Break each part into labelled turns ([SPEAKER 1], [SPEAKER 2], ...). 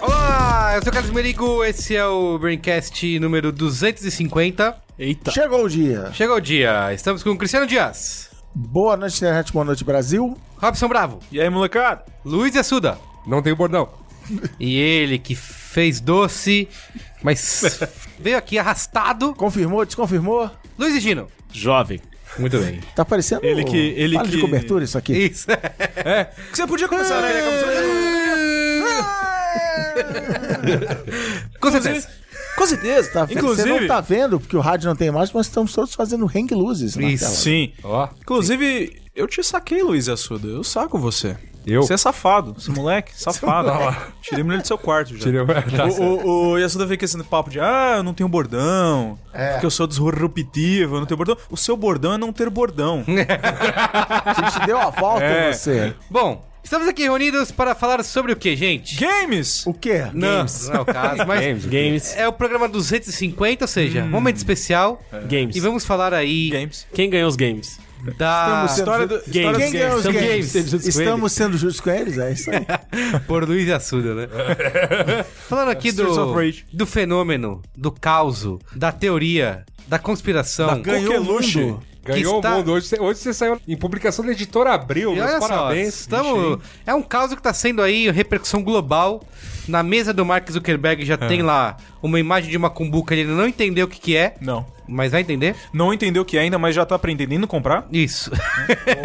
[SPEAKER 1] Olá, eu sou o Carlos Merigo, esse é o Braincast número 250.
[SPEAKER 2] Eita.
[SPEAKER 3] Tá. Chegou o dia.
[SPEAKER 1] Chegou o dia, estamos com o Cristiano Dias,
[SPEAKER 3] Boa noite, internet. Boa noite, Brasil.
[SPEAKER 1] Robson Bravo,
[SPEAKER 2] E aí, molecada?
[SPEAKER 1] Luiz Assuda
[SPEAKER 4] Não tem bordão.
[SPEAKER 1] e ele que fez doce, mas veio aqui arrastado,
[SPEAKER 3] Confirmou, desconfirmou.
[SPEAKER 1] Luiz e Gino.
[SPEAKER 2] Jovem.
[SPEAKER 1] Muito bem.
[SPEAKER 3] Tá parecendo
[SPEAKER 2] Ele que- ele
[SPEAKER 3] fala de
[SPEAKER 2] que-
[SPEAKER 3] cobertura isso aqui.
[SPEAKER 1] Isso.
[SPEAKER 2] Você podia começar, né?
[SPEAKER 1] com certeza.
[SPEAKER 2] Com certeza.
[SPEAKER 3] Tá, você não
[SPEAKER 2] Inclusive...
[SPEAKER 3] tá vendo, porque o rádio não tem imagem, mas estamos todos fazendo hang luzes na
[SPEAKER 1] Isso.
[SPEAKER 3] tela.
[SPEAKER 2] É. Sim.
[SPEAKER 4] Ó,
[SPEAKER 2] Inclusive, eu te saquei, Luiz Assuda. Eu saco você.
[SPEAKER 4] Eu?
[SPEAKER 2] Você é safado. Esse moleque, safado.
[SPEAKER 4] Não.
[SPEAKER 2] Tirei mulher do seu quarto já.
[SPEAKER 4] tirei o... Tá
[SPEAKER 2] O,
[SPEAKER 4] certo.
[SPEAKER 2] o, o Yasuda vem com esse papo de ah, eu não tenho bordão, porque eu sou disruptivo, eu não tenho bordão. O seu bordão é não ter bordão.
[SPEAKER 3] A gente deu a volta
[SPEAKER 2] É.
[SPEAKER 3] em você.
[SPEAKER 1] Bom, estamos aqui reunidos para falar sobre o que, gente?
[SPEAKER 2] Games!
[SPEAKER 3] O quê?
[SPEAKER 1] Não, não é o caso, mas
[SPEAKER 4] Games.
[SPEAKER 5] Games,
[SPEAKER 1] é o programa 250, ou
[SPEAKER 2] Hum.
[SPEAKER 1] seja, momento especial.
[SPEAKER 5] games.
[SPEAKER 1] E vamos falar aí
[SPEAKER 2] Games.
[SPEAKER 5] Quem ganhou os games?
[SPEAKER 1] da...
[SPEAKER 3] Estamos sendo
[SPEAKER 2] História
[SPEAKER 3] ju-
[SPEAKER 2] do, história
[SPEAKER 3] Quem
[SPEAKER 2] dos games.
[SPEAKER 3] ganhou os
[SPEAKER 5] Estamos
[SPEAKER 3] games?
[SPEAKER 5] sendo justos com
[SPEAKER 3] Estamos sendo justos com eles? É isso aí.
[SPEAKER 1] Por Luiz Assuda, né? Falando aqui do,
[SPEAKER 2] Streets of Rage.
[SPEAKER 1] do fenômeno, do caos, da teoria, da conspiração.
[SPEAKER 2] Ganhou o luxo.
[SPEAKER 4] Ganhou
[SPEAKER 1] está-
[SPEAKER 4] o mundo. Hoje, você- hoje você saiu em publicação da Editora Abril.
[SPEAKER 1] E
[SPEAKER 4] Meus
[SPEAKER 1] olha só,
[SPEAKER 4] parabéns.
[SPEAKER 1] estamos... é um caos que está sendo aí repercussão global. Na mesa do Mark Zuckerberg
[SPEAKER 2] É.
[SPEAKER 1] já tem lá uma imagem de uma cumbuca, ele não entendeu o que, que é,
[SPEAKER 2] Não.
[SPEAKER 1] mas vai entender.
[SPEAKER 2] Não entendeu o que é ainda, mas já tá aprendendo a comprar.
[SPEAKER 1] Isso.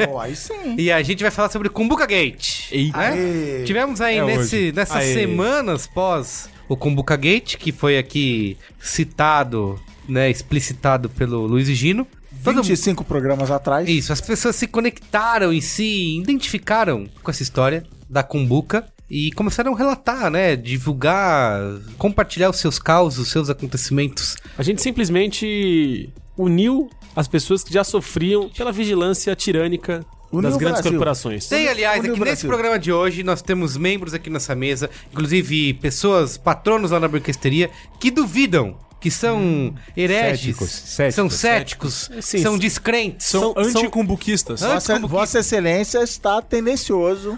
[SPEAKER 3] Pô, aí sim.
[SPEAKER 1] E a gente vai falar sobre Cumbuca Gate.
[SPEAKER 2] Eita.
[SPEAKER 1] né?
[SPEAKER 3] Aê.
[SPEAKER 1] Tivemos aí
[SPEAKER 4] É
[SPEAKER 1] nesse-
[SPEAKER 4] hoje.
[SPEAKER 1] nessas
[SPEAKER 2] Aê.
[SPEAKER 1] semanas pós o Cumbuca Gate, que foi aqui citado, né, explicitado pelo Luiz e Gino. Todo-
[SPEAKER 3] 25 programas atrás.
[SPEAKER 1] Isso, as pessoas se conectaram e se identificaram com essa história da Cumbuca. E começaram a relatar, né? Divulgar, compartilhar os seus causos, os seus acontecimentos.
[SPEAKER 5] A gente simplesmente uniu as pessoas que já sofriam pela vigilância tirânica
[SPEAKER 3] Uniu
[SPEAKER 5] das
[SPEAKER 3] o
[SPEAKER 5] grandes
[SPEAKER 3] Brasil.
[SPEAKER 5] corporações.
[SPEAKER 1] Tem, aliás,
[SPEAKER 3] Uniu
[SPEAKER 1] aqui
[SPEAKER 3] o
[SPEAKER 1] nesse
[SPEAKER 3] Brasil.
[SPEAKER 1] programa de hoje, nós temos membros aqui nessa mesa, inclusive pessoas, patronos lá na Brinquesteria, que duvidam, que são hereges,
[SPEAKER 4] Céticos, céticos,
[SPEAKER 1] são céticos,
[SPEAKER 5] Sim,
[SPEAKER 1] são
[SPEAKER 5] sim.
[SPEAKER 1] descrentes.
[SPEAKER 2] São,
[SPEAKER 5] São- são-
[SPEAKER 2] anticumbuquistas.
[SPEAKER 3] Vossa,
[SPEAKER 1] como que-
[SPEAKER 3] Vossa Excelência está tendencioso.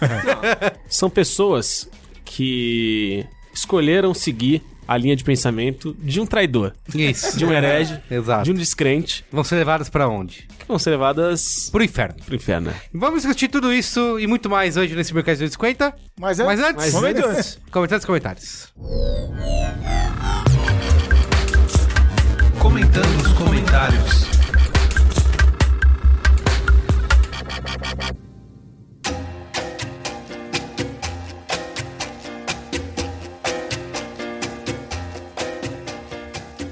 [SPEAKER 5] São pessoas que escolheram seguir a linha de pensamento de um traidor,
[SPEAKER 1] Isso.
[SPEAKER 5] de um herege,
[SPEAKER 1] É, Exato.
[SPEAKER 5] de um descrente,
[SPEAKER 1] Vão ser levados pra onde?
[SPEAKER 5] que vão ser levadas
[SPEAKER 1] Pro inferno.
[SPEAKER 5] pro inferno.
[SPEAKER 1] Vamos discutir tudo isso e muito mais hoje nesse Mercado 250.
[SPEAKER 3] Mas
[SPEAKER 1] Mas
[SPEAKER 3] antes,
[SPEAKER 1] antes,
[SPEAKER 5] Mas
[SPEAKER 2] Momento
[SPEAKER 5] antes-
[SPEAKER 2] antes.
[SPEAKER 1] comentários comentários.
[SPEAKER 6] Comentando os comentários.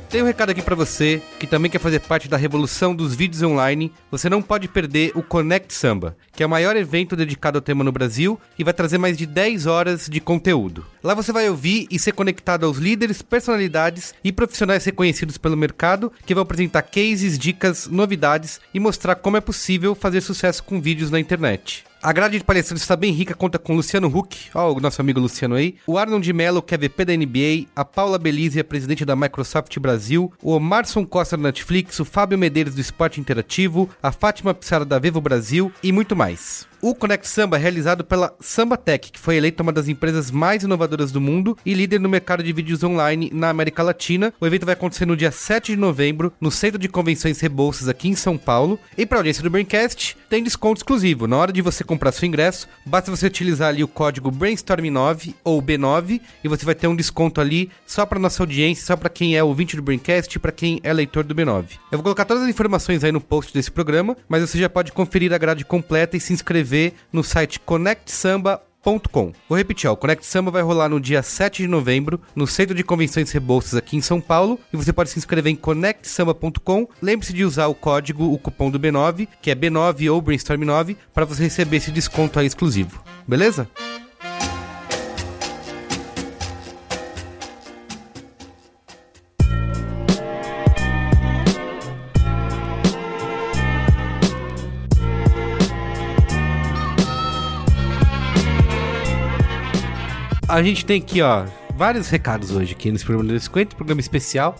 [SPEAKER 1] Tem um recado aqui pra você que também quer fazer parte da revolução dos vídeos online. Você não pode perder o Connect Samba, que é o maior evento dedicado ao tema no Brasil e vai trazer mais de 10 horas de conteúdo. Lá você vai ouvir e ser conectado aos líderes, personalidades e profissionais reconhecidos pelo mercado que vão apresentar cases, dicas, novidades e mostrar como é possível fazer sucesso com vídeos na internet. A grade de palestrantes está bem rica, conta com Luciano Huck, ó, o nosso amigo Luciano aí, o Arnon de Mello, que é VP da NBA, a Paula Belize, a presidente da Microsoft Brasil, o Marson Costa da Netflix, o Fábio Medeiros do Esporte Interativo, a Fátima Pissara da Vivo Brasil e muito mais. O Conect Samba é realizado pela Samba Tech, que foi eleita uma das empresas mais inovadoras do mundo e líder no mercado de vídeos online na América Latina. O evento vai acontecer no dia 7 de novembro, no Centro de Convenções Rebouças, aqui em São Paulo. E para audiência do Braincast, tem desconto exclusivo. Na hora de você comprar seu ingresso, basta você utilizar ali o código BRAINSTORM9 ou B9 e você vai ter um desconto ali só para nossa audiência, só para quem é ouvinte do Braincast e para quem é leitor do B9. Eu vou colocar todas as informações aí no post desse programa, mas você já pode conferir a grade completa e se inscrever no site ConnectSamba.com. Com. Vou repetir, ó, o Conect Samba vai rolar no dia 7 de novembro, no Centro de Convenções Rebouças, aqui em São Paulo, e você pode se inscrever em conectsamba.com. Lembre-se de usar o código, o cupom do B9, que é B9 ou Brainstorm9, para você receber esse desconto aí exclusivo. Beleza? A gente tem aqui, ó, vários recados hoje aqui nesse programa número 50, programa especial.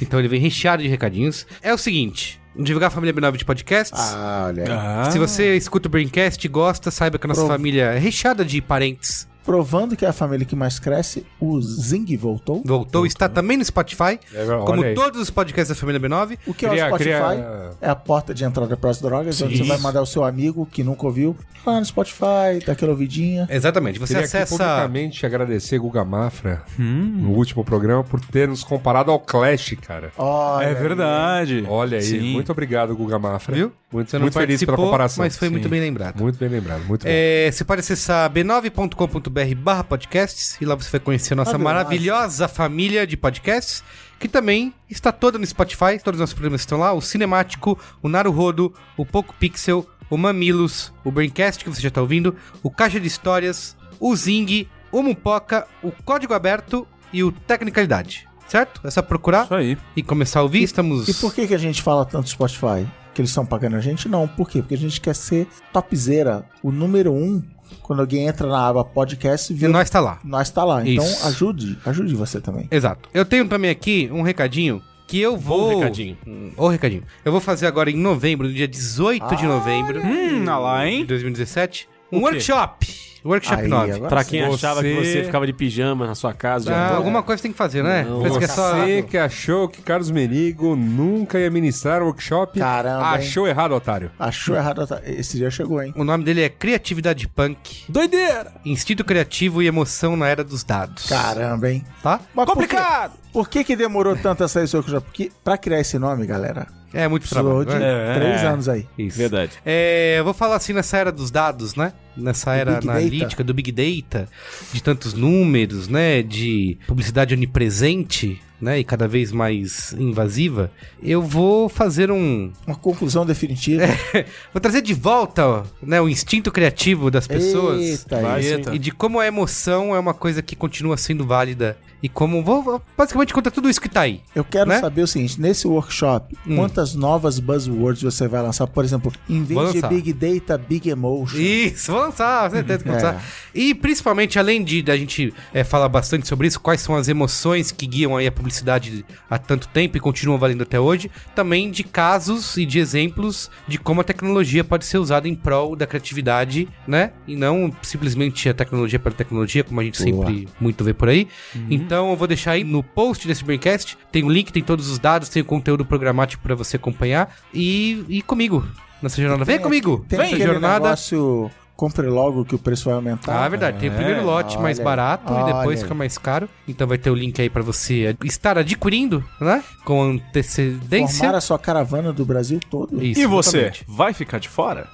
[SPEAKER 1] Então ele vem recheado de recadinhos. É o seguinte, divulgar a família B9 de podcasts.
[SPEAKER 3] Ah, olha. aí.
[SPEAKER 1] Se você escuta o Braincast e gosta, saiba que a nossa
[SPEAKER 3] Pro-
[SPEAKER 1] família é recheada de parentes.
[SPEAKER 3] Provando que é a família que mais cresce, o Zing voltou.
[SPEAKER 1] Voltou, está também no Spotify,
[SPEAKER 4] É, né? olha
[SPEAKER 1] como
[SPEAKER 4] aí.
[SPEAKER 1] todos os podcasts da família B9.
[SPEAKER 3] O que é o Spotify? É a porta de entrada para as drogas, onde você vai mandar o seu amigo que nunca ouviu lá no Spotify, dá aquela ouvidinha.
[SPEAKER 1] Exatamente, você
[SPEAKER 4] Queria aqui
[SPEAKER 1] acessa... Hum.
[SPEAKER 4] publicamente agradecer Guga Mafra no último programa por ter nos comparado ao Clash, cara.
[SPEAKER 3] Olha,
[SPEAKER 2] É verdade.
[SPEAKER 4] Olha aí,
[SPEAKER 2] Sim.
[SPEAKER 4] muito obrigado, Guga Mafra.
[SPEAKER 1] Viu?
[SPEAKER 4] Muito,
[SPEAKER 1] Você não
[SPEAKER 4] muito feliz pela
[SPEAKER 1] participou,
[SPEAKER 4] comparação.
[SPEAKER 1] mas foi muito
[SPEAKER 4] Sim.
[SPEAKER 1] bem lembrado.
[SPEAKER 4] Muito bem lembrado, muito bem.
[SPEAKER 1] É, você pode acessar b9.com.br barra podcasts e lá você vai conhecer a nossa
[SPEAKER 3] Maravilhosa.
[SPEAKER 1] maravilhosa família de podcasts, que também está toda no Spotify, todos os nossos programas estão lá, o Cinemático, o Naruhodo, o Poco Pixel, o Mamilos, o Braincast, que você já está ouvindo, o Caixa de Histórias, o Zing, o Mupoca, o Código Aberto e o Tecnicalidade, certo? É só procurar
[SPEAKER 2] Isso aí.
[SPEAKER 1] e começar a ouvir, estamos...
[SPEAKER 3] E por que, que a gente fala tanto do Spotify? Que eles estão pagando a gente? Não. Por quê? Porque a gente quer ser topzera. O número um, quando alguém entra na aba podcast,
[SPEAKER 1] E
[SPEAKER 3] vê
[SPEAKER 1] É, nós está lá.
[SPEAKER 3] nós tá lá. Então
[SPEAKER 1] Isso.
[SPEAKER 3] ajude, ajude você também.
[SPEAKER 1] Exato. Eu tenho também aqui um recadinho que eu vou.
[SPEAKER 5] Bom Um recadinho.
[SPEAKER 1] Hum, Ô, recadinho. Eu vou fazer agora em novembro, no dia 18 de novembro
[SPEAKER 2] Hum, olha lá,
[SPEAKER 1] de
[SPEAKER 2] hein?
[SPEAKER 1] 2017,
[SPEAKER 5] O
[SPEAKER 1] um
[SPEAKER 5] quê?
[SPEAKER 1] workshop. Workshop
[SPEAKER 3] Aí,
[SPEAKER 1] 9.
[SPEAKER 3] agora
[SPEAKER 5] Pra
[SPEAKER 3] sim.
[SPEAKER 5] quem
[SPEAKER 4] Você-
[SPEAKER 5] achava que você ficava de pijama na sua casa.
[SPEAKER 1] Ah,
[SPEAKER 5] de É,
[SPEAKER 1] alguma coisa tem que fazer, né?
[SPEAKER 5] Não,
[SPEAKER 1] Parece que é
[SPEAKER 2] tá
[SPEAKER 1] só.
[SPEAKER 4] Você que achou que Carlos Merigo nunca ia ministrar o workshop,
[SPEAKER 3] Caramba, hein?
[SPEAKER 4] achou errado, otário.
[SPEAKER 3] Achou errado. tá? Esse dia chegou, hein?
[SPEAKER 1] O nome dele é Criatividade Punk,
[SPEAKER 2] Doideira!
[SPEAKER 1] Instinto Criativo e Emoção na Era dos Dados.
[SPEAKER 3] Caramba, hein?
[SPEAKER 1] Tá?
[SPEAKER 3] Mas por
[SPEAKER 2] Complicado!
[SPEAKER 3] que- Por que, que demorou tanto a sair esse workshop? Porque pra criar esse nome, galera,
[SPEAKER 1] É muito
[SPEAKER 3] precisou
[SPEAKER 1] trabalho.
[SPEAKER 3] de
[SPEAKER 1] né?
[SPEAKER 2] É.
[SPEAKER 3] três anos aí.
[SPEAKER 1] Isso.
[SPEAKER 5] Verdade.
[SPEAKER 1] É, eu vou falar assim nessa era dos dados, né? Nessa era
[SPEAKER 3] Big
[SPEAKER 1] analítica do Big Data, de tantos números, né? De publicidade onipresente, né? E cada vez mais invasiva. Eu vou fazer um.
[SPEAKER 3] Uma conclusão definitiva.
[SPEAKER 1] É, Vou trazer de volta ó, né, o instinto criativo das pessoas.
[SPEAKER 3] Eita,
[SPEAKER 2] Vai,
[SPEAKER 3] isso.
[SPEAKER 2] eita.
[SPEAKER 1] E de como a emoção é uma coisa que continua sendo válida. E como. Vou, vou basicamente contar tudo isso que tá aí.
[SPEAKER 3] Eu quero
[SPEAKER 1] Né?
[SPEAKER 3] saber o seguinte, nesse workshop,
[SPEAKER 1] Hum.
[SPEAKER 3] quantas novas buzzwords você vai lançar? Por exemplo, em
[SPEAKER 1] Vou
[SPEAKER 3] vez de
[SPEAKER 1] lançar.
[SPEAKER 3] Big Data, Big Emotion.
[SPEAKER 1] Isso, vou lançar, com certeza que vou
[SPEAKER 3] É.
[SPEAKER 1] lançar. E principalmente, além de da gente é, falar bastante sobre isso, quais são as emoções que guiam aí a publicidade há tanto tempo e continuam valendo até hoje, também de casos e de exemplos de como a tecnologia pode ser usada em prol da criatividade, né? E não simplesmente a tecnologia pela tecnologia, como a gente
[SPEAKER 3] Boa.
[SPEAKER 1] sempre muito vê por aí. Então eu vou deixar aí no post desse Braincast, tem o link, tem todos os dados, tem o conteúdo programático pra você acompanhar e, e comigo. Nessa jornada. Vem
[SPEAKER 3] Tem
[SPEAKER 1] comigo!
[SPEAKER 3] Tem
[SPEAKER 1] nessa
[SPEAKER 3] aquele
[SPEAKER 1] jornada.
[SPEAKER 3] negócio, compre logo que o preço vai aumentar.
[SPEAKER 1] Ah, é verdade. Tem o
[SPEAKER 2] É,
[SPEAKER 1] primeiro lote mais
[SPEAKER 3] Tá, olha aí,
[SPEAKER 1] barato e
[SPEAKER 3] olha
[SPEAKER 1] depois
[SPEAKER 3] aí.
[SPEAKER 1] fica mais caro. Então vai ter o link aí pra você estar adquirindo, né? Com antecedência.
[SPEAKER 3] Formar a sua caravana do Brasil todo.
[SPEAKER 1] Isso,
[SPEAKER 2] E você,
[SPEAKER 1] exatamente.
[SPEAKER 2] vai ficar de fora?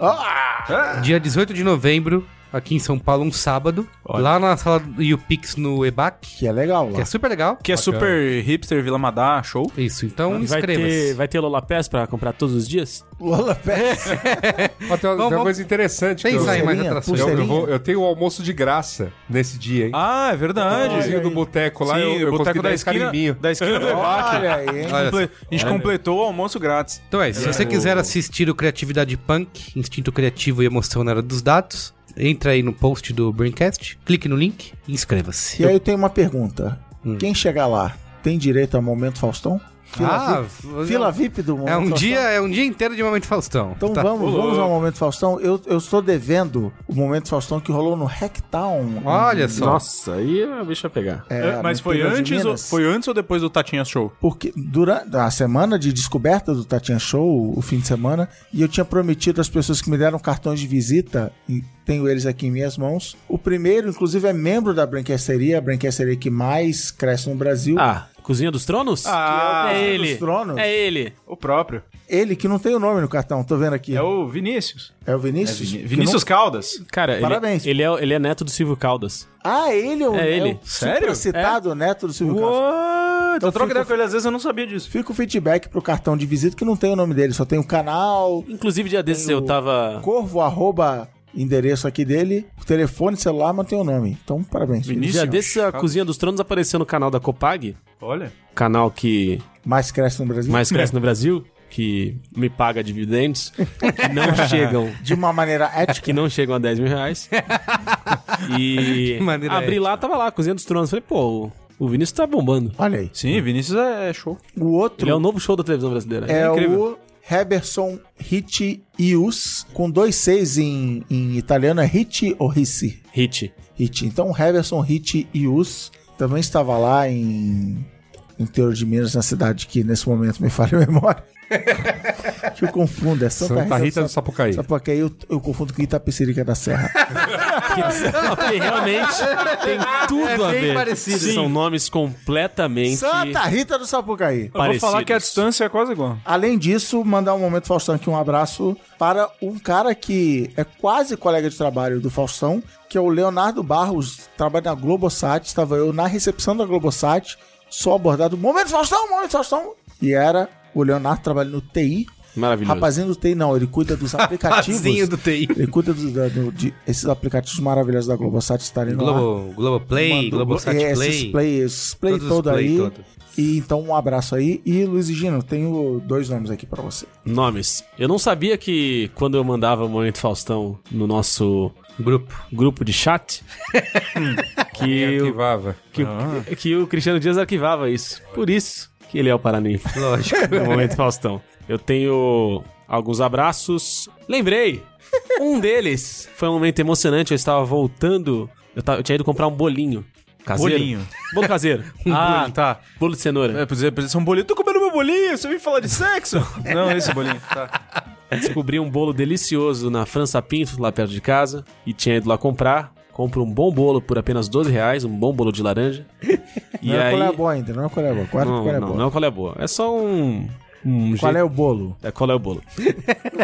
[SPEAKER 1] Dia 18 de novembro, aqui em São Paulo, um sábado. Lá na sala do YouPix no EBAC,
[SPEAKER 3] Que é legal
[SPEAKER 1] que
[SPEAKER 3] lá.
[SPEAKER 1] é super legal.
[SPEAKER 2] Que é super hipster, Vila Madá, show.
[SPEAKER 1] Isso, então
[SPEAKER 5] E Vai ter,
[SPEAKER 1] inscreva-se.
[SPEAKER 5] vai ter Lola Pass pra comprar todos os dias?
[SPEAKER 3] Lola Pé.
[SPEAKER 4] Ó, tem uma, tem uma
[SPEAKER 1] vamos-
[SPEAKER 4] coisa interessante.
[SPEAKER 1] Tem
[SPEAKER 4] que eu-
[SPEAKER 1] É, isso aí, mais
[SPEAKER 3] Pulseirinha,
[SPEAKER 1] atrações.
[SPEAKER 4] eu, eu,
[SPEAKER 3] pulseirinha.
[SPEAKER 4] vou- eu tenho o almoço de graça nesse dia, hein?
[SPEAKER 2] Ah, é verdade.
[SPEAKER 4] Cozinha do boteco lá, eu, eu consegui
[SPEAKER 2] da
[SPEAKER 4] 10
[SPEAKER 2] esquina,
[SPEAKER 4] carimbinho.
[SPEAKER 2] da esquina do Evac.
[SPEAKER 3] Olha aí,
[SPEAKER 1] Olha
[SPEAKER 3] hein?
[SPEAKER 1] só.
[SPEAKER 2] Comple- A gente completou o almoço grátis.
[SPEAKER 1] Então é, se você quiser assistir o Criatividade Punk, Instinto Criativo e Emoção na Era dos Dados, entra aí no post do Braincast, clique no link e inscreva-se.
[SPEAKER 3] E aí eu tenho uma pergunta.
[SPEAKER 1] Hum.
[SPEAKER 3] Quem chegar lá tem direito ao Momento Faustão?
[SPEAKER 1] Ah,
[SPEAKER 3] VIP? Fila VIP do Momento
[SPEAKER 1] É um
[SPEAKER 3] Faustão?
[SPEAKER 1] dia, é um dia inteiro de momento Faustão.
[SPEAKER 3] Então
[SPEAKER 1] Tá.
[SPEAKER 3] vamos, vamos ao Momento Faustão. Eu, eu estou devendo o Momento Faustão que rolou no Hacktown.
[SPEAKER 1] Olha só.
[SPEAKER 5] Nossa, aí o bicho vai pegar.
[SPEAKER 3] É,
[SPEAKER 2] Mas
[SPEAKER 3] no
[SPEAKER 2] foi
[SPEAKER 3] interior de
[SPEAKER 2] antes, ou,
[SPEAKER 3] Minas.
[SPEAKER 2] foi antes ou depois do Tatinha Show?
[SPEAKER 3] Porque durante a semana de descoberta do Tatinha Show, o fim de semana, e eu tinha prometido às pessoas que me deram cartões de visita, e tenho eles aqui em minhas mãos. O primeiro, inclusive, é membro da Branquesteria, a Branquesteria que mais cresce no Brasil.
[SPEAKER 5] Ah, Cozinha dos Tronos?
[SPEAKER 2] Ah,
[SPEAKER 5] é
[SPEAKER 3] Dos
[SPEAKER 5] ele.
[SPEAKER 3] Tronos.
[SPEAKER 5] É ele.
[SPEAKER 2] O próprio.
[SPEAKER 3] Ele que não tem o nome no cartão, tô vendo aqui.
[SPEAKER 2] É o Vinícius.
[SPEAKER 3] É o Vinícius?
[SPEAKER 2] Vini-
[SPEAKER 3] Que
[SPEAKER 2] Vinícius Caldas.
[SPEAKER 5] Cara, ele-
[SPEAKER 3] Parabéns.
[SPEAKER 5] Ele, é, ele é neto do Silvio Caldas.
[SPEAKER 3] não- Ah, ele é o,
[SPEAKER 5] É ele.
[SPEAKER 3] o
[SPEAKER 2] Sério? É?
[SPEAKER 3] citado neto do Silvio Castro.
[SPEAKER 2] What?
[SPEAKER 3] Então
[SPEAKER 2] eu troco
[SPEAKER 3] fica-
[SPEAKER 2] ideia com ele, às vezes eu não sabia disso.
[SPEAKER 3] Fica o feedback pro cartão de visita que não tem o nome dele, só tem o canal,
[SPEAKER 5] Inclusive, dia desses eu tava.
[SPEAKER 3] corvo, arroba, endereço aqui dele, o telefone, celular, mas não tem o nome. Então, parabéns.
[SPEAKER 5] Dia
[SPEAKER 3] Vinícius.
[SPEAKER 5] desses a Cozinha dos Tronos apareceu no canal da Copag,
[SPEAKER 2] Olha.
[SPEAKER 5] canal que
[SPEAKER 3] Mais cresce no Brasil.
[SPEAKER 5] mais cresce no Brasil. que me paga dividendos que não chegam
[SPEAKER 3] De uma maneira ética.
[SPEAKER 5] É que não chegam a 10 mil reais. E
[SPEAKER 1] Que maneira
[SPEAKER 5] abri
[SPEAKER 3] é
[SPEAKER 1] ética.
[SPEAKER 5] lá, tava lá, Cozinha dos Tronos. Falei, pô, o o Vinícius tá bombando.
[SPEAKER 3] Olha aí.
[SPEAKER 2] Sim, Vinícius é show.
[SPEAKER 3] O outro
[SPEAKER 5] Ele é o novo show da televisão brasileira.
[SPEAKER 3] é,
[SPEAKER 2] incrível.
[SPEAKER 3] o Heberson Hit Ius, com dois seis em, em italiano, é Hit ou Rissi?
[SPEAKER 5] Hit.
[SPEAKER 3] Hit. Então, o Heberson Hit Ius também estava lá em no interior de Minas, na cidade que nesse momento me falha a memória. que eu confundo, é Santa,
[SPEAKER 4] Santa Tá Rita do
[SPEAKER 3] Sapucaí.
[SPEAKER 4] Sapucaí.
[SPEAKER 3] Sapucaí eu, eu confundo com Itapecerica da Serra.
[SPEAKER 5] Não, porque realmente
[SPEAKER 2] É
[SPEAKER 5] tem tudo a
[SPEAKER 1] bem
[SPEAKER 5] ver.
[SPEAKER 1] parecido.
[SPEAKER 5] Sim. São nomes completamente
[SPEAKER 3] Santa Rita do Sapucaí.
[SPEAKER 2] Eu vou falar
[SPEAKER 5] parecidos.
[SPEAKER 2] que a distância é quase igual.
[SPEAKER 3] Além disso, mandar um momento Faustão aqui, um abraço para um cara que é quase colega de trabalho do Faustão, que é o Leonardo Barros, trabalha na Globosat, estava eu na recepção da Globosat, só abordado, momento Faustão, momento Faustão, e era o Leonardo trabalha no TI,
[SPEAKER 5] Maravilhoso.
[SPEAKER 3] rapazinho do TI não, ele cuida dos aplicativos,
[SPEAKER 1] Pazinho do TI.
[SPEAKER 3] ele cuida do, da- do- de esses aplicativos maravilhosos da Globosat estarem no ar.
[SPEAKER 1] Globo, Globo Play,
[SPEAKER 3] Mandou-
[SPEAKER 1] Globo
[SPEAKER 3] é,
[SPEAKER 1] Sat
[SPEAKER 3] Esses
[SPEAKER 1] Play.
[SPEAKER 3] play, esses play
[SPEAKER 1] todos os
[SPEAKER 3] todo
[SPEAKER 1] play,
[SPEAKER 3] aí.
[SPEAKER 1] todo.
[SPEAKER 3] E então um abraço aí. E Luiz e Gino, tenho dois nomes aqui pra você.
[SPEAKER 5] Nomes. Eu não sabia que quando eu mandava o Momento Faustão no nosso
[SPEAKER 1] Grupo.
[SPEAKER 5] grupo de chat, que, o,
[SPEAKER 4] Arquivava.
[SPEAKER 5] que, o-
[SPEAKER 2] Ah.
[SPEAKER 5] que o Cristiano Dias arquivava isso. Por isso que ele é o Paraninfo.
[SPEAKER 1] Lógico.
[SPEAKER 5] no Momento Faustão. Eu tenho alguns abraços. Lembrei! Um deles foi um momento emocionante. Eu estava voltando. Eu, tava- eu tinha ido comprar um bolinho. Caseiro.
[SPEAKER 2] Bolinho.
[SPEAKER 5] Bolo caseiro.
[SPEAKER 3] Um
[SPEAKER 5] ah, tá. Bolo de cenoura.
[SPEAKER 2] É, precisa, precisa ser um bolinho. Tô comendo meu bolinho, você vem falar de sexo? Não, esse bolinho. Tá.
[SPEAKER 3] É.
[SPEAKER 5] Descobri um bolo delicioso na França Pinto, lá perto de casa, e tinha ido lá comprar. Compro um bom bolo por apenas 12 reais, um bom bolo de laranja. E
[SPEAKER 3] não é
[SPEAKER 5] aí.
[SPEAKER 3] qual é a boa ainda, não é qual é a boa. Quarto
[SPEAKER 5] Não,
[SPEAKER 3] qual é a
[SPEAKER 5] não,
[SPEAKER 3] boa.
[SPEAKER 5] não é qual é a boa. É só um. um
[SPEAKER 3] qual
[SPEAKER 5] jeito-
[SPEAKER 3] é o bolo?
[SPEAKER 5] É, qual é o bolo?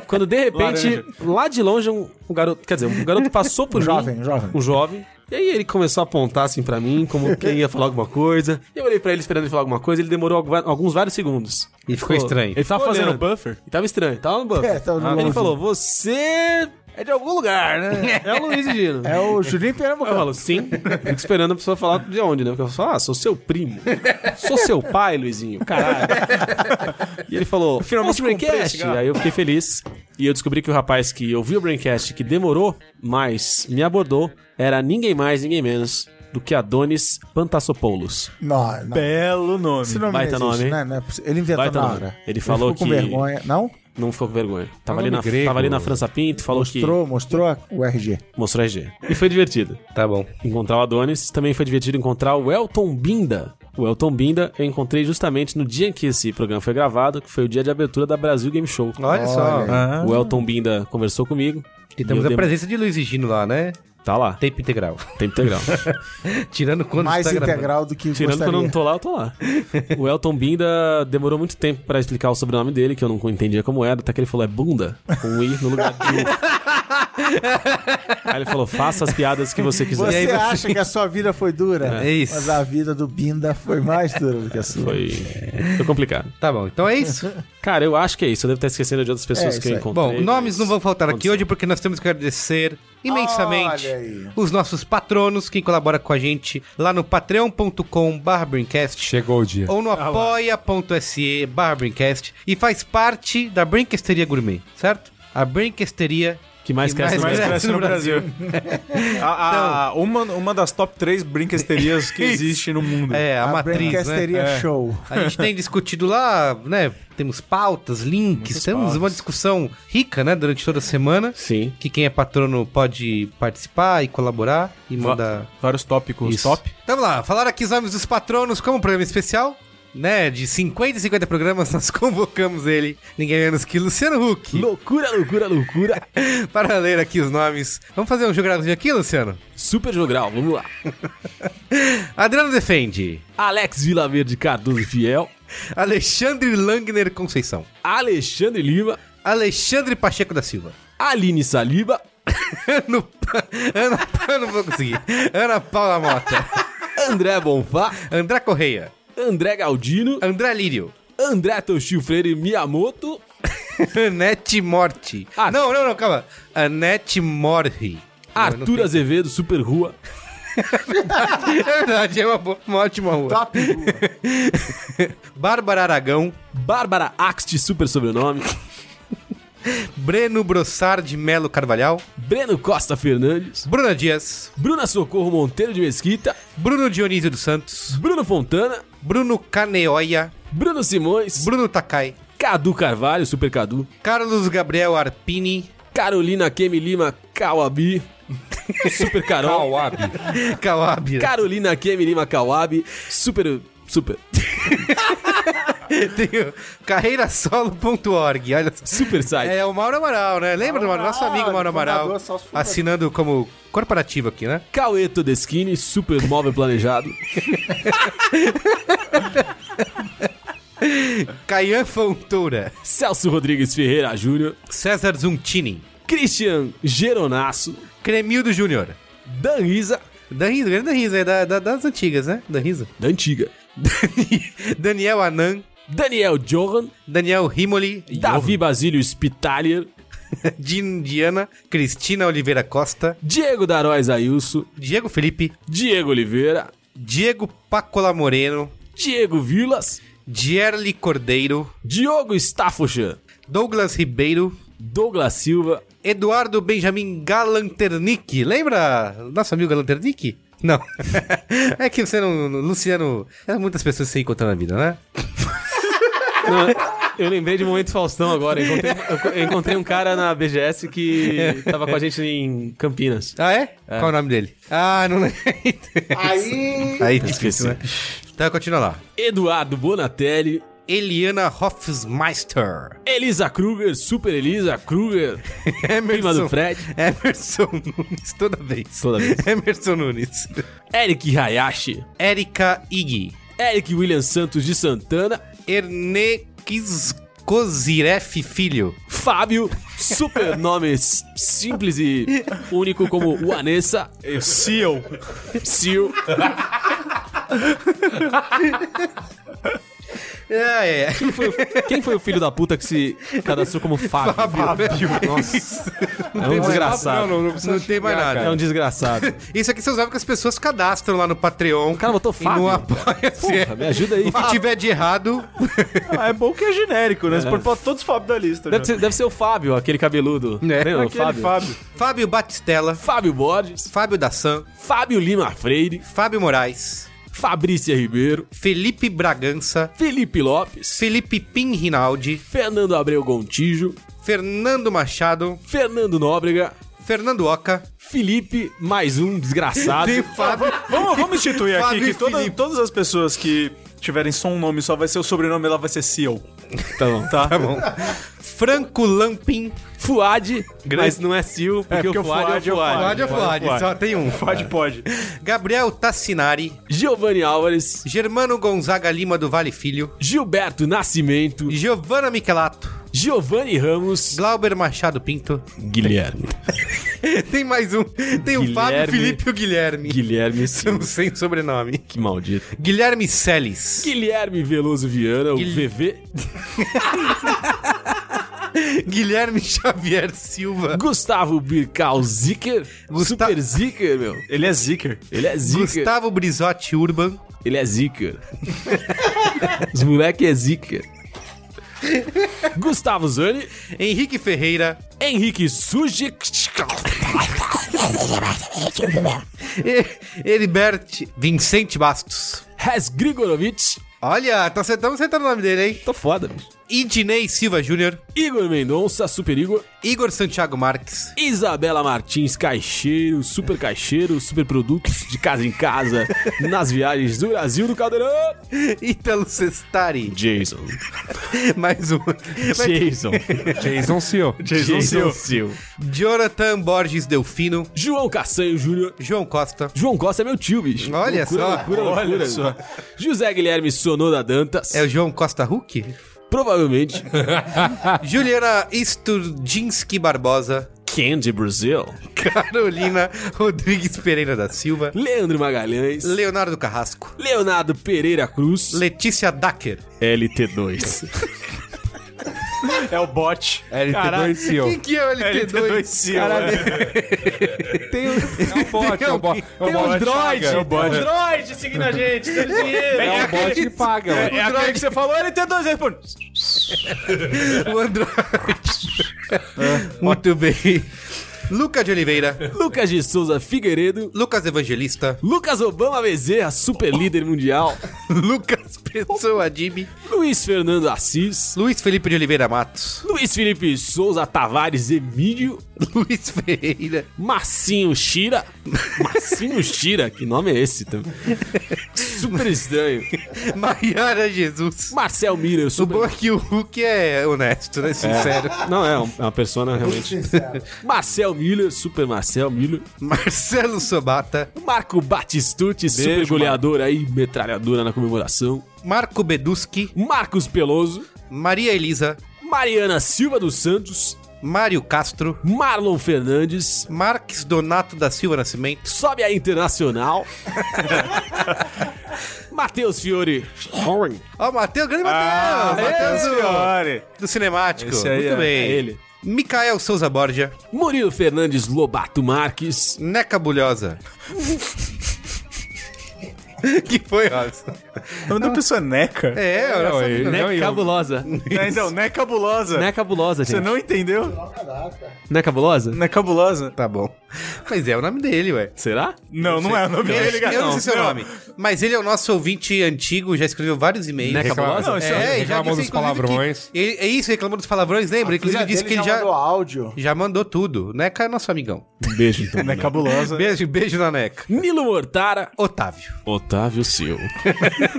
[SPEAKER 5] Quando de repente,
[SPEAKER 2] Laranja.
[SPEAKER 5] lá de longe, um, um garoto. Quer dizer, um garoto passou por
[SPEAKER 3] Um
[SPEAKER 5] mim.
[SPEAKER 3] jovem, um jovem.
[SPEAKER 5] Um jovem. E aí ele começou a apontar assim pra mim, como quem ia falar alguma coisa. E eu olhei pra ele esperando ele falar alguma coisa, ele demorou alguva- alguns vários segundos.
[SPEAKER 1] E ficou estranho.
[SPEAKER 5] Ele tava
[SPEAKER 2] Ficou olhando
[SPEAKER 5] fazendo
[SPEAKER 2] o buffer?
[SPEAKER 5] E tava estranho, tava no banco.
[SPEAKER 3] É, tava no
[SPEAKER 5] Aí ele
[SPEAKER 3] banco.
[SPEAKER 5] falou: você é de algum lugar, né? É o Luiz e Gino.
[SPEAKER 3] É o Juninho
[SPEAKER 5] Eu
[SPEAKER 3] Pernambucano.
[SPEAKER 5] falo, sim. Fico esperando a pessoa falar de onde, né? Porque eu falo, ah, sou seu primo. Sou seu pai, Luizinho. Caralho. E ele falou, finalmente o Braincast. Aí eu fiquei feliz. E eu descobri que o rapaz que ouviu o Braincast, que demorou, mas me abordou, era ninguém mais, ninguém menos do que Adonis Pantassopoulos.
[SPEAKER 3] Não, não.
[SPEAKER 2] Belo nome.
[SPEAKER 3] Esse nome
[SPEAKER 5] baita
[SPEAKER 3] não existe,
[SPEAKER 5] nome,
[SPEAKER 3] né?
[SPEAKER 5] hein?
[SPEAKER 3] Não é possível. Ele inventou
[SPEAKER 5] Baita
[SPEAKER 3] na
[SPEAKER 5] nome.
[SPEAKER 3] hora.
[SPEAKER 5] Ele falou
[SPEAKER 3] ficou
[SPEAKER 5] que-
[SPEAKER 3] com vergonha. Não?
[SPEAKER 5] Não ficou com vergonha. Tava,
[SPEAKER 4] É um
[SPEAKER 5] ali na,
[SPEAKER 4] nome grego.
[SPEAKER 5] tava ali na França Pinto, falou
[SPEAKER 3] Mostrou, mostrou a- o RG.
[SPEAKER 5] que mostrou RG. E foi divertido.
[SPEAKER 1] Tá bom.
[SPEAKER 5] encontrar o Adonis. Também foi divertido encontrar o Elton Binda. O Elton Binda eu encontrei justamente no dia em que esse programa foi gravado, que foi o dia de abertura da Brasil Game Show.
[SPEAKER 1] Olha, só.
[SPEAKER 2] Ah,
[SPEAKER 5] O Elton Binda conversou comigo.
[SPEAKER 1] E temos
[SPEAKER 5] Eu
[SPEAKER 1] a
[SPEAKER 5] dei-
[SPEAKER 1] presença de Luiz e Gino lá, né?
[SPEAKER 5] Tá lá,
[SPEAKER 1] Tempo integral.
[SPEAKER 5] tempo integral.
[SPEAKER 1] Tirando quando
[SPEAKER 3] Mais
[SPEAKER 1] você tá gravando.
[SPEAKER 3] integral do que
[SPEAKER 5] Tirando
[SPEAKER 3] gostaria.
[SPEAKER 5] quando eu não tô lá, eu tô lá. O Elton Binda demorou muito tempo pra explicar o sobrenome dele, que eu não entendia como era, até que ele falou é bunda, com um i no lugar de U. Aí ele falou, faça as piadas que você quiser.
[SPEAKER 3] Você
[SPEAKER 1] E aí você-
[SPEAKER 3] acha que a sua vida foi dura?
[SPEAKER 1] É isso.
[SPEAKER 3] Mas a vida do Binda foi mais dura do que a sua.
[SPEAKER 5] Foi, foi complicado.
[SPEAKER 1] Tá bom, então é isso.
[SPEAKER 5] Cara, eu acho que é isso. Eu devo estar esquecendo de outras pessoas
[SPEAKER 3] É,
[SPEAKER 5] que eu
[SPEAKER 3] isso aí.
[SPEAKER 5] encontrei.
[SPEAKER 1] Bom, nomes
[SPEAKER 5] mas-
[SPEAKER 1] não vão faltar aqui
[SPEAKER 5] aconteceu.
[SPEAKER 1] hoje porque nós temos que agradecer imensamente
[SPEAKER 3] Olha aí.
[SPEAKER 1] os nossos patronos que colaboram com a gente lá no patreon.com Brincast
[SPEAKER 4] Chegou o dia.
[SPEAKER 1] ou no apoia.se Brincast e faz parte da Brinquesteria Gourmet, certo? A Brinquesteria
[SPEAKER 5] Que mais
[SPEAKER 1] que
[SPEAKER 5] cresce no
[SPEAKER 2] mais
[SPEAKER 1] cresce
[SPEAKER 2] cresce no Brasil. A- a- uma, uma das top três brinquesterias que existe no mundo.
[SPEAKER 1] É, a,
[SPEAKER 3] A,
[SPEAKER 1] matriz, né?
[SPEAKER 3] Brancasteria Show.
[SPEAKER 1] A gente tem discutido lá, né? Temos pautas, links, temos uma discussão rica, né? Durante toda a semana.
[SPEAKER 5] Sim.
[SPEAKER 1] Que quem é patrono pode participar e colaborar e
[SPEAKER 2] Va-
[SPEAKER 1] mandar.
[SPEAKER 2] Vários tópicos
[SPEAKER 1] Isso.
[SPEAKER 2] top.
[SPEAKER 1] Então vamos lá, falaram aqui os nomes dos patronos como um programa especial, né? De 50 e 50 programas, nós convocamos ele, ninguém menos que Luciano Huck,
[SPEAKER 5] Loucura, loucura, loucura.
[SPEAKER 1] para ler aqui os nomes. Vamos fazer um jogradinho aqui, Luciano?
[SPEAKER 5] Super jogral, vamos lá.
[SPEAKER 1] Adriano Defende,
[SPEAKER 5] Alex Vilaverde Cardoso Fiel.
[SPEAKER 1] Alexandre Langner Conceição,
[SPEAKER 5] Alexandre Lima.
[SPEAKER 1] Alexandre Pacheco da Silva,
[SPEAKER 5] Aline Saliba.
[SPEAKER 1] Ana, Pa- Ana, Pa- eu não vou conseguir, Ana Paula Mota,
[SPEAKER 5] André Bonfá.
[SPEAKER 1] André Correia,
[SPEAKER 5] André Galdino.
[SPEAKER 1] André Lírio,
[SPEAKER 5] André Toshio Freire Miyamoto.
[SPEAKER 1] Anete Morte,
[SPEAKER 5] Ah.
[SPEAKER 1] não, não, não, calma, Anete Morri,
[SPEAKER 5] Arthur Azevedo Super Rua.
[SPEAKER 1] É verdade, é uma, boa, uma ótima rua.
[SPEAKER 3] Top rua.
[SPEAKER 1] Bárbara Aragão,
[SPEAKER 5] Bárbara Axe de super sobrenome.
[SPEAKER 1] Breno Brossard de Melo Carvalhal,
[SPEAKER 5] Breno Costa Fernandes.
[SPEAKER 1] Bruna Dias,
[SPEAKER 5] Bruna Socorro Monteiro de Mesquita.
[SPEAKER 1] Bruno Dionísio dos Santos,
[SPEAKER 5] Bruno Fontana.
[SPEAKER 1] Bruno Caneoia,
[SPEAKER 5] Bruno Simões.
[SPEAKER 1] Bruno Takai,
[SPEAKER 5] Cadu Carvalho, Super Cadu.
[SPEAKER 1] Carlos Gabriel Arpini,
[SPEAKER 5] Carolina Kemi Lima Kawabi. Super Carol.
[SPEAKER 4] Kawabi.
[SPEAKER 1] Kawab.
[SPEAKER 5] Carolina Kemi Lima Kawabi. Super. Super.
[SPEAKER 1] Tem o carreirasolo.org, olha só.
[SPEAKER 5] Super site.
[SPEAKER 1] É o Mauro Amaral, né? Lembra do Mauro? Nosso amigo Mauro Amaral,
[SPEAKER 3] Ah, fundador, sócio fundador.
[SPEAKER 1] assinando como corporativo aqui, né?
[SPEAKER 5] Cauê Todeschini, super móvel planejado.
[SPEAKER 1] Caian Fontoura,
[SPEAKER 5] Celso Rodrigues Ferreira Júnior.
[SPEAKER 1] César Zuntini,
[SPEAKER 5] Christian Geronasso.
[SPEAKER 1] Cremildo Júnior,
[SPEAKER 5] Dan Isa,
[SPEAKER 1] Dan Riso, grande Dan Riso, é da, da- das antigas, né? Dan Riso.
[SPEAKER 5] da antiga.
[SPEAKER 1] Daniel Anan,
[SPEAKER 5] Daniel Johan.
[SPEAKER 1] Daniel Rimoli,
[SPEAKER 5] Davi Basílio Spitalier.
[SPEAKER 1] Din- Diana, Cristina Oliveira Costa,
[SPEAKER 5] Diego Daróis Ailso.
[SPEAKER 1] Diego Felipe,
[SPEAKER 5] Diego Oliveira.
[SPEAKER 1] Diego Pacola Moreno,
[SPEAKER 5] Diego Vilas.
[SPEAKER 1] Dierli Cordeiro,
[SPEAKER 5] Diogo Staffordshire.
[SPEAKER 1] Douglas Ribeiro,
[SPEAKER 5] Douglas Silva.
[SPEAKER 1] Eduardo Benjamin Galanternick. Lembra nosso amigo Galanternick? Não. é que você não. Luciano. é Muitas pessoas se encontram na vida, né?
[SPEAKER 7] Eu lembrei
[SPEAKER 5] um
[SPEAKER 7] de momentos Faustão agora. Eu encontrei, eu encontrei um cara na BGS que tava com a gente em Campinas.
[SPEAKER 1] Ah, é? Qual é o nome dele? Ah, não lembro.
[SPEAKER 3] Aí.
[SPEAKER 1] Aí, difícil, né? Então, continua lá.
[SPEAKER 5] Eduardo Bonatelli.
[SPEAKER 1] Eliana Hofmeister.
[SPEAKER 5] Elisa Kruger. Super Elisa Kruger. Prima do Fred.
[SPEAKER 1] Emerson Nunes, toda vez.
[SPEAKER 5] Toda vez.
[SPEAKER 1] Emerson Nunes.
[SPEAKER 5] Eric Hayashi.
[SPEAKER 1] Erika Iggy.
[SPEAKER 5] Eric William Santos de Santana.
[SPEAKER 1] Erne Koziref Filho.
[SPEAKER 5] Fábio, super nome s- simples e único como Vanessa,
[SPEAKER 2] Seal.
[SPEAKER 5] Sil,
[SPEAKER 1] É, é.
[SPEAKER 5] Quem foi o filho da puta que se cadastrou como Fábio? né? Nossa. É um desgraçado.
[SPEAKER 1] né? Não, não, não, não tem mais nada.
[SPEAKER 5] É um desgraçado.
[SPEAKER 1] Isso aqui você usava que as pessoas cadastram lá no Patreon.
[SPEAKER 5] O cara botou
[SPEAKER 1] e não
[SPEAKER 5] Fábio. Porra, me
[SPEAKER 1] apoia-se.
[SPEAKER 5] ajuda aí.
[SPEAKER 1] O que tiver de errado,
[SPEAKER 2] Ah, é bom que é genérico, né? Você pode pôr todos os Fábio da lista.
[SPEAKER 5] Deve
[SPEAKER 2] já.
[SPEAKER 5] ser, deve ser o Fábio, aquele cabeludo.
[SPEAKER 1] É,
[SPEAKER 5] Lembra?
[SPEAKER 2] Aquele Fábio.
[SPEAKER 1] Fábio Batistella,
[SPEAKER 5] Fábio Borges,
[SPEAKER 1] Fábio Dassan,
[SPEAKER 5] Fábio Lima Freire,
[SPEAKER 1] Fábio Moraes,
[SPEAKER 5] Fabrícia Ribeiro,
[SPEAKER 1] Felipe Bragança,
[SPEAKER 5] Felipe Lopes,
[SPEAKER 1] Felipe Pin Rinaldi,
[SPEAKER 5] Fernando Abreu Gontijo,
[SPEAKER 1] Fernando Machado,
[SPEAKER 5] Fernando Nóbrega,
[SPEAKER 1] Fernando Oca,
[SPEAKER 5] Felipe, mais um desgraçado.
[SPEAKER 1] tem Fábio.
[SPEAKER 2] Vamos, vamos instituir aqui
[SPEAKER 1] Fábio e
[SPEAKER 2] que toda-
[SPEAKER 1] Felipe.
[SPEAKER 2] todas as pessoas que tiverem só um nome só vai ser o sobrenome, ela vai ser Seal.
[SPEAKER 5] Tá bom.
[SPEAKER 2] Tá?
[SPEAKER 1] Tá bom. Franco Lampin.
[SPEAKER 5] Fuad, mas não é Sil, porque,
[SPEAKER 2] porque
[SPEAKER 5] o Fuad é o Fuad.
[SPEAKER 1] Pode, pode, só tem um.
[SPEAKER 2] Pode, pode.
[SPEAKER 1] Gabriel Tassinari,
[SPEAKER 5] Giovanni Álvares,
[SPEAKER 1] Germano Gonzaga Lima do Vale Filho,
[SPEAKER 5] Gilberto Nascimento,
[SPEAKER 1] Giovana Michelato,
[SPEAKER 5] Giovanni Ramos,
[SPEAKER 1] Glauber Machado Pinto.
[SPEAKER 5] Guilherme.
[SPEAKER 1] Tem mais um. Tem o
[SPEAKER 5] Guilherme-
[SPEAKER 1] Fábio, Felipe e o Guilherme.
[SPEAKER 5] Guilherme
[SPEAKER 1] São
[SPEAKER 5] Sil,
[SPEAKER 1] sem sobrenome.
[SPEAKER 5] que maldito.
[SPEAKER 1] Guilherme Celis.
[SPEAKER 5] Guilherme Veloso Viana, o
[SPEAKER 1] Guil-
[SPEAKER 5] VV,
[SPEAKER 1] Guilherme Xavier Silva.
[SPEAKER 5] Gustavo Birkal Zicker,
[SPEAKER 1] Gusta-
[SPEAKER 5] Super Zicker, meu.
[SPEAKER 2] Ele é Zicker.
[SPEAKER 5] Ele é Zicker.
[SPEAKER 1] Gustavo Brizotti Urban.
[SPEAKER 5] Ele é Zicker. Os moleque é Zicker. Gustavo Zani,
[SPEAKER 1] Henrique Ferreira.
[SPEAKER 5] Henrique Sujic,
[SPEAKER 1] E- Heribert Vicente Bastos.
[SPEAKER 5] Res Grigorovic.
[SPEAKER 1] Olha, tá acertando, acertando o nome dele, hein?
[SPEAKER 5] Tô foda, bicho.
[SPEAKER 1] Idinei Silva Júnior.
[SPEAKER 5] Igor Mendonça, Super Igor.
[SPEAKER 1] Igor Santiago Marques.
[SPEAKER 5] Isabela Martins, caixeiro, super caixeiro, super produtos de casa em casa, nas viagens do Brasil do Caldeirão.
[SPEAKER 1] Ítalo Sestari.
[SPEAKER 5] Jason.
[SPEAKER 1] Mais um.
[SPEAKER 5] é Jason.
[SPEAKER 4] Jason Seal.
[SPEAKER 2] Jason Seal.
[SPEAKER 5] Sil.
[SPEAKER 1] Jonathan Borges Delfino.
[SPEAKER 5] João Cassanho Júnior.
[SPEAKER 1] João Costa.
[SPEAKER 5] João Costa é meu tio, bicho.
[SPEAKER 1] Olha
[SPEAKER 5] Loucura,
[SPEAKER 1] só.
[SPEAKER 5] Loucura,
[SPEAKER 2] Olha
[SPEAKER 5] loucura,
[SPEAKER 2] só.
[SPEAKER 5] bicho. José Guilherme Sonoda Dantas.
[SPEAKER 1] É o João Costa Huck?
[SPEAKER 5] Provavelmente.
[SPEAKER 1] Juliana Sturdinski Barbosa.
[SPEAKER 5] Candy Brasil.
[SPEAKER 1] Carolina Rodrigues Pereira da Silva,
[SPEAKER 5] Leandro Magalhães.
[SPEAKER 1] Leonardo Carrasco,
[SPEAKER 5] Leonardo Pereira Cruz.
[SPEAKER 1] Letícia Dacker,
[SPEAKER 5] LT2.
[SPEAKER 8] É o bot.
[SPEAKER 4] É, ele pegou em si, ó.
[SPEAKER 1] Quem que é o LT2?
[SPEAKER 3] Tem um-
[SPEAKER 4] É um bot, é um bot. É um
[SPEAKER 8] Tem um
[SPEAKER 4] bot que
[SPEAKER 8] droid.
[SPEAKER 4] paga, É
[SPEAKER 8] Tem
[SPEAKER 4] um bot.
[SPEAKER 8] um droid seguindo a gente, dando dinheiro.
[SPEAKER 4] É um bot que paga,
[SPEAKER 8] É,
[SPEAKER 4] mano.
[SPEAKER 8] é aquele que você falou, ele tem dois responde.
[SPEAKER 1] O Android. Muito bem. Lucas de Oliveira,
[SPEAKER 5] Lucas de Souza Figueiredo.
[SPEAKER 1] Lucas Evangelista,
[SPEAKER 5] Lucas Obama Bezerra, super líder mundial.
[SPEAKER 1] Lucas Pessoa Jimmy,
[SPEAKER 5] Luiz Fernando Assis.
[SPEAKER 1] Luiz Felipe de Oliveira Matos,
[SPEAKER 5] Luiz Felipe Souza Tavares Emílio.
[SPEAKER 1] Luiz Ferreira,
[SPEAKER 5] Marcinho Shira. Marcinho Shira, que nome é esse também? Super estranho.
[SPEAKER 1] Maiara Jesus.
[SPEAKER 5] Marcel Miller,
[SPEAKER 1] O
[SPEAKER 5] super.
[SPEAKER 1] bom é que o Hulk é honesto, né? Sincero.
[SPEAKER 5] Não, é, um- é uma persona realmente. Marcel Miller, super Marcel Miller.
[SPEAKER 1] Marcelo Sobata,
[SPEAKER 5] Marco Batistucci, super goleador aí, metralhadora na comemoração.
[SPEAKER 1] Marco Beduski,
[SPEAKER 5] Marcos Peloso.
[SPEAKER 1] Maria Elisa,
[SPEAKER 5] Mariana Silva dos Santos.
[SPEAKER 1] Mário Castro,
[SPEAKER 5] Marlon Fernandes.
[SPEAKER 1] Marques Donato da Silva Nascimento,
[SPEAKER 5] Sobe a Internacional. Matheus Fiore. Horn.
[SPEAKER 1] ó, Matheus, grande Matheus! Matheus do, do Cinemático.
[SPEAKER 2] Esse aí
[SPEAKER 1] Muito
[SPEAKER 2] é-
[SPEAKER 1] bem.
[SPEAKER 5] é ele.
[SPEAKER 1] Micael Souza Borja,
[SPEAKER 5] Murilo Fernandes Lobato Marques.
[SPEAKER 1] Neca Bulhosa. que foi, Robson?
[SPEAKER 2] O nome da pessoa é Neca.
[SPEAKER 1] É, olha
[SPEAKER 4] Não,
[SPEAKER 1] só.
[SPEAKER 4] ele- não,
[SPEAKER 5] Né
[SPEAKER 4] eu-
[SPEAKER 5] cabulosa.
[SPEAKER 2] É, então, Neca Bulosa.
[SPEAKER 5] Né cabulosa,
[SPEAKER 2] Você
[SPEAKER 5] gente.
[SPEAKER 2] não entendeu?
[SPEAKER 5] Né cabulosa?
[SPEAKER 2] Neca Bulosa.
[SPEAKER 1] Tá bom. Mas é o nome dele, ué.
[SPEAKER 5] Será?
[SPEAKER 2] Não, não é o nome dele,
[SPEAKER 1] eu não sei seu
[SPEAKER 2] Não.
[SPEAKER 1] nome. Mas ele é o nosso ouvinte antigo, já escreveu vários e-mails.
[SPEAKER 5] Né
[SPEAKER 4] Reclama-
[SPEAKER 5] cabulosa?
[SPEAKER 2] Não, isso
[SPEAKER 1] É, e já
[SPEAKER 4] Reclamou
[SPEAKER 1] disse,
[SPEAKER 4] dos
[SPEAKER 1] inclusive,
[SPEAKER 4] palavrões.
[SPEAKER 1] que ele- é isso, reclamou dos palavrões, lembra? Inclusive
[SPEAKER 3] Ah, Filha
[SPEAKER 1] ele disse
[SPEAKER 3] dele
[SPEAKER 1] que ele já,
[SPEAKER 3] mandou áudio.
[SPEAKER 1] já mandou tudo. Neca é nosso amigão.
[SPEAKER 5] Beijo então.
[SPEAKER 2] Neca Bulosa.
[SPEAKER 1] Beijo, beijo na Neca.
[SPEAKER 5] Nilo Mortara.
[SPEAKER 1] Otávio.
[SPEAKER 5] Otávio Sil.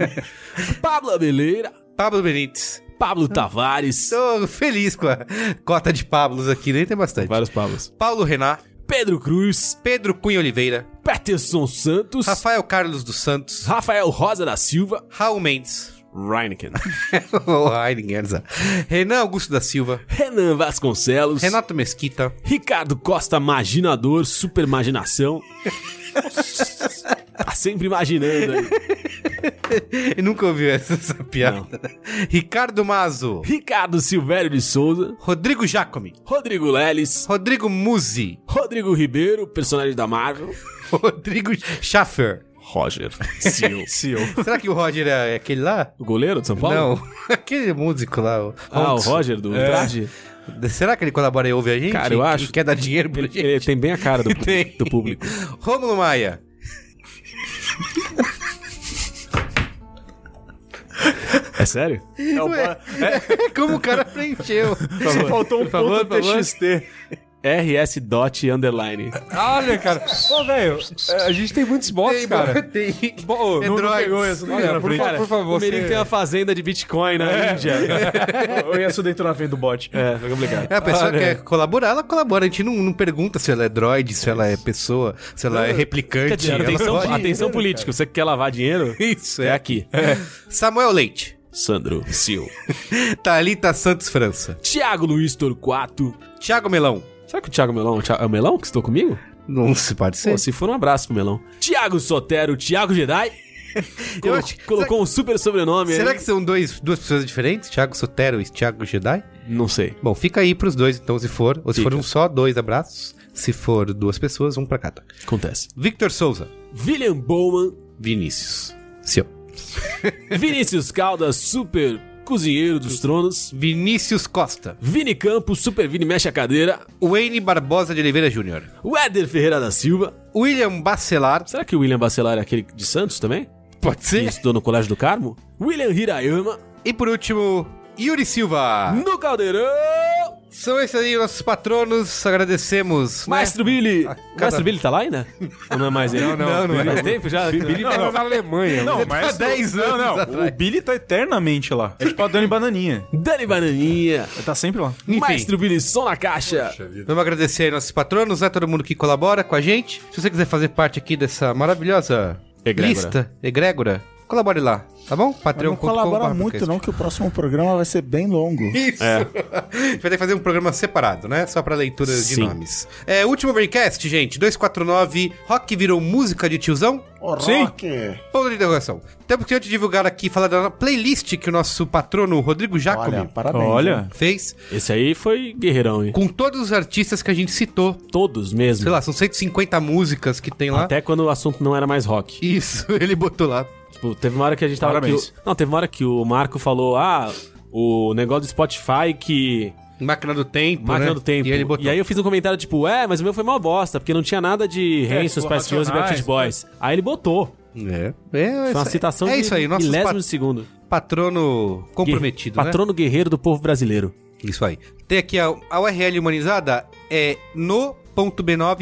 [SPEAKER 5] Pablo Abeleira.
[SPEAKER 1] Pablo Benítez.
[SPEAKER 5] Pablo Tavares.
[SPEAKER 1] Tô feliz com a cota de Pablos aqui, nem tem bastante.
[SPEAKER 5] Vários Pablos.
[SPEAKER 1] Paulo Renan,
[SPEAKER 5] Pedro Cruz.
[SPEAKER 1] Pedro Cunha Oliveira,
[SPEAKER 5] Peterson Santos.
[SPEAKER 1] Rafael Carlos dos Santos,
[SPEAKER 5] Rafael Rosa da Silva.
[SPEAKER 1] Raul Mendes,
[SPEAKER 5] Reineken.
[SPEAKER 1] o Heidegger, Zé. Renan Augusto da Silva,
[SPEAKER 5] Renan Vasconcelos.
[SPEAKER 1] Renato Mesquita,
[SPEAKER 5] Ricardo Costa, maginador, super imaginação. tá sempre imaginando aí.
[SPEAKER 1] e nunca ouviu essa, essa piada. Ricardo Mazo,
[SPEAKER 5] Ricardo Silvério de Souza.
[SPEAKER 1] Rodrigo Jacome,
[SPEAKER 5] Rodrigo Leles.
[SPEAKER 1] Rodrigo Muzi,
[SPEAKER 5] Rodrigo Ribeiro, personagem da Marvel.
[SPEAKER 1] Rodrigo Schaffer.
[SPEAKER 5] Roger Sil.
[SPEAKER 2] Seu.
[SPEAKER 1] Será que o Roger é aquele lá?
[SPEAKER 5] O goleiro de São Paulo?
[SPEAKER 1] Não, aquele músico lá. o-
[SPEAKER 5] Ah, o
[SPEAKER 1] Hudson.
[SPEAKER 5] Roger do traje?
[SPEAKER 1] Será que ele colabora e ouve a gente?
[SPEAKER 5] Cara, eu
[SPEAKER 1] Que
[SPEAKER 5] acho.
[SPEAKER 1] Quer dar dinheiro pra
[SPEAKER 5] Ele,
[SPEAKER 1] gente?
[SPEAKER 5] ele tem bem a cara do,
[SPEAKER 1] Tem.
[SPEAKER 5] do público.
[SPEAKER 1] Rômulo Maia.
[SPEAKER 5] É sério?
[SPEAKER 2] É o
[SPEAKER 1] Ué, é como o cara preencheu.
[SPEAKER 2] Só
[SPEAKER 4] Então,
[SPEAKER 2] faltou um
[SPEAKER 5] favor,
[SPEAKER 2] ponto
[SPEAKER 5] por favor.
[SPEAKER 2] TXT.
[SPEAKER 5] RS Dot Underline.
[SPEAKER 4] Olha, cara. Ô, velho, é, a gente tem É muitos bots, cara.
[SPEAKER 1] tem. é
[SPEAKER 4] Bo- ô, não- não
[SPEAKER 1] Androids.
[SPEAKER 4] pegou isso, não pegou. Por favor, por favor,
[SPEAKER 5] o Merigo
[SPEAKER 4] você-
[SPEAKER 5] tem uma fazenda de Bitcoin na Índia.
[SPEAKER 2] Eu ia só deitou na frente do bot.
[SPEAKER 5] É, foi complicado.
[SPEAKER 1] É, a pessoa quer colaborar, ela colabora. A gente não, não pergunta se ela é droid, se ela é pessoa, se ela é
[SPEAKER 5] Quer
[SPEAKER 1] replicante.
[SPEAKER 5] dizer,
[SPEAKER 1] ela
[SPEAKER 5] atenção,
[SPEAKER 1] pode-
[SPEAKER 5] atenção política. Você quer lavar dinheiro?
[SPEAKER 1] Isso,
[SPEAKER 5] É
[SPEAKER 1] é.
[SPEAKER 5] aqui.
[SPEAKER 1] Samuel Leite.
[SPEAKER 5] Sandro Sil.
[SPEAKER 1] Thalita Santos França.
[SPEAKER 5] Tiago Luiz Torquato.
[SPEAKER 1] Thiago Melão.
[SPEAKER 5] Será que o Thiago Melão Thi- é o Melão que estou comigo?
[SPEAKER 1] Não se pode ser.
[SPEAKER 5] Pô, se for, um abraço pro Melão. Tiago Sotero, Tiago Jedi. Colo-
[SPEAKER 1] acho-
[SPEAKER 5] colocou um super sobrenome
[SPEAKER 1] Será
[SPEAKER 5] aí.
[SPEAKER 1] que são dois, duas pessoas diferentes? Thiago Sotero e Thiago Jedi?
[SPEAKER 5] Não sei.
[SPEAKER 1] Bom, fica aí pros dois, então, se for. Ou se
[SPEAKER 5] Fica.
[SPEAKER 1] for um só, dois abraços. Se for duas pessoas, um pra cada.
[SPEAKER 5] Acontece.
[SPEAKER 1] Victor Souza.
[SPEAKER 5] William Bowman.
[SPEAKER 1] Vinícius. Seu.
[SPEAKER 5] Vinícius Caldas, super cozinheiro dos tronos.
[SPEAKER 1] Vinícius Costa.
[SPEAKER 5] Vini Campos, super Vini mexe a cadeira.
[SPEAKER 1] Wayne Barbosa de Oliveira Júnior.
[SPEAKER 5] Weder Ferreira da Silva.
[SPEAKER 1] William Bacelar.
[SPEAKER 5] Será que o William Bacelar é aquele de Santos também?
[SPEAKER 1] Pode
[SPEAKER 5] Que
[SPEAKER 1] ser.
[SPEAKER 5] estudou no Colégio do Carmo? William Hirayama.
[SPEAKER 1] E por último, Yuri Silva.
[SPEAKER 5] No Caldeirão.
[SPEAKER 1] São esses aí nossos patronos. Agradecemos. né?
[SPEAKER 5] Maestro Billy.
[SPEAKER 1] cada-
[SPEAKER 5] Maestro Billy tá lá ainda? Ou não é mais ele? Não,
[SPEAKER 1] não, não é.
[SPEAKER 5] Faz tempo já?
[SPEAKER 4] Ele mora na Alemanha.
[SPEAKER 2] Não,
[SPEAKER 4] mano.
[SPEAKER 2] mas.
[SPEAKER 1] Tá 10
[SPEAKER 2] Não,
[SPEAKER 1] anos
[SPEAKER 2] não.
[SPEAKER 1] atrás.
[SPEAKER 2] O Billy tá eternamente lá. É tipo a Dani Bananinha.
[SPEAKER 5] Dani Bananinha.
[SPEAKER 2] Ele tá sempre lá.
[SPEAKER 1] Enfim.
[SPEAKER 5] Maestro Billy, som na caixa.
[SPEAKER 1] Vamos agradecer aí nossos patronos, né? Todo mundo que colabora com a gente. Se você quiser fazer parte aqui dessa maravilhosa
[SPEAKER 5] Egrégora.
[SPEAKER 1] lista, egrégora, colabore lá, tá bom?
[SPEAKER 3] Mas não
[SPEAKER 5] um
[SPEAKER 1] Patreon.com.
[SPEAKER 3] colabora muito, não, que o próximo programa vai ser bem longo.
[SPEAKER 1] Isso!
[SPEAKER 5] É.
[SPEAKER 1] A gente vai ter que fazer um programa separado, né? Só pra leitura de
[SPEAKER 5] Sim.
[SPEAKER 1] nomes. É, último Braincast, gente. 249. Rock virou música de tiozão?
[SPEAKER 3] Ô,
[SPEAKER 2] Sim.
[SPEAKER 3] Rock!
[SPEAKER 1] Ponto de interrogação. Temos que antes de divulgar aqui, falar da playlist que o nosso patrono Rodrigo Jacobi
[SPEAKER 3] Olha, parabéns.
[SPEAKER 2] Olha.
[SPEAKER 1] fez
[SPEAKER 5] Esse aí foi guerreirão, hein?
[SPEAKER 1] com todos os artistas que a gente citou.
[SPEAKER 5] Todos mesmo.
[SPEAKER 1] Sei lá, né? são 150 músicas que tem lá.
[SPEAKER 5] Até quando o assunto não era mais rock.
[SPEAKER 1] Isso, ele botou lá.
[SPEAKER 5] Tipo, teve uma hora que a gente tava. Que o...
[SPEAKER 2] Parabéns.
[SPEAKER 5] Não, teve uma hora que o Marco falou: ah, o negócio do Spotify que.
[SPEAKER 1] Máquina do Tempo,
[SPEAKER 5] Máquina
[SPEAKER 1] né?
[SPEAKER 5] do tempo.
[SPEAKER 1] E ele botou.
[SPEAKER 5] aí eu fiz um comentário tipo, é, mas o meu foi mó bosta, porque não tinha nada de
[SPEAKER 2] É,
[SPEAKER 5] Hanson,
[SPEAKER 2] tipo,
[SPEAKER 5] Spice Girls e
[SPEAKER 2] Racionais,
[SPEAKER 5] Backstreet Boys. Aí ele botou.
[SPEAKER 1] É, né? é,
[SPEAKER 5] Foi uma
[SPEAKER 1] isso aí.
[SPEAKER 5] citação
[SPEAKER 1] É isso aí, né? nosso
[SPEAKER 5] milésimo
[SPEAKER 1] pat-
[SPEAKER 5] de segundo.
[SPEAKER 1] patrono comprometido, né?
[SPEAKER 5] Patrono guerreiro do povo brasileiro.
[SPEAKER 1] Isso aí. Tem aqui a, a URL humanizada é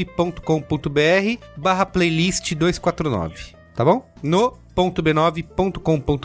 [SPEAKER 1] no.b9.com.br barra playlist 249, tá bom? no.b9.com.br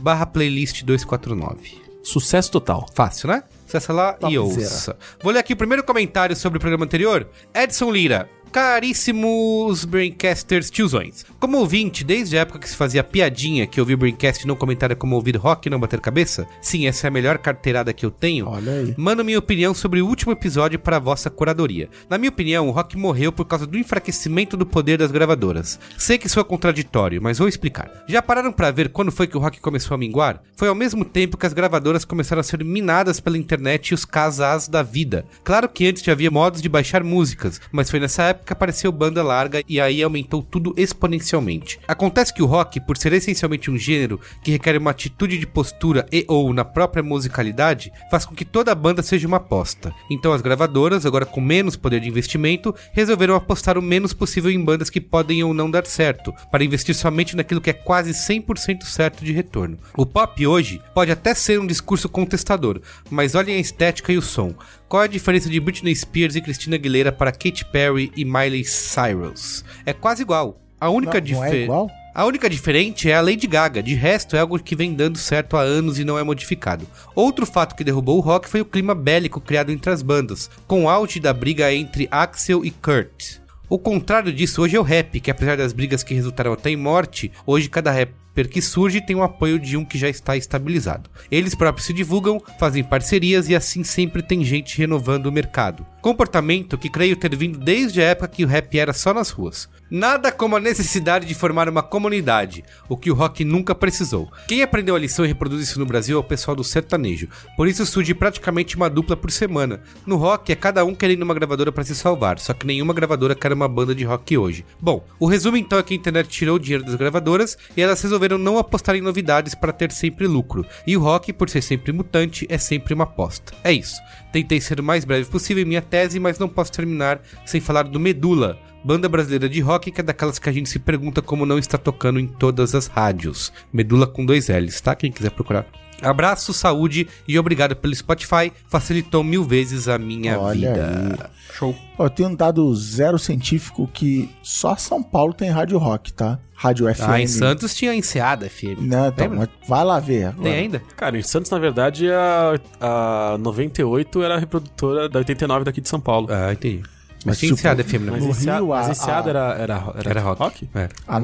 [SPEAKER 1] barra playlist 249.
[SPEAKER 5] Sucesso total.
[SPEAKER 1] Fácil, né? Acessa lá e
[SPEAKER 3] Topzera.
[SPEAKER 1] ouça. Vou ler aqui o primeiro comentário sobre o programa anterior. Edson Lira. Caríssimos Braincasters tiozões. Como ouvinte, desde a época que se fazia piadinha que ouvir Braincast e não comentário como ouvir rock e não bater cabeça, sim, essa é a melhor carteirada que eu tenho.
[SPEAKER 3] Olha aí.
[SPEAKER 1] Mando minha opinião sobre o último episódio para vossa curadoria. Na minha opinião, o rock morreu por causa do enfraquecimento do poder das gravadoras. Sei que isso é contraditório, mas vou explicar. Já pararam para ver quando foi que o rock começou a minguar? Foi ao mesmo tempo que as gravadoras começaram a ser minadas pela internet e os casas da vida. Claro que antes já havia modos de baixar músicas, mas foi nessa época que apareceu banda larga e aí aumentou tudo exponencialmente. Acontece que o rock, por ser essencialmente um gênero que requer uma atitude de postura e ou na própria musicalidade, faz com que toda a banda seja uma aposta. Então as gravadoras, agora com menos poder de investimento, resolveram apostar o menos possível em bandas que podem ou não dar certo, para investir somente naquilo que é quase 100% certo de retorno. O pop hoje pode até ser um discurso contestador, mas olhem a estética e o som. Qual é a diferença de Britney Spears e Christina Aguilera para Katy Perry e Miley Cyrus? É quase igual. A única
[SPEAKER 3] Não- não é
[SPEAKER 1] diferença.
[SPEAKER 3] igual?
[SPEAKER 1] A única diferente é a Lady Gaga, de resto é algo que vem dando certo há anos e não é modificado. Outro fato que derrubou o rock foi o clima bélico criado entre as bandas, com o auge da briga entre Axel e Kurt. O contrário disso hoje é o rap, que apesar das brigas que resultaram até em morte, hoje cada rapper que surge tem o apoio de um que já está estabilizado. Eles próprios se divulgam, fazem parcerias e assim sempre tem gente renovando o mercado. Comportamento que creio ter vindo desde a época que o rap era só nas ruas. Nada como a necessidade de formar uma comunidade, o que o rock nunca precisou. Quem aprendeu a lição e reproduz isso no Brasil é o pessoal do sertanejo. Por isso surge praticamente uma dupla por semana. No rock é cada um querendo uma gravadora para se salvar, só que nenhuma gravadora quer uma banda de rock hoje. Bom, o resumo então é que a internet tirou o dinheiro das gravadoras e elas resolveram não apostar em novidades para ter sempre lucro. E o rock, por ser sempre mutante, é sempre uma aposta. É isso. Tentei ser o mais breve possível em minha tese, mas não posso terminar sem falar do Medula, banda brasileira de rock que é daquelas que a gente se pergunta como não está tocando em todas as rádios. Medula com dois L's, tá? Quem quiser procurar. Abraço, saúde e obrigado pelo Spotify. Facilitou mil vezes a minha
[SPEAKER 3] Olha
[SPEAKER 1] vida.
[SPEAKER 4] Show.
[SPEAKER 3] Ó, tem um dado zero científico que só São Paulo tem rádio rock, tá? Rádio FM.
[SPEAKER 1] Ah, em Santos tinha enseada, filho.
[SPEAKER 3] Não, então,
[SPEAKER 1] Lembra?
[SPEAKER 3] mas vai lá ver.
[SPEAKER 1] Tem
[SPEAKER 3] agora.
[SPEAKER 1] ainda?
[SPEAKER 5] Cara, em Santos, na verdade, a, a 98 era a reprodutora da 89 daqui de São Paulo.
[SPEAKER 1] Ah, entendi. Mas,
[SPEAKER 3] Mas,
[SPEAKER 1] tinha
[SPEAKER 3] tipo,
[SPEAKER 1] enseada FM, né?
[SPEAKER 5] Mas
[SPEAKER 3] No
[SPEAKER 5] esse, a-
[SPEAKER 3] Rio,
[SPEAKER 5] mas
[SPEAKER 3] a-
[SPEAKER 5] esse ADA era, era, era,
[SPEAKER 1] Era rock. É.
[SPEAKER 3] A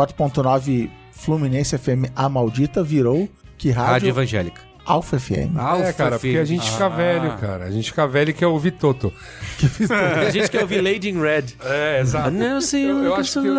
[SPEAKER 3] 94.9 Fluminense FM, a maldita, virou que
[SPEAKER 1] Rádio
[SPEAKER 3] rádio,
[SPEAKER 1] evangélica.
[SPEAKER 3] Alfa FM.
[SPEAKER 4] é, cara, porque a gente fica velho, cara. A gente fica velho é e quer ouvir Toto.
[SPEAKER 5] A gente quer ouvir Lady in Red.
[SPEAKER 4] É, exato. Eu, eu acho que. eu-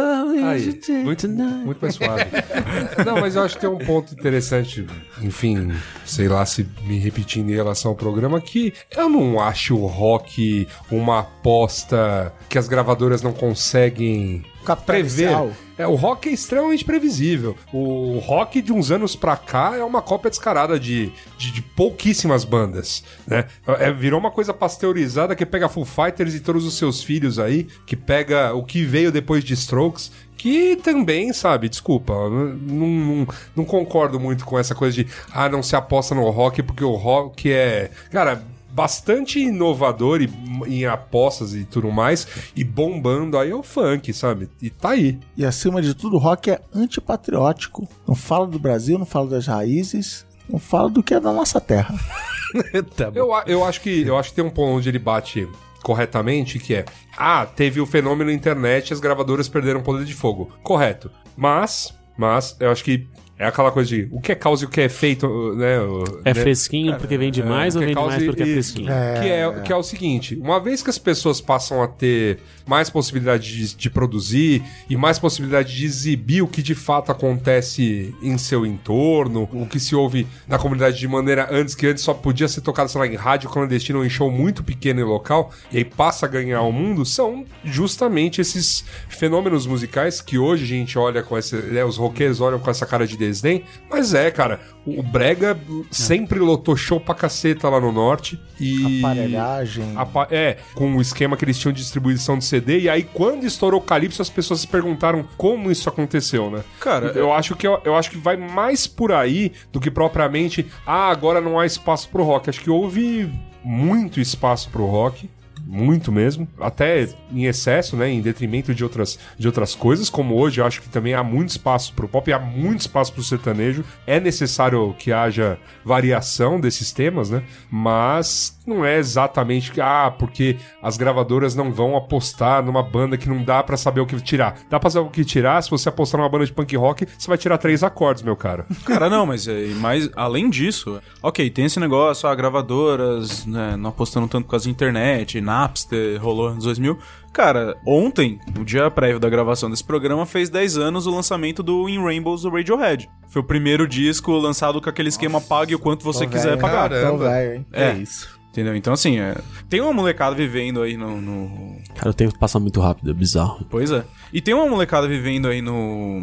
[SPEAKER 4] Aí, muito, muito mais suave. Não, mas eu acho que tem um ponto interessante, enfim, sei lá se me repetindo em relação ao programa, que eu não acho o rock uma aposta que as gravadoras não conseguem
[SPEAKER 3] Capital
[SPEAKER 4] prever.
[SPEAKER 3] inicial.
[SPEAKER 4] É, o rock é extremamente previsível. O rock de uns anos pra cá é uma cópia descarada de, de, de pouquíssimas bandas, né? É, virou uma coisa pasteurizada que pega Full Fighters e todos os seus filhos aí, que pega o que veio depois de Strokes, que também, sabe, desculpa, eu não, não, não concordo muito com essa coisa de, ah, não se aposta no rock porque o rock é... Cara, bastante inovador e, em apostas e tudo mais, e bombando aí é o funk, sabe? E tá aí.
[SPEAKER 3] E acima de tudo, o rock é antipatriótico. Não fala do Brasil, não fala das raízes, não fala do que é da nossa terra.
[SPEAKER 1] tá bom.
[SPEAKER 4] Eu, a- eu acho que eu acho que tem um ponto onde ele bate corretamente, que é ah, teve o fenômeno internet e as gravadoras perderam o poder de fogo. Correto. Mas Mas eu acho que é aquela coisa de o que é causa e o que é feito, né? o-
[SPEAKER 5] É
[SPEAKER 4] né?
[SPEAKER 5] fresquinho porque vende mais
[SPEAKER 4] É,
[SPEAKER 5] ou
[SPEAKER 4] que
[SPEAKER 5] vende
[SPEAKER 4] causa
[SPEAKER 5] mais porque é
[SPEAKER 4] isso.
[SPEAKER 5] fresquinho?
[SPEAKER 4] Que é, que é o seguinte: uma vez que as pessoas passam a ter mais possibilidade de, de produzir e mais possibilidade de exibir o que de fato acontece em seu entorno, o que se ouve na comunidade de maneira antes que antes só podia ser tocado, sei lá, em rádio clandestino ou em show muito pequeno e local, e aí passa a ganhar o mundo, são justamente esses fenômenos musicais que hoje a gente olha com essa. né, os roqueiros olham com essa cara de desdém, mas é, cara, o Brega sempre lotou show pra caceta lá no norte e.
[SPEAKER 3] Aparelhagem.
[SPEAKER 4] Apa- É, com o esquema que eles tinham de distribuição de CD, e aí quando estourou o Calypso, as pessoas se perguntaram como isso aconteceu, né?
[SPEAKER 2] Cara,
[SPEAKER 4] eu acho que é, eu, eu acho que vai mais por aí do que propriamente, ah, agora não há espaço pro rock. Acho que houve muito espaço pro rock. Muito mesmo, até em excesso, né? Em detrimento de outras, de outras coisas, como hoje, eu acho que também há muito espaço pro pop, e há muito espaço pro sertanejo. É necessário que haja variação desses temas, né? Mas não é exatamente que, ah, porque as gravadoras não vão apostar numa banda que não dá pra saber o que tirar. Dá pra saber o que tirar, se você apostar numa banda de punk rock, você vai tirar três acordes, meu cara.
[SPEAKER 2] Cara, não, mas, é, mas além disso, ok, tem esse negócio, ah, gravadoras né, não apostando tanto por causa da internet, Napster rolou nos 2000. Cara, ontem, no dia prévio da gravação desse programa, fez 10 anos o lançamento do In Rainbows do Radiohead. Foi o primeiro disco lançado com aquele esquema pague o quanto você quiser
[SPEAKER 3] velho,
[SPEAKER 2] pagar.
[SPEAKER 3] Então vai, hein?
[SPEAKER 2] É.
[SPEAKER 3] isso.
[SPEAKER 2] Entendeu? Então, assim, é, tem uma molecada vivendo aí no- no,
[SPEAKER 5] Cara, o tempo passa muito rápido, é bizarro.
[SPEAKER 2] Pois é. E tem uma molecada vivendo aí no.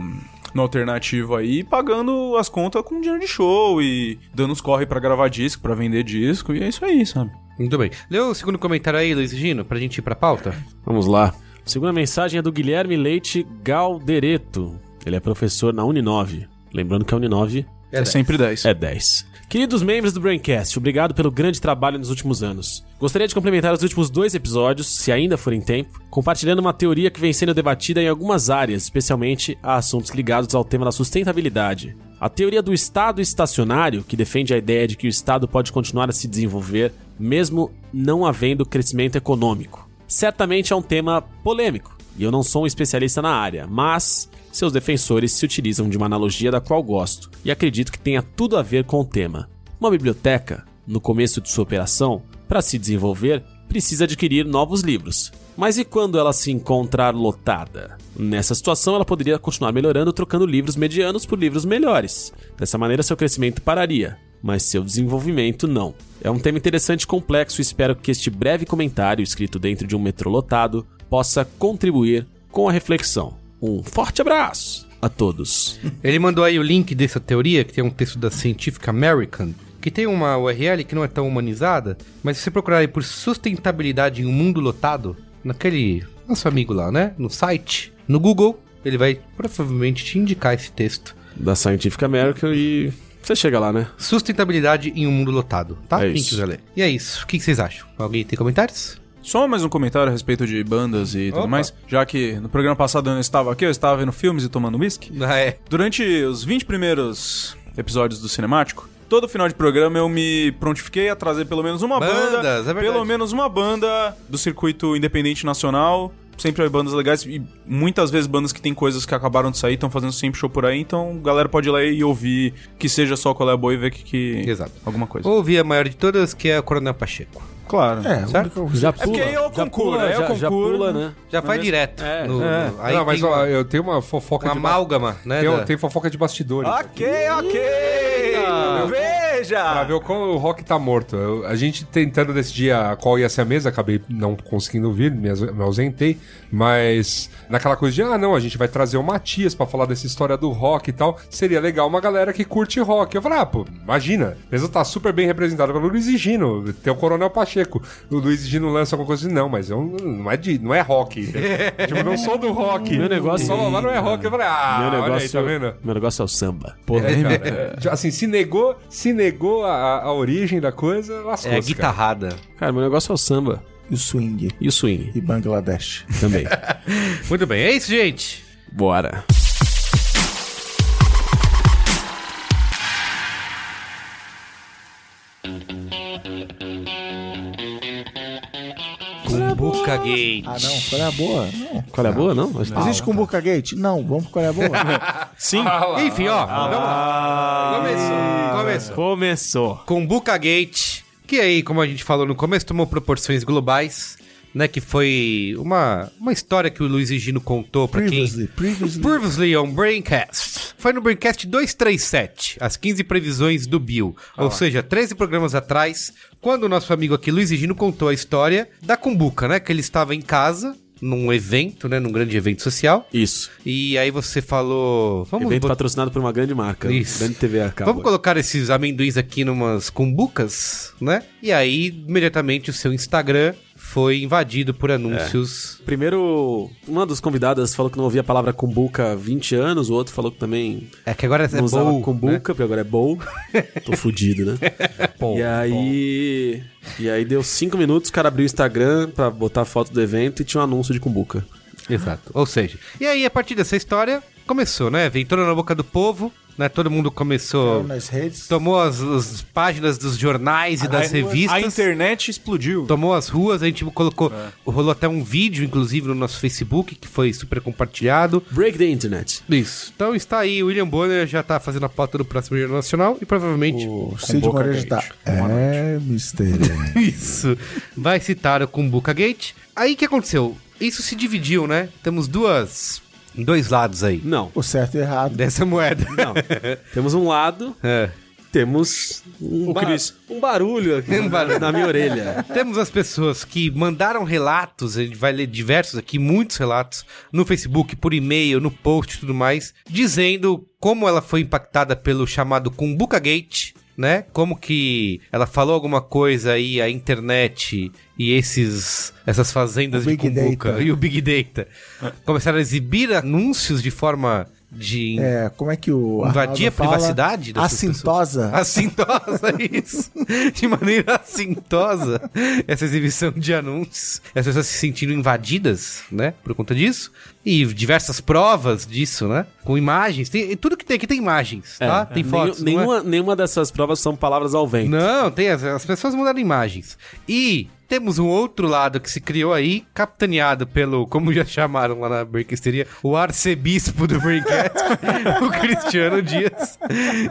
[SPEAKER 2] No alternativo aí, pagando as contas com dinheiro de show e dando uns corre pra gravar disco, pra vender disco, e é isso aí, sabe?
[SPEAKER 1] Muito bem. Lê o segundo comentário aí, Luiz Gino, pra gente ir pra pauta.
[SPEAKER 5] Vamos lá. A segunda mensagem é do Guilherme Leite Galdereto. Ele é professor na Uninove. Lembrando que a Uninove
[SPEAKER 2] É, sempre 10.
[SPEAKER 5] É 10. Queridos membros do Braincast, obrigado pelo grande trabalho nos últimos anos. Gostaria de complementar os últimos dois episódios, se ainda forem tempo, compartilhando uma teoria que vem sendo debatida em algumas áreas, especialmente a assuntos ligados ao tema da sustentabilidade. A teoria do Estado estacionário, que defende a ideia de que o Estado pode continuar a se desenvolver mesmo não havendo crescimento econômico. Certamente é um tema polêmico, e eu não sou um especialista na área, mas seus defensores se utilizam de uma analogia da qual gosto e acredito que tenha tudo a ver com o tema. Uma biblioteca, no começo de sua operação, para se desenvolver, precisa adquirir novos livros. Mas e quando ela se encontrar lotada? Nessa situação, ela poderia continuar melhorando trocando livros medianos por livros melhores. Dessa maneira, seu crescimento pararia, mas seu desenvolvimento não. É um tema interessante e complexo e espero que este breve comentário, escrito dentro de um metrô lotado, possa contribuir com a reflexão. Um forte abraço a todos.
[SPEAKER 1] Ele mandou aí o link dessa teoria, que tem um texto da Scientific American, que tem uma URL que não é tão humanizada, mas se você procurar aí por sustentabilidade em um mundo lotado, naquele nosso amigo lá, né? No site, no Google, ele vai provavelmente te indicar esse texto.
[SPEAKER 5] Da Scientific American e. Você chega lá, né?
[SPEAKER 1] Sustentabilidade em um mundo lotado, tá?
[SPEAKER 5] É
[SPEAKER 1] Quem
[SPEAKER 5] isso.
[SPEAKER 1] quiser ler. E é isso. O que que vocês acham? Alguém tem comentários?
[SPEAKER 2] Só mais um comentário a respeito de bandas e tudo
[SPEAKER 1] Opa.
[SPEAKER 2] mais, já que no programa passado eu não estava aqui, eu estava vendo filmes e tomando whisky.
[SPEAKER 1] Ah, é.
[SPEAKER 2] Durante os 20 primeiros episódios do Cinemático, todo final de programa eu me prontifiquei a trazer pelo menos uma banda,
[SPEAKER 1] Bandas, é verdade.
[SPEAKER 2] pelo menos uma banda do circuito independente nacional. Sempre há bandas legais e muitas vezes bandas que tem coisas que acabaram de sair, estão fazendo sempre show por aí, então galera pode ir lá e ouvir que seja só qual é a boa e ver que, que-
[SPEAKER 1] Exato.
[SPEAKER 2] alguma coisa.
[SPEAKER 1] Ouvi a maior de todas, que é a Coronel Pacheco.
[SPEAKER 2] Claro.
[SPEAKER 3] É,
[SPEAKER 1] Certo?
[SPEAKER 3] o único-
[SPEAKER 5] Já
[SPEAKER 2] É porque aí é o
[SPEAKER 5] já
[SPEAKER 2] concurso,
[SPEAKER 5] pula,
[SPEAKER 2] né? É o
[SPEAKER 5] já, já
[SPEAKER 2] concurso.
[SPEAKER 5] pula, né?
[SPEAKER 1] Já vai direto.
[SPEAKER 5] É.
[SPEAKER 1] no-
[SPEAKER 2] É.
[SPEAKER 1] Aí
[SPEAKER 4] não, mas
[SPEAKER 1] tem
[SPEAKER 4] ó,
[SPEAKER 1] uma,
[SPEAKER 4] eu tenho uma fofoca
[SPEAKER 1] uma
[SPEAKER 4] de ba-
[SPEAKER 1] amálgama, né?
[SPEAKER 4] tem,
[SPEAKER 1] da-
[SPEAKER 4] tem fofoca de bastidores.
[SPEAKER 2] Ok, ok! Veja!
[SPEAKER 4] Pra ver o quão o rock tá morto. Eu- a gente tentando decidir a qual ia ser a mesa, acabei não conseguindo vir, me, aus- me ausentei. Mas naquela coisa de, ah, não, a gente vai trazer o Matias pra falar dessa história do rock e tal. Seria legal uma galera que curte rock. Eu falei, ah, pô, imagina. A mesa tá super bem representada pelo Luiz e Gino, tem o Coronel Pacheco. O Luiz e Gino lança alguma coisa assim, não, mas eu, não- não, é de, não é rock. tipo, eu não sou do rock.
[SPEAKER 5] Meu negócio-
[SPEAKER 4] Só lá não é rock. Eu falei, ah,
[SPEAKER 5] meu,
[SPEAKER 4] olha
[SPEAKER 5] negócio,
[SPEAKER 4] aí, tá vendo?
[SPEAKER 5] meu negócio é o samba.
[SPEAKER 4] É, cara, é. assim, se negou, se negou a, a origem da coisa, lascou.
[SPEAKER 1] É, guitarrada.
[SPEAKER 5] Cara, meu negócio é o samba.
[SPEAKER 3] E o swing.
[SPEAKER 5] E o swing
[SPEAKER 3] E Bangladesh.
[SPEAKER 5] também.
[SPEAKER 1] Muito bem, é isso, gente.
[SPEAKER 5] Bora.
[SPEAKER 1] Cumbuca Gate.
[SPEAKER 3] Ah, não, qual é a boa? Não.
[SPEAKER 5] Qual é a boa, não? Acho que-
[SPEAKER 3] Existe Cumbuca Gate? Não, vamos pro qual é a boa.
[SPEAKER 5] Sim.
[SPEAKER 2] Ah,
[SPEAKER 1] Enfim, ó, vamos lá. Começou, começou.
[SPEAKER 5] Começou.
[SPEAKER 1] com Gate, que aí, como a gente falou no começo, tomou proporções globais, né? Que foi uma, uma história que o Luiz Gino contou pra
[SPEAKER 3] Previously,
[SPEAKER 1] quem...
[SPEAKER 3] previously.
[SPEAKER 1] Previously on Braincast. Foi no Braincast 237, as 15 previsões do Bill. ou seja, 13 programas atrás, quando o nosso amigo aqui, Luiz Gino, contou a história da Cumbuca, né? Que ele estava em casa, num evento, né? Num grande evento social.
[SPEAKER 5] Isso.
[SPEAKER 1] E aí você falou... Vamos
[SPEAKER 5] Evento
[SPEAKER 1] botar-
[SPEAKER 5] patrocinado por uma grande marca.
[SPEAKER 1] Isso.
[SPEAKER 5] Grande TV a cabo.
[SPEAKER 1] Vamos colocar esses amendoins aqui numas cumbucas, né? E aí, imediatamente, o seu Instagram foi invadido por
[SPEAKER 5] É.
[SPEAKER 1] anúncios.
[SPEAKER 5] Primeiro, uma dos convidadas falou que não ouvia a palavra cumbuca há 20 anos, o outro falou que também
[SPEAKER 1] É, que agora é
[SPEAKER 5] não usava
[SPEAKER 1] bowl,
[SPEAKER 5] cumbuca,
[SPEAKER 1] né?
[SPEAKER 5] porque agora é bowl. Tô fudido, né? e aí. E aí deu 5 minutos, o cara abriu o Instagram pra botar a foto do evento e tinha um anúncio de cumbuca.
[SPEAKER 1] Exato. Ou seja, e aí, a partir dessa história, começou, né? Ventura na boca do povo, né? Todo mundo começou...
[SPEAKER 3] Nas redes.
[SPEAKER 1] Tomou as, as páginas dos jornais e das revistas.
[SPEAKER 2] A internet explodiu.
[SPEAKER 1] Tomou as ruas, a gente colocou... Rolou até um vídeo, inclusive, no nosso Facebook, que foi super compartilhado.
[SPEAKER 5] Break the internet.
[SPEAKER 1] Isso. Então está aí, o William Bonner já está fazendo a pauta do próximo Jornal Nacional e provavelmente.
[SPEAKER 3] O Cid
[SPEAKER 2] Boca
[SPEAKER 3] Moreira tá.
[SPEAKER 2] Gate.
[SPEAKER 3] É, mistério.
[SPEAKER 1] Isso. Vai citar o Kumbuka Gate. Aí o que aconteceu? Isso se dividiu, né? Temos duas. dois lados aí.
[SPEAKER 5] Não.
[SPEAKER 3] o certo e o errado.
[SPEAKER 1] Dessa moeda.
[SPEAKER 5] Não. temos um lado,
[SPEAKER 1] É.
[SPEAKER 5] temos um, ba-
[SPEAKER 2] Chris.
[SPEAKER 5] um barulho aqui
[SPEAKER 1] Um barulho.
[SPEAKER 5] na minha orelha.
[SPEAKER 1] Temos as pessoas que mandaram relatos, a gente vai ler diversos aqui, muitos relatos, no Facebook, por e-mail, no post e tudo mais, dizendo como ela foi impactada pelo chamado Kumbuka Gate, né? Como que ela falou alguma coisa aí, a internet e esses essas fazendas
[SPEAKER 3] O
[SPEAKER 1] de
[SPEAKER 3] Big
[SPEAKER 1] Kumbuka
[SPEAKER 3] Data.
[SPEAKER 1] e o Big Data começaram a exibir anúncios de forma de
[SPEAKER 3] É, como é que o.
[SPEAKER 1] Invadir
[SPEAKER 3] Arnaldo
[SPEAKER 1] a privacidade Ah,
[SPEAKER 3] fala?
[SPEAKER 1] dessas
[SPEAKER 3] Assintosa.
[SPEAKER 1] Assintosa, isso. De maneira assintosa, essa exibição de anúncios. As pessoas se sentindo invadidas, né? Por conta disso. E diversas provas disso, né? Com imagens. Tem, tudo que tem aqui tem imagens, tá? tem
[SPEAKER 5] Nenhum-
[SPEAKER 1] fotos. não é?
[SPEAKER 5] nenhuma, nenhuma dessas provas são palavras ao vento.
[SPEAKER 1] Não, tem as, as pessoas mandaram imagens. E temos um outro lado que se criou aí, capitaneado pelo, como já chamaram lá na Brinquesteria, o arcebispo do Brinquedo, o Cristiano Dias,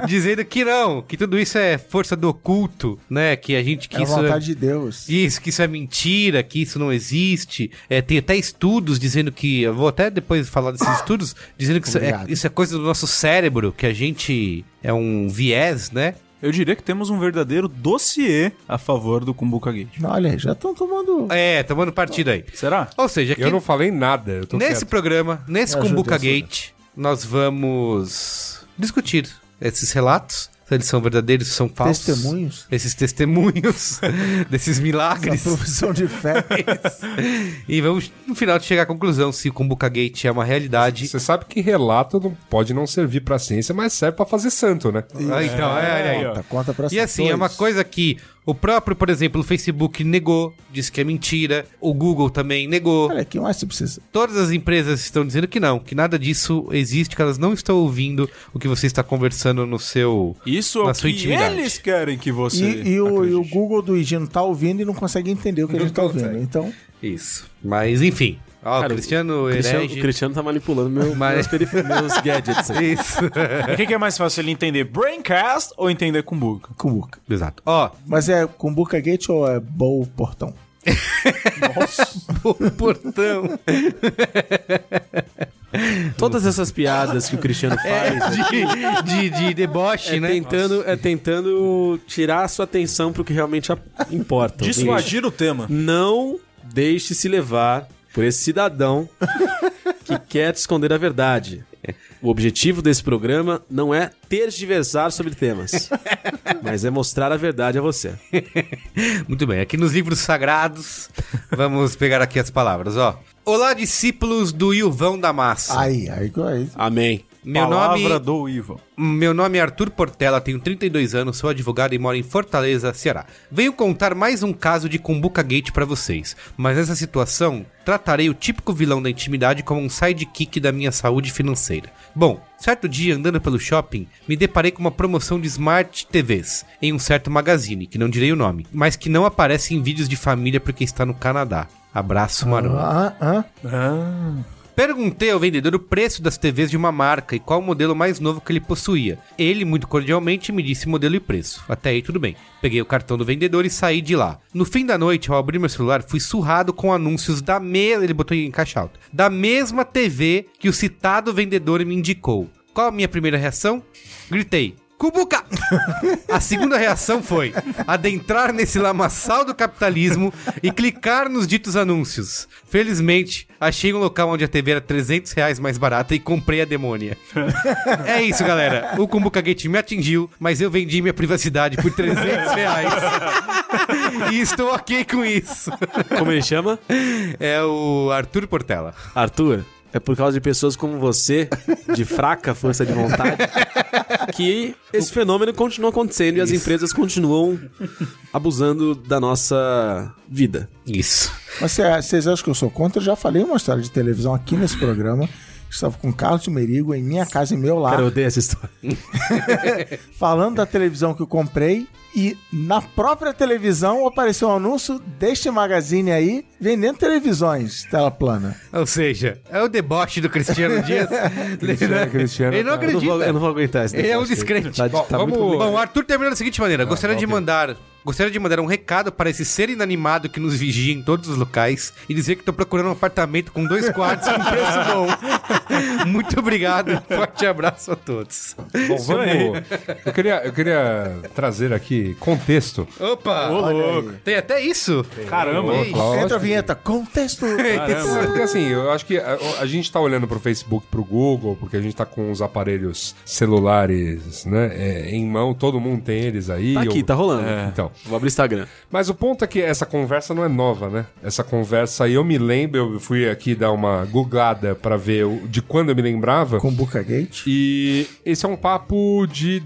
[SPEAKER 1] dizendo que não, que tudo isso é força do oculto, né? Que a gente que
[SPEAKER 3] É a
[SPEAKER 1] isso é-
[SPEAKER 3] vontade de Deus.
[SPEAKER 1] isso, que isso é mentira, que isso não existe. É, tem até estudos dizendo que. Eu vou até depois falar desses estudos, dizendo que isso é,
[SPEAKER 3] Obrigado.
[SPEAKER 1] isso é coisa do nosso cérebro, que a gente é um viés, né?
[SPEAKER 2] Eu diria que temos um verdadeiro dossiê a favor do Kumbuka Gate.
[SPEAKER 3] Não, olha, aí, já estão tomando.
[SPEAKER 1] É, tomando partido aí.
[SPEAKER 2] Será?
[SPEAKER 1] Ou seja, que
[SPEAKER 4] Eu não falei nada. Eu tô
[SPEAKER 1] nesse
[SPEAKER 4] quieto.
[SPEAKER 1] programa, nesse
[SPEAKER 3] Me ajuda,
[SPEAKER 1] Kumbuka
[SPEAKER 3] É, ajuda.
[SPEAKER 1] Gate, nós vamos discutir esses relatos, se eles são verdadeiros, se são falsos.
[SPEAKER 3] Testemunhos?
[SPEAKER 1] Esses testemunhos desses milagres.
[SPEAKER 3] Essa profissão de fé.
[SPEAKER 1] e vamos, no final, chegar à conclusão se o Kumbuka Gate é uma realidade.
[SPEAKER 4] Você sabe que relato não pode não servir pra ciência, mas serve pra fazer santo, né?
[SPEAKER 1] Ah, então, é, olha aí. ó.
[SPEAKER 3] Conta, Tá, conta pra
[SPEAKER 1] E assim, é uma
[SPEAKER 3] dois.
[SPEAKER 1] coisa que o próprio, por exemplo, o Facebook negou, disse que é mentira, o Google também negou.
[SPEAKER 3] Olha, que mais você precisa?
[SPEAKER 1] Todas as empresas estão dizendo que não, que nada disso existe, que elas não estão ouvindo o que você está conversando no seu.
[SPEAKER 2] Isso é
[SPEAKER 1] Na
[SPEAKER 2] o
[SPEAKER 1] sua
[SPEAKER 2] que
[SPEAKER 1] intimidade.
[SPEAKER 2] eles querem que você.
[SPEAKER 3] E, e o, e o
[SPEAKER 2] acredite.
[SPEAKER 3] Google do Higino tá ouvindo e não consegue entender o que a
[SPEAKER 4] Não
[SPEAKER 3] gente tá ouvindo.
[SPEAKER 4] consegue.
[SPEAKER 3] Então,
[SPEAKER 1] Isso. Mas enfim. Ó,
[SPEAKER 5] Cara,
[SPEAKER 1] o Cristiano
[SPEAKER 5] O Cristiano,
[SPEAKER 1] herege.
[SPEAKER 5] o Cristiano tá manipulando meu,
[SPEAKER 1] Mas-
[SPEAKER 5] meus, perif- meus gadgets aí.
[SPEAKER 1] Isso.
[SPEAKER 2] O que, que é mais fácil ele entender? Braincast ou entender Kumbuka?
[SPEAKER 3] Cumbuca.
[SPEAKER 1] Exato. Ó,
[SPEAKER 3] Mas é Cumbuca Gate ou é Bow Portão?
[SPEAKER 1] o portão.
[SPEAKER 5] Todas essas piadas que o Cristiano faz. né,
[SPEAKER 1] de, de, de deboche,
[SPEAKER 5] É
[SPEAKER 1] né?
[SPEAKER 5] tentando, é tentando tirar a sua atenção pro que realmente a- importa.
[SPEAKER 2] Dissuadir o tema.
[SPEAKER 5] Não deixe se levar por esse cidadão que quer te esconder a verdade. O objetivo desse programa não é tergiversar sobre temas, mas é mostrar a verdade a você.
[SPEAKER 1] Muito bem, aqui nos livros sagrados, vamos pegar aqui as palavras, ó. Olá, discípulos do Ilvão da Massa.
[SPEAKER 3] Aí, aí, aí.
[SPEAKER 5] Amém.
[SPEAKER 1] Meu
[SPEAKER 2] Palavra
[SPEAKER 1] nome,
[SPEAKER 2] do Ivan.
[SPEAKER 1] meu nome é Arthur Portela, tenho 32 anos, sou advogado e moro em Fortaleza, Ceará. Venho contar mais um caso de Cumbuca Gate pra vocês, mas nessa situação tratarei o típico vilão da intimidade como um sidekick da minha saúde financeira. Bom, certo dia andando pelo shopping, me deparei com uma promoção de Smart TVs em um certo magazine, que não direi o nome, mas que não aparece em vídeos de família porque está no Canadá. Abraço, Marão.
[SPEAKER 3] Ah, ah.
[SPEAKER 1] Perguntei ao vendedor o preço das TVs de uma marca e qual o modelo mais novo que ele possuía. Ele, muito cordialmente, me disse modelo e preço. Até aí tudo bem. Peguei o cartão do vendedor e saí de lá. No fim da noite, ao abrir meu celular, fui surrado com anúncios da mesma. Ele botou em caixa alta. Da mesma TV que o citado vendedor me indicou. Qual a minha primeira reação? Gritei. Cubuca! A segunda reação foi adentrar nesse lamaçal do capitalismo e clicar nos ditos anúncios. Felizmente, achei um local onde a TV era 300 reais mais barata e comprei a demônia. É isso, galera. O Cumbuca Gate me atingiu, mas eu vendi minha privacidade por 300 reais. E estou ok com isso.
[SPEAKER 5] Como ele chama?
[SPEAKER 1] É o Arthur Portela.
[SPEAKER 5] Arthur. É por causa de pessoas como você, de fraca força de vontade, que esse fenômeno continua acontecendo e as empresas continuam abusando da nossa vida.
[SPEAKER 1] Isso.
[SPEAKER 3] Mas cê- vocês acham que eu sou contra? Eu já falei uma história de televisão aqui nesse programa. Estava com o Carlos de Merigo em minha casa, em meu lar,
[SPEAKER 5] Cara, eu odeio essa história.
[SPEAKER 3] falando da televisão que eu comprei. E na própria televisão apareceu um anúncio deste magazine aí, vendendo televisões, tela plana.
[SPEAKER 1] Ou seja, é o deboche do Cristiano Dias.
[SPEAKER 4] Cristiano, Cristiano,
[SPEAKER 1] Ele não
[SPEAKER 4] cara.
[SPEAKER 5] Eu não,
[SPEAKER 1] acredita.
[SPEAKER 5] vou, eu não vou aguentar esse
[SPEAKER 1] Ele é um
[SPEAKER 5] negócio aí.
[SPEAKER 1] descrente.
[SPEAKER 5] Tá,
[SPEAKER 4] Bom,
[SPEAKER 5] tá
[SPEAKER 4] vamos- Ah,
[SPEAKER 5] muito...
[SPEAKER 1] Bom, o Arthur terminou da seguinte maneira: gostaria de
[SPEAKER 4] ok.
[SPEAKER 1] mandar. Gostaria de mandar um recado para esse ser inanimado que nos vigia em todos os locais e dizer que estou procurando um apartamento com dois quartos com preço bom. Muito obrigado, forte abraço a todos.
[SPEAKER 4] Bom, vamos. é Eu queria, eu queria trazer aqui contexto.
[SPEAKER 1] Opa! Tem até isso?
[SPEAKER 2] Caramba.
[SPEAKER 1] Ei,
[SPEAKER 3] Entra a vinheta, contexto.
[SPEAKER 4] É, porque assim, eu acho que a, a gente tá olhando pro Facebook, pro Google, porque a gente tá com os aparelhos celulares, né, é, em mão, todo mundo tem eles aí.
[SPEAKER 5] Tá aqui,
[SPEAKER 4] eu-
[SPEAKER 5] tá rolando.
[SPEAKER 4] Então,
[SPEAKER 5] Vou abrir o Instagram.
[SPEAKER 4] mas o ponto é que essa conversa não é nova, né? Essa conversa aí, eu me lembro, eu fui aqui dar uma googlada pra ver o- de quando eu me lembrava.
[SPEAKER 3] Com Buca Gate.
[SPEAKER 4] E esse é um papo de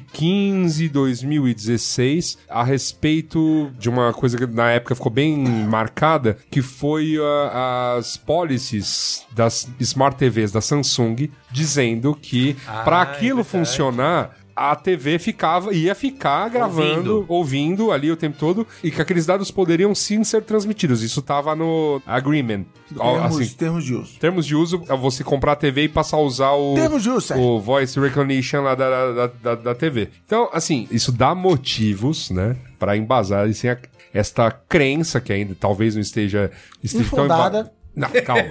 [SPEAKER 4] 2015, 2016, a respeito de uma coisa que na época ficou bem marcada, que foi ah, as policies das Smart TVs da Samsung, dizendo que pra para aquilo funcionar, a TV ficava, ia ficar gravando, ouvindo. ali o tempo todo, e que aqueles dados poderiam sim ser transmitidos. Isso tava no agreement. Ó,
[SPEAKER 3] Termos,
[SPEAKER 4] assim,
[SPEAKER 3] termos de uso.
[SPEAKER 4] Termos de uso é você comprar a TV e passar a usar o,
[SPEAKER 3] Termos de uso, é. Sérgio.
[SPEAKER 4] o voice recognition lá da, da, da, da TV. Então, assim, isso dá motivos, né, Pra embasar assim, a- esta crença que ainda talvez não esteja, esteja tão emba-
[SPEAKER 3] Infundada.
[SPEAKER 4] Não, calma.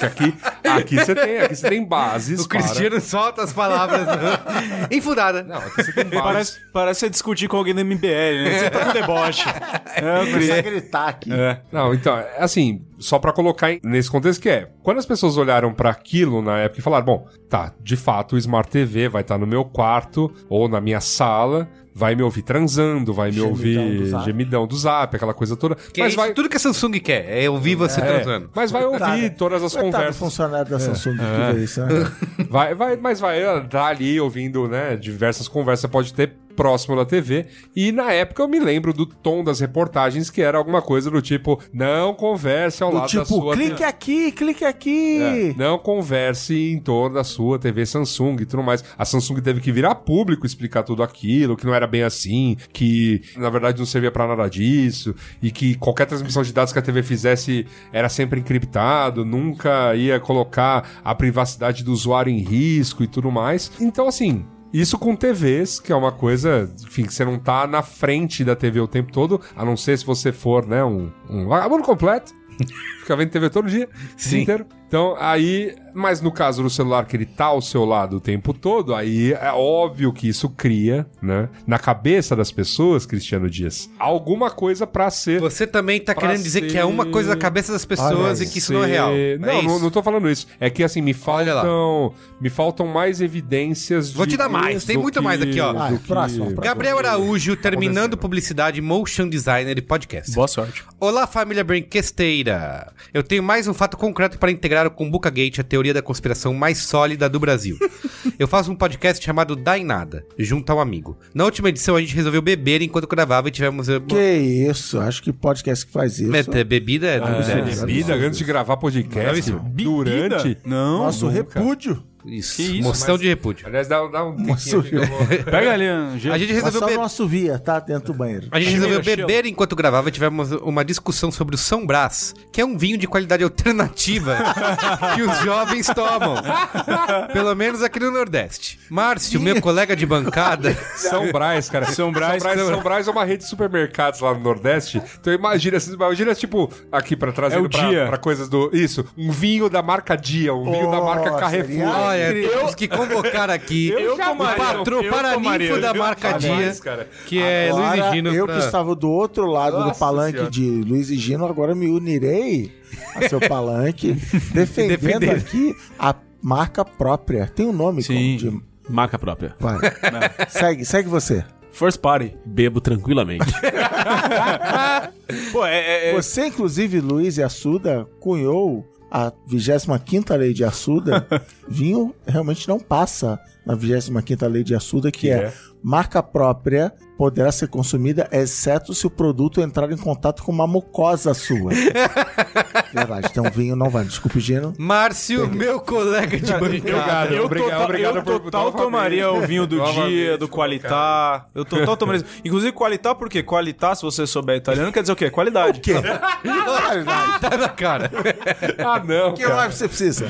[SPEAKER 4] Que aqui, aqui você tem, aqui você tem bases.
[SPEAKER 1] O
[SPEAKER 4] para-
[SPEAKER 1] Cristiano solta as palavras. né? Enfurada.
[SPEAKER 4] Não, aqui você tem bases.
[SPEAKER 2] Parece, parece você discutir com alguém do MBL, né? Você tá com deboche. É, eu
[SPEAKER 3] Começar a
[SPEAKER 2] queria-
[SPEAKER 3] gritar aqui.
[SPEAKER 4] Não, então, é assim, só pra colocar em- nesse contexto que é, quando as pessoas olharam pra aquilo na época e falaram, bom, tá, de fato o Smart TV vai estar no meu quarto ou na minha sala, vai me ouvir transando, vai me
[SPEAKER 3] Gemidão do
[SPEAKER 4] ouvir
[SPEAKER 3] zap.
[SPEAKER 4] gemidão do zap, aquela coisa toda,
[SPEAKER 1] Que é
[SPEAKER 4] mas
[SPEAKER 1] isso,
[SPEAKER 4] vai
[SPEAKER 1] Tudo que a Samsung quer é ouvir você
[SPEAKER 4] é,
[SPEAKER 1] transando.
[SPEAKER 4] mas vai ouvir
[SPEAKER 3] Coitado.
[SPEAKER 4] todas as
[SPEAKER 3] Coitado do
[SPEAKER 4] conversas. É.
[SPEAKER 3] funcionário da Samsung que vê isso, né?
[SPEAKER 4] Vai, vai, mas vai andar ali ouvindo, né? Diversas conversas pode ter próximo da TV. E na época eu me lembro do tom das reportagens que era alguma coisa do tipo: não converse ao
[SPEAKER 3] Do
[SPEAKER 4] lado da
[SPEAKER 3] tipo,
[SPEAKER 4] sua
[SPEAKER 3] clique
[SPEAKER 4] TV.
[SPEAKER 3] aqui, clique aqui.
[SPEAKER 4] É, não converse em torno da sua TV Samsung e tudo mais. A Samsung teve que virar público explicar tudo aquilo, que não era bem assim, que na verdade não servia pra nada disso, e que qualquer transmissão de dados que a TV fizesse era sempre encriptado, nunca ia colocar a privacidade do usuário em risco e tudo mais. Então, assim. Isso com TVs, que é uma coisa, enfim, que você não tá na frente da TV o tempo todo, a não ser se você for, né, um, um vagabundo completo, Fica vendo TV todo dia, o dia inteiro. Então, aí, mas no caso do celular que ele tá ao seu lado o tempo todo, aí é óbvio que isso cria, né, na cabeça das pessoas, Cristiano Dias, alguma coisa pra ser.
[SPEAKER 1] Você também tá
[SPEAKER 4] Pra
[SPEAKER 1] querendo dizer que é uma
[SPEAKER 4] ser-
[SPEAKER 1] coisa na cabeça das pessoas e que isso não é
[SPEAKER 4] ser-
[SPEAKER 1] real.
[SPEAKER 4] Não,
[SPEAKER 1] é
[SPEAKER 4] não,
[SPEAKER 1] isso?
[SPEAKER 4] não tô falando isso. É que assim, me
[SPEAKER 1] Olha lá.
[SPEAKER 4] faltam, me faltam mais evidências
[SPEAKER 1] Vou te dar mais,
[SPEAKER 4] isso
[SPEAKER 1] tem
[SPEAKER 4] do
[SPEAKER 1] muito mais aqui, ó.
[SPEAKER 4] do
[SPEAKER 3] Vai,
[SPEAKER 4] que- É,
[SPEAKER 3] próximo, próximo.
[SPEAKER 1] Gabriel Araújo, terminando publicidade, motion designer e podcast.
[SPEAKER 5] Boa sorte.
[SPEAKER 1] Olá, família Brinquesteira! Eu tenho mais um fato concreto para integrar o Cumbuca Gate, a teoria da conspiração mais sólida do Brasil. Eu faço um podcast chamado Dá em Nada, junto a um amigo. Na última edição, a gente resolveu beber enquanto gravava e tivemos... eh,
[SPEAKER 3] Que isso, acho que podcast que faz isso.
[SPEAKER 1] Mete- Bebida é...
[SPEAKER 4] Bebida, antes de gravar podcast,
[SPEAKER 2] Bebida?
[SPEAKER 4] durante...
[SPEAKER 2] Não.
[SPEAKER 3] Nosso
[SPEAKER 4] nunca.
[SPEAKER 3] repúdio.
[SPEAKER 1] Isso.
[SPEAKER 2] Que isso,
[SPEAKER 1] Moção
[SPEAKER 4] mas-
[SPEAKER 1] de repúdio.
[SPEAKER 4] Aliás, dá, dá um tiquinho aqui que eu vou...
[SPEAKER 2] Pega ali, um Angelo.
[SPEAKER 1] A gente
[SPEAKER 3] Mas
[SPEAKER 1] resolveu
[SPEAKER 3] só
[SPEAKER 1] be-
[SPEAKER 3] não assovia, tá? Dentro do banheiro.
[SPEAKER 1] A gente resolveu
[SPEAKER 5] Chelo.
[SPEAKER 1] beber enquanto gravava e tivemos uma discussão sobre o São Brás, que é um vinho de qualidade alternativa que os jovens tomam. Pelo menos aqui no Nordeste. Márcio, meu colega de bancada.
[SPEAKER 4] São Brás, cara. São Brás, São Brás, é uma rede de supermercados lá no Nordeste. Então imagina, esses- imagina tipo, aqui pra trazer
[SPEAKER 2] É o
[SPEAKER 4] pra,
[SPEAKER 2] Dia.
[SPEAKER 4] pra coisas do... Isso, um vinho da marca Dia, um vinho da marca
[SPEAKER 3] Oh,
[SPEAKER 4] Carrefour.
[SPEAKER 3] seria-
[SPEAKER 1] Olha, temos que convocar aqui
[SPEAKER 2] eu
[SPEAKER 1] o
[SPEAKER 2] tomaria,
[SPEAKER 1] patrão
[SPEAKER 2] eu
[SPEAKER 1] paraninfo
[SPEAKER 2] tomaria,
[SPEAKER 1] da
[SPEAKER 2] viu?
[SPEAKER 1] marca Dia,
[SPEAKER 4] Jamais, cara.
[SPEAKER 1] que é Luiz
[SPEAKER 3] Agora,
[SPEAKER 1] Egino.
[SPEAKER 3] eu
[SPEAKER 1] pra-
[SPEAKER 3] que estava do outro lado do
[SPEAKER 4] Nossa
[SPEAKER 3] palanque
[SPEAKER 4] Senhora.
[SPEAKER 3] de Luiz e Gino, agora me unirei a seu palanque, defendendo
[SPEAKER 1] Defender.
[SPEAKER 3] aqui a marca própria. Tem um nome,
[SPEAKER 2] Sim.
[SPEAKER 3] como de-
[SPEAKER 5] Marca própria.
[SPEAKER 3] Vai. segue, segue você.
[SPEAKER 2] First party.
[SPEAKER 5] Bebo tranquilamente.
[SPEAKER 2] Pô, é... é- é-
[SPEAKER 3] Você, inclusive, Luiz e Assuda, cunhou a 25ª lei de Assuda. Vinho realmente não passa na 25ª lei de Assuda, que, é, marca própria poderá ser consumida, exceto se o produto entrar em contato com uma mucosa sua. Verdade, então vinho não vale. Desculpe, Gino.
[SPEAKER 1] Márcio, meu colega de bancada.
[SPEAKER 4] Obrigado,
[SPEAKER 2] eu
[SPEAKER 4] obrigado,
[SPEAKER 2] total,
[SPEAKER 4] obrigado
[SPEAKER 2] eu
[SPEAKER 4] por-
[SPEAKER 2] total
[SPEAKER 4] novamente.
[SPEAKER 2] tomaria o vinho do dia,
[SPEAKER 4] Novamente,
[SPEAKER 2] do Qualitá.
[SPEAKER 4] um.
[SPEAKER 2] Eu total tomaria. Inclusive, Qualitá, por quê? Qualitá, se você souber italiano, quer dizer o quê? Qualidade.
[SPEAKER 1] Tá na cara.
[SPEAKER 4] Ah, não,
[SPEAKER 3] O que mais você precisa?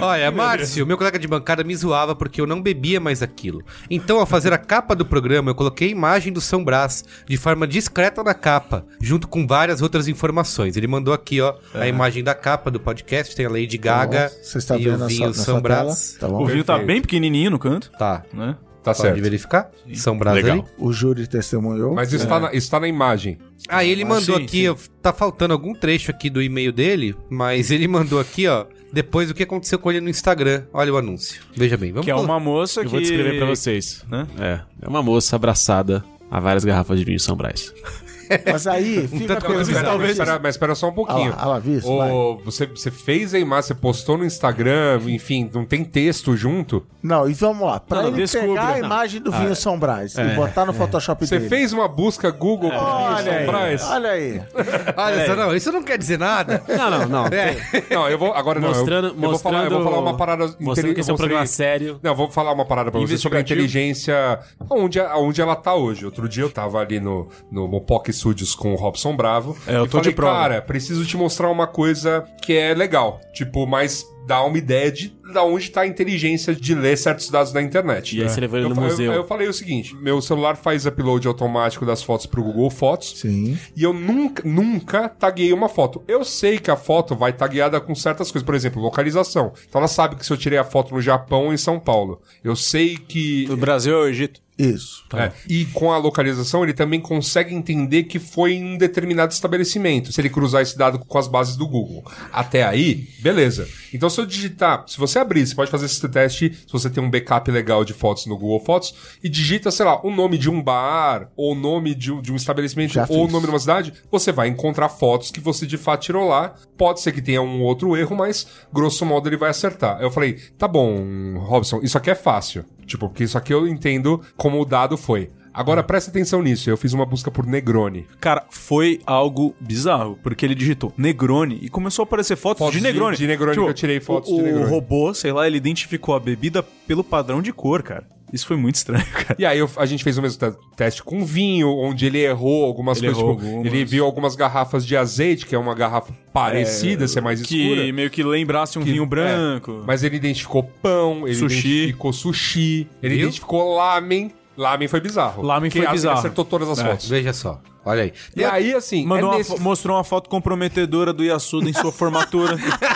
[SPEAKER 1] Olha, Márcio, meu colega de bancada me zoava porque eu não bebia mais aquilo. Então, ao fazer a capa do programa, eu coloquei a imagem do São Brás de forma discreta na capa, junto com várias outras informações. Ele mandou aqui, ó, a
[SPEAKER 2] É.
[SPEAKER 1] imagem da capa do podcast, tem a Lady Gaga
[SPEAKER 3] Você está
[SPEAKER 1] e o
[SPEAKER 3] vendo a
[SPEAKER 1] vinho
[SPEAKER 3] sua, na
[SPEAKER 1] São
[SPEAKER 3] sua tela?
[SPEAKER 1] Brás.
[SPEAKER 3] Tá
[SPEAKER 2] O
[SPEAKER 3] bom.
[SPEAKER 2] vinho tá bem pequenininho no canto,
[SPEAKER 1] Tá,
[SPEAKER 2] né?
[SPEAKER 4] Tá
[SPEAKER 1] pode
[SPEAKER 4] certo.
[SPEAKER 1] verificar? São Brás
[SPEAKER 5] Legal.
[SPEAKER 1] ali.
[SPEAKER 3] O júri testemunhou.
[SPEAKER 4] Mas isso, tá na, isso tá na imagem.
[SPEAKER 1] Aí Ah, ele mandou
[SPEAKER 2] Ah, sim,
[SPEAKER 1] aqui, ó, tá faltando algum trecho aqui do e-mail dele, mas ele mandou aqui, ó, depois o que aconteceu com ele no Instagram. Olha o anúncio. Veja bem, vamos
[SPEAKER 2] Que é
[SPEAKER 1] colo-
[SPEAKER 2] uma moça
[SPEAKER 5] Eu
[SPEAKER 2] que...
[SPEAKER 5] vou descrever pra vocês.
[SPEAKER 2] Né?
[SPEAKER 5] É, é uma moça abraçada a várias garrafas de vinho São Brás.
[SPEAKER 3] Mas aí, fica
[SPEAKER 1] tanto
[SPEAKER 3] a
[SPEAKER 4] Não, mas,
[SPEAKER 3] pergunta.
[SPEAKER 4] espera, mas, espera, mas espera só um pouquinho.
[SPEAKER 3] Ah lá, ah lá, visto,
[SPEAKER 4] Ô,
[SPEAKER 3] vai.
[SPEAKER 4] você, você fez a imagem, você postou no Instagram, enfim, não tem texto junto.
[SPEAKER 3] Não, e vamos lá. Pra
[SPEAKER 5] Não,
[SPEAKER 3] ele
[SPEAKER 5] descubra.
[SPEAKER 3] pegar a
[SPEAKER 5] Não.
[SPEAKER 3] imagem do vinho São Brás e botar no Photoshop
[SPEAKER 4] Você
[SPEAKER 3] dele.
[SPEAKER 4] fez uma busca Google por vinho
[SPEAKER 3] Olha
[SPEAKER 4] São
[SPEAKER 3] aí,
[SPEAKER 4] Brás?
[SPEAKER 3] olha aí.
[SPEAKER 2] É.
[SPEAKER 1] Olha só, não, isso não quer dizer nada.
[SPEAKER 5] Não, não, não.
[SPEAKER 1] É.
[SPEAKER 4] É. Não, eu vou. Agora
[SPEAKER 5] Mostrando,
[SPEAKER 4] não. Eu, eu
[SPEAKER 5] mostrando,
[SPEAKER 4] vou falar, eu vou falar uma parada.
[SPEAKER 5] Mostrando
[SPEAKER 4] inteli-
[SPEAKER 5] que esse é um
[SPEAKER 4] eu
[SPEAKER 5] programa
[SPEAKER 4] mostrei-
[SPEAKER 5] sério.
[SPEAKER 4] Não, eu vou falar uma parada pra você sobre a
[SPEAKER 5] Investigativo.
[SPEAKER 4] inteligência, onde, a- onde ela tá hoje. Outro dia eu tava ali no, no Mopoc Studios com o Robson Bravo.
[SPEAKER 2] É, eu
[SPEAKER 4] e
[SPEAKER 2] tô de
[SPEAKER 4] falei,
[SPEAKER 2] prova.
[SPEAKER 4] Cara, preciso te mostrar uma coisa que é legal. Tipo, mas dá uma ideia de, da onde tá a inteligência de ler certos dados na internet.
[SPEAKER 5] E aí
[SPEAKER 4] É.
[SPEAKER 5] você levou ele
[SPEAKER 4] Eu
[SPEAKER 5] no
[SPEAKER 4] fa- eu-
[SPEAKER 5] museu.
[SPEAKER 4] Eu, falei o seguinte, meu celular faz upload automático das fotos pro Google Fotos.
[SPEAKER 3] Sim.
[SPEAKER 4] E eu nunca, nunca taguei uma foto. Eu sei que a foto vai tagueada com certas coisas, por exemplo, localização. Então ela sabe que se eu tirei a foto no Japão ou em São Paulo. Eu sei que.
[SPEAKER 2] Do Brasil ao Egito.
[SPEAKER 3] Isso.
[SPEAKER 4] É, e com a localização, ele também consegue entender que foi em um determinado estabelecimento, se ele cruzar esse dado com as bases do Google. Até aí, beleza. Então, se eu digitar, se você abrir, você pode fazer esse teste, se você tem um backup legal de fotos no Google Fotos, e digita, sei lá, o nome de um bar, ou o nome de um, de um estabelecimento,
[SPEAKER 3] Já
[SPEAKER 4] ou o
[SPEAKER 3] fiz.
[SPEAKER 4] nome de uma cidade, você vai encontrar fotos que você de fato tirou lá. Pode ser que tenha um outro erro, mas grosso modo ele vai acertar. Eu falei, tá bom, Robson, isso aqui é fácil. Tipo, porque isso aqui eu entendo como o dado foi. Agora presta atenção nisso, eu fiz uma busca por Negroni.
[SPEAKER 2] Cara, foi algo bizarro, porque ele digitou Negrone e começou a aparecer fotos,
[SPEAKER 4] Fotos
[SPEAKER 2] de
[SPEAKER 4] de-
[SPEAKER 2] Negrone.
[SPEAKER 4] de Negroni, que eu tirei fotos
[SPEAKER 2] o,
[SPEAKER 4] de Negroni.
[SPEAKER 2] O robô, sei lá, ele identificou a bebida pelo padrão de cor, cara. Isso foi muito estranho, cara.
[SPEAKER 4] E aí eu- a gente fez o mesmo te- teste com vinho, onde ele errou algumas
[SPEAKER 2] Ele
[SPEAKER 4] coisas.
[SPEAKER 2] errou
[SPEAKER 4] tipo,
[SPEAKER 2] algumas.
[SPEAKER 4] Ele viu algumas garrafas de azeite, que é uma garrafa parecida, ser mais escura.
[SPEAKER 2] Que meio que lembrasse um
[SPEAKER 4] Que-
[SPEAKER 2] vinho
[SPEAKER 4] é.
[SPEAKER 2] branco.
[SPEAKER 4] mas ele identificou pão, ele
[SPEAKER 2] Sushi.
[SPEAKER 4] identificou sushi, ele
[SPEAKER 1] Viu?
[SPEAKER 4] identificou lamen. Lamen foi bizarro.
[SPEAKER 2] Lamen
[SPEAKER 4] Que
[SPEAKER 2] foi
[SPEAKER 4] a-
[SPEAKER 2] bizarro.
[SPEAKER 4] acertou todas as
[SPEAKER 2] É.
[SPEAKER 4] fotos.
[SPEAKER 1] Veja só, olha aí.
[SPEAKER 4] E aí, assim,
[SPEAKER 2] Mandou
[SPEAKER 4] é
[SPEAKER 2] uma
[SPEAKER 4] nesse-
[SPEAKER 2] fo- mostrou uma foto comprometedora do Yasuda em sua formatura.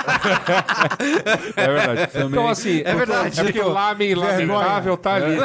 [SPEAKER 4] É verdade. Então, assim, é
[SPEAKER 1] verdade.
[SPEAKER 4] É porque o lamen lamentável tá ali.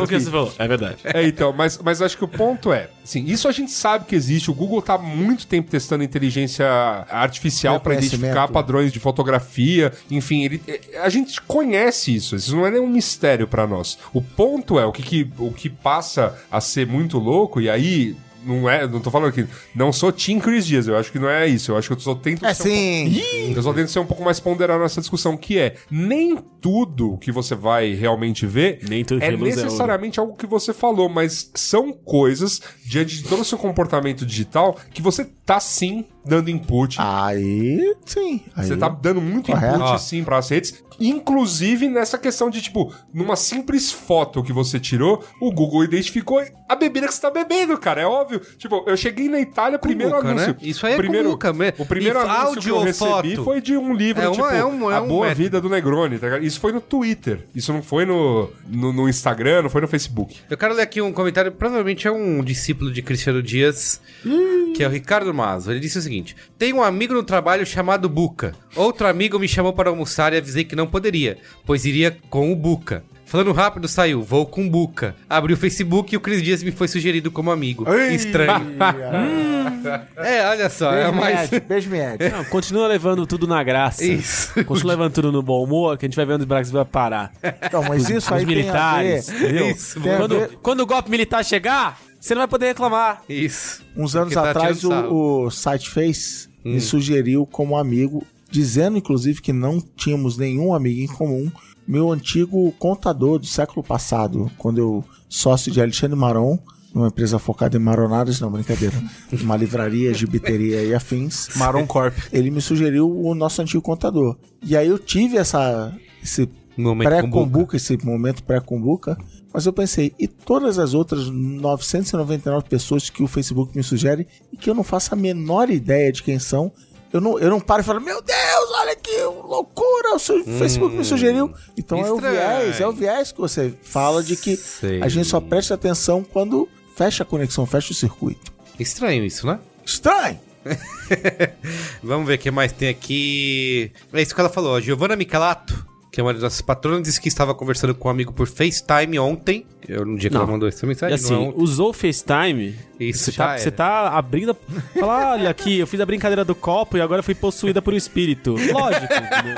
[SPEAKER 5] O que você falou? É verdade.
[SPEAKER 4] É, então, mas, mas acho que o ponto é, assim, isso a gente sabe que existe. O Google tá há muito tempo testando inteligência artificial para
[SPEAKER 3] Reconhecimento.
[SPEAKER 4] identificar padrões de fotografia, enfim, ele, é, a gente conhece isso. Isso não é nenhum mistério para nós. O ponto é o que, que- o que passa a ser muito louco e aí não é, não tô falando que não sou Tim Chris Dias, eu acho que não é isso. Eu acho que eu só tento
[SPEAKER 3] É
[SPEAKER 4] ser um
[SPEAKER 3] sim.
[SPEAKER 4] eu só tento ser um pouco mais ponderado nessa discussão, que é nem tudo que você vai realmente ver
[SPEAKER 5] Nem tudo que
[SPEAKER 4] é
[SPEAKER 5] vemos é ouro.
[SPEAKER 4] necessariamente algo que você falou, mas são coisas, diante de todo o seu comportamento digital, que você tá sim dando input.
[SPEAKER 3] Aí, sim. Aí,
[SPEAKER 4] Você tá dando muito
[SPEAKER 3] Correto.
[SPEAKER 4] input,
[SPEAKER 3] Ó.
[SPEAKER 4] sim, pras redes. Inclusive nessa questão de, tipo, numa simples foto que você tirou, o Google identificou a bebida que você tá bebendo, cara. É óbvio. Tipo, eu cheguei na Itália, primeiro
[SPEAKER 1] Cumbuca,
[SPEAKER 4] anúncio.
[SPEAKER 1] né? Isso aí é
[SPEAKER 4] primeiro,
[SPEAKER 1] cumbuca, né?
[SPEAKER 4] O primeiro
[SPEAKER 1] E
[SPEAKER 4] anúncio que
[SPEAKER 1] áudio
[SPEAKER 4] eu
[SPEAKER 1] ou
[SPEAKER 4] recebi
[SPEAKER 1] foto?
[SPEAKER 4] foi de um livro,
[SPEAKER 1] É uma-
[SPEAKER 4] tipo,
[SPEAKER 1] é um- é
[SPEAKER 4] A
[SPEAKER 1] um
[SPEAKER 4] Boa
[SPEAKER 1] método.
[SPEAKER 4] Vida do Negroni, tá ligado? Isso foi no Twitter. Isso não foi no, no, no Instagram, não foi no Facebook.
[SPEAKER 1] Eu quero ler aqui um comentário, provavelmente é um discípulo de Cristiano Dias,
[SPEAKER 4] Hum.
[SPEAKER 1] que é o Ricardo Mazo. Ele disse o seguinte: Tem um amigo no trabalho chamado Buca. Outro amigo me chamou para almoçar e avisei que não poderia, pois iria com o Buca. Falando rápido, saiu, vou com Buca. Abri o Facebook e o Cris Dias me foi sugerido como amigo. Estranho. É, olha só, é
[SPEAKER 3] Beijo,
[SPEAKER 1] mais.
[SPEAKER 3] Mied, Beijo, Mied.
[SPEAKER 5] Não, continua levando tudo na graça.
[SPEAKER 1] Isso.
[SPEAKER 5] Continua levando tudo no bom humor, que a gente vai ver onde o Brasil vai parar.
[SPEAKER 3] Então, mas isso
[SPEAKER 5] Os
[SPEAKER 3] aí tem a ver...
[SPEAKER 5] militares, entendeu?
[SPEAKER 1] Isso,
[SPEAKER 3] Tem a ver-
[SPEAKER 5] Quando, quando o golpe militar chegar, você não vai poder reclamar.
[SPEAKER 1] Isso.
[SPEAKER 3] Uns anos
[SPEAKER 1] Porque tá
[SPEAKER 3] atrás,
[SPEAKER 1] tirando sarro. Hum.
[SPEAKER 3] o, o site Face me sugeriu como um amigo, dizendo inclusive que não tínhamos nenhum amigo em comum, meu antigo contador do século passado, quando eu, sócio de Alexandre Maron, numa empresa focada em maronadas, não, brincadeira, uma livraria, gibiteria e afins
[SPEAKER 2] Maron Corp.
[SPEAKER 3] ele me sugeriu o nosso antigo contador. E aí eu tive essa esse
[SPEAKER 1] Momento
[SPEAKER 3] pré-cumbuca, esse momento pré-cumbuca, mas eu pensei, e todas as outras 999 pessoas que o Facebook me sugere e que eu não faço a menor ideia de quem são, eu não, eu não paro e falo, meu Deus, olha que loucura, o seu Facebook me sugeriu. Então é
[SPEAKER 1] Hum,
[SPEAKER 3] o
[SPEAKER 1] estranho.
[SPEAKER 3] viés, é o viés que você fala de que
[SPEAKER 1] Sei.
[SPEAKER 3] a gente só presta atenção quando fecha a conexão, fecha o circuito.
[SPEAKER 1] Estranho isso, né?
[SPEAKER 3] Estranho!
[SPEAKER 1] Vamos ver o que mais tem aqui. É isso que ela falou. A Giovana Michelato, que é uma das nossas patronas, disse que estava conversando com um amigo por FaceTime ontem. Eu no dia que
[SPEAKER 5] Não.
[SPEAKER 1] ela mandou essa
[SPEAKER 5] E
[SPEAKER 1] mensagem.
[SPEAKER 5] assim,
[SPEAKER 1] não é ontem.
[SPEAKER 5] usou o FaceTime,
[SPEAKER 1] Isso
[SPEAKER 5] você
[SPEAKER 1] já
[SPEAKER 5] tá,
[SPEAKER 1] era.
[SPEAKER 5] você tá abrindo. a- Fala, olha aqui, eu fiz a brincadeira do copo e agora fui possuída por um espírito. Lógico. entendeu?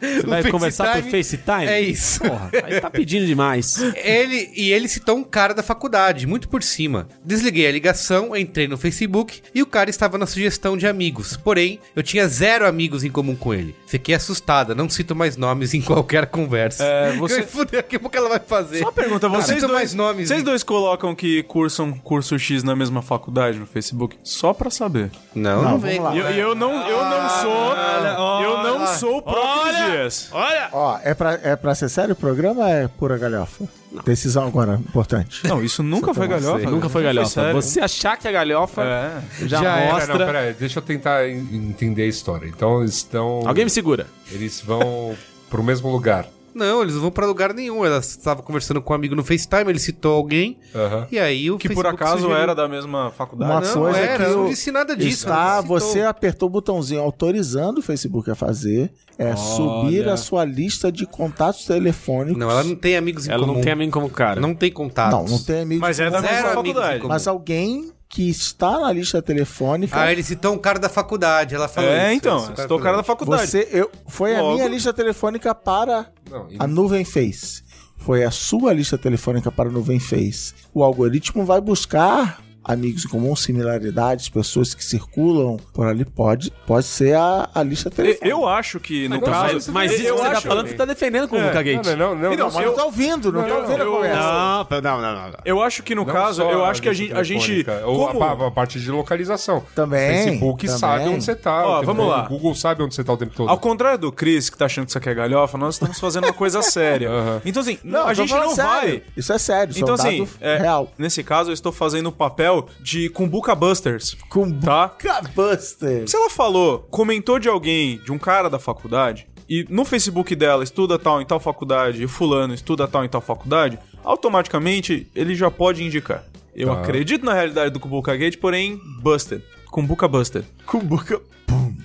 [SPEAKER 5] Você
[SPEAKER 1] O
[SPEAKER 5] vai conversar por
[SPEAKER 1] FaceTime
[SPEAKER 5] FaceTime?
[SPEAKER 1] É isso.
[SPEAKER 5] Porra, aí tá pedindo demais.
[SPEAKER 1] Ele, e ele citou um cara da faculdade, muito por cima. Desliguei a ligação, entrei no Facebook e o cara estava na sugestão de amigos. Porém, eu tinha zero amigos em comum com ele. Fiquei assustada, não cito mais nomes em qualquer conversa.
[SPEAKER 2] É, você-
[SPEAKER 1] Fudeu, o que que ela vai fazer?
[SPEAKER 2] Só uma pergunta,
[SPEAKER 1] Não
[SPEAKER 2] vocês
[SPEAKER 1] cito
[SPEAKER 2] dois,
[SPEAKER 1] mais nomes.
[SPEAKER 2] vocês dois colocam que cursam curso X na mesma faculdade no Facebook? Só pra saber.
[SPEAKER 1] Não, não,
[SPEAKER 3] Não,
[SPEAKER 1] vem.
[SPEAKER 3] vamos lá.
[SPEAKER 2] E eu, e eu não, eu não sou. eu não sou o próprio Dias.
[SPEAKER 3] Ó, é pra, é pra ser sério o programa ou é pura galhofa? Decisão agora, importante.
[SPEAKER 2] Não, isso nunca foi galhofa. cara.
[SPEAKER 5] Nunca foi galhofa.
[SPEAKER 2] sério.
[SPEAKER 5] Você achar que é galhofa
[SPEAKER 2] É.
[SPEAKER 5] já,
[SPEAKER 1] Já era,
[SPEAKER 5] mostra.
[SPEAKER 4] Pera, não, pera aí, deixa eu tentar en- entender a história. Então, eles estão.
[SPEAKER 5] Alguém me segura.
[SPEAKER 4] Eles vão pro mesmo lugar.
[SPEAKER 1] Não, eles não vão pra lugar nenhum. Ela estava conversando com um amigo no FaceTime, ele citou alguém.
[SPEAKER 4] Aham.
[SPEAKER 1] E aí o
[SPEAKER 2] Que por
[SPEAKER 1] Facebook
[SPEAKER 2] acaso
[SPEAKER 1] sugeriu-
[SPEAKER 2] era da mesma faculdade.
[SPEAKER 3] Uma
[SPEAKER 1] Não,
[SPEAKER 3] coisa
[SPEAKER 1] era,
[SPEAKER 3] que
[SPEAKER 1] eu não
[SPEAKER 3] o-
[SPEAKER 1] disse então. nada disso.
[SPEAKER 3] Está,
[SPEAKER 1] ela citou.
[SPEAKER 3] você apertou o botãozinho autorizando o Facebook a fazer, é subir a sua lista de contatos telefônicos.
[SPEAKER 1] Não, ela não tem amigos
[SPEAKER 4] é
[SPEAKER 1] em
[SPEAKER 5] Ela
[SPEAKER 1] comum.
[SPEAKER 5] não tem amigo como cara.
[SPEAKER 1] Não tem contatos.
[SPEAKER 3] Não, não tem amigos.
[SPEAKER 2] Mas é da
[SPEAKER 1] Zero
[SPEAKER 2] mesma
[SPEAKER 1] amigos em
[SPEAKER 2] faculdade.
[SPEAKER 1] comum.
[SPEAKER 3] Mas alguém que está na lista telefônica.
[SPEAKER 1] Ah, ele citou um cara da faculdade. Ela falou
[SPEAKER 2] É,
[SPEAKER 1] isso,
[SPEAKER 2] então.
[SPEAKER 1] esse
[SPEAKER 2] Estou o cara da faculdade.
[SPEAKER 3] Você, eu, foi a
[SPEAKER 2] Logo.
[SPEAKER 3] minha lista telefônica para
[SPEAKER 4] Não, e-
[SPEAKER 3] a Nuvem Face. Foi a sua lista telefônica para a Nuvem Face. O algoritmo vai buscar amigos em comum, similaridades, pessoas que circulam por ali. Pode, pode ser a, a lista
[SPEAKER 2] E-
[SPEAKER 3] telefônica.
[SPEAKER 2] Eu acho que, no
[SPEAKER 4] Agora,
[SPEAKER 2] caso.
[SPEAKER 4] você-
[SPEAKER 5] Mas isso que
[SPEAKER 2] eu
[SPEAKER 5] você tá
[SPEAKER 2] acho-
[SPEAKER 5] falando, você tá defendendo
[SPEAKER 1] É.
[SPEAKER 5] com o Luca Gate.
[SPEAKER 4] Não, não, não. não,
[SPEAKER 3] Não,
[SPEAKER 4] não,
[SPEAKER 3] mas não tá ouvindo, não,
[SPEAKER 4] Não,
[SPEAKER 3] tá
[SPEAKER 4] não,
[SPEAKER 3] ouvindo
[SPEAKER 4] eu-
[SPEAKER 3] a conversa.
[SPEAKER 5] Não, Ah, tá, não, não, não.
[SPEAKER 2] Eu acho que, no
[SPEAKER 4] não
[SPEAKER 2] caso,
[SPEAKER 4] só
[SPEAKER 2] eu acho que a gente.
[SPEAKER 4] lista
[SPEAKER 2] A gente
[SPEAKER 4] telefônica, Ou
[SPEAKER 2] como-
[SPEAKER 4] a, pa- a parte de localização.
[SPEAKER 3] Também,
[SPEAKER 4] O Facebook
[SPEAKER 3] também.
[SPEAKER 4] sabe onde você tá.
[SPEAKER 2] Ó,
[SPEAKER 4] o tempo
[SPEAKER 2] vamos
[SPEAKER 4] todo.
[SPEAKER 2] lá.
[SPEAKER 4] O Google sabe onde você tá o tempo todo.
[SPEAKER 2] Ao contrário do Chris, que tá achando que isso aqui é galhofa, nós estamos fazendo uma coisa séria.
[SPEAKER 4] Aham.
[SPEAKER 2] Então, assim,
[SPEAKER 3] Não,
[SPEAKER 2] a
[SPEAKER 3] eu tô
[SPEAKER 2] gente
[SPEAKER 3] falando
[SPEAKER 2] não
[SPEAKER 3] sério.
[SPEAKER 2] vai.
[SPEAKER 3] Isso é sério, isso é
[SPEAKER 2] Então,
[SPEAKER 3] um dado
[SPEAKER 2] assim, é,
[SPEAKER 3] real.
[SPEAKER 2] nesse caso, eu estou fazendo o papel de Kumbuka Busters. Tá?
[SPEAKER 3] Buster.
[SPEAKER 2] Se ela falou, comentou de alguém, de um cara da faculdade, e no Facebook dela estuda tal em tal faculdade, e fulano estuda tal em tal faculdade, automaticamente ele já pode indicar. Eu
[SPEAKER 4] Tá.
[SPEAKER 2] acredito na realidade do Kumbuka Gate, porém, Buster. Kumbuka Buster.
[SPEAKER 3] Cumbuca.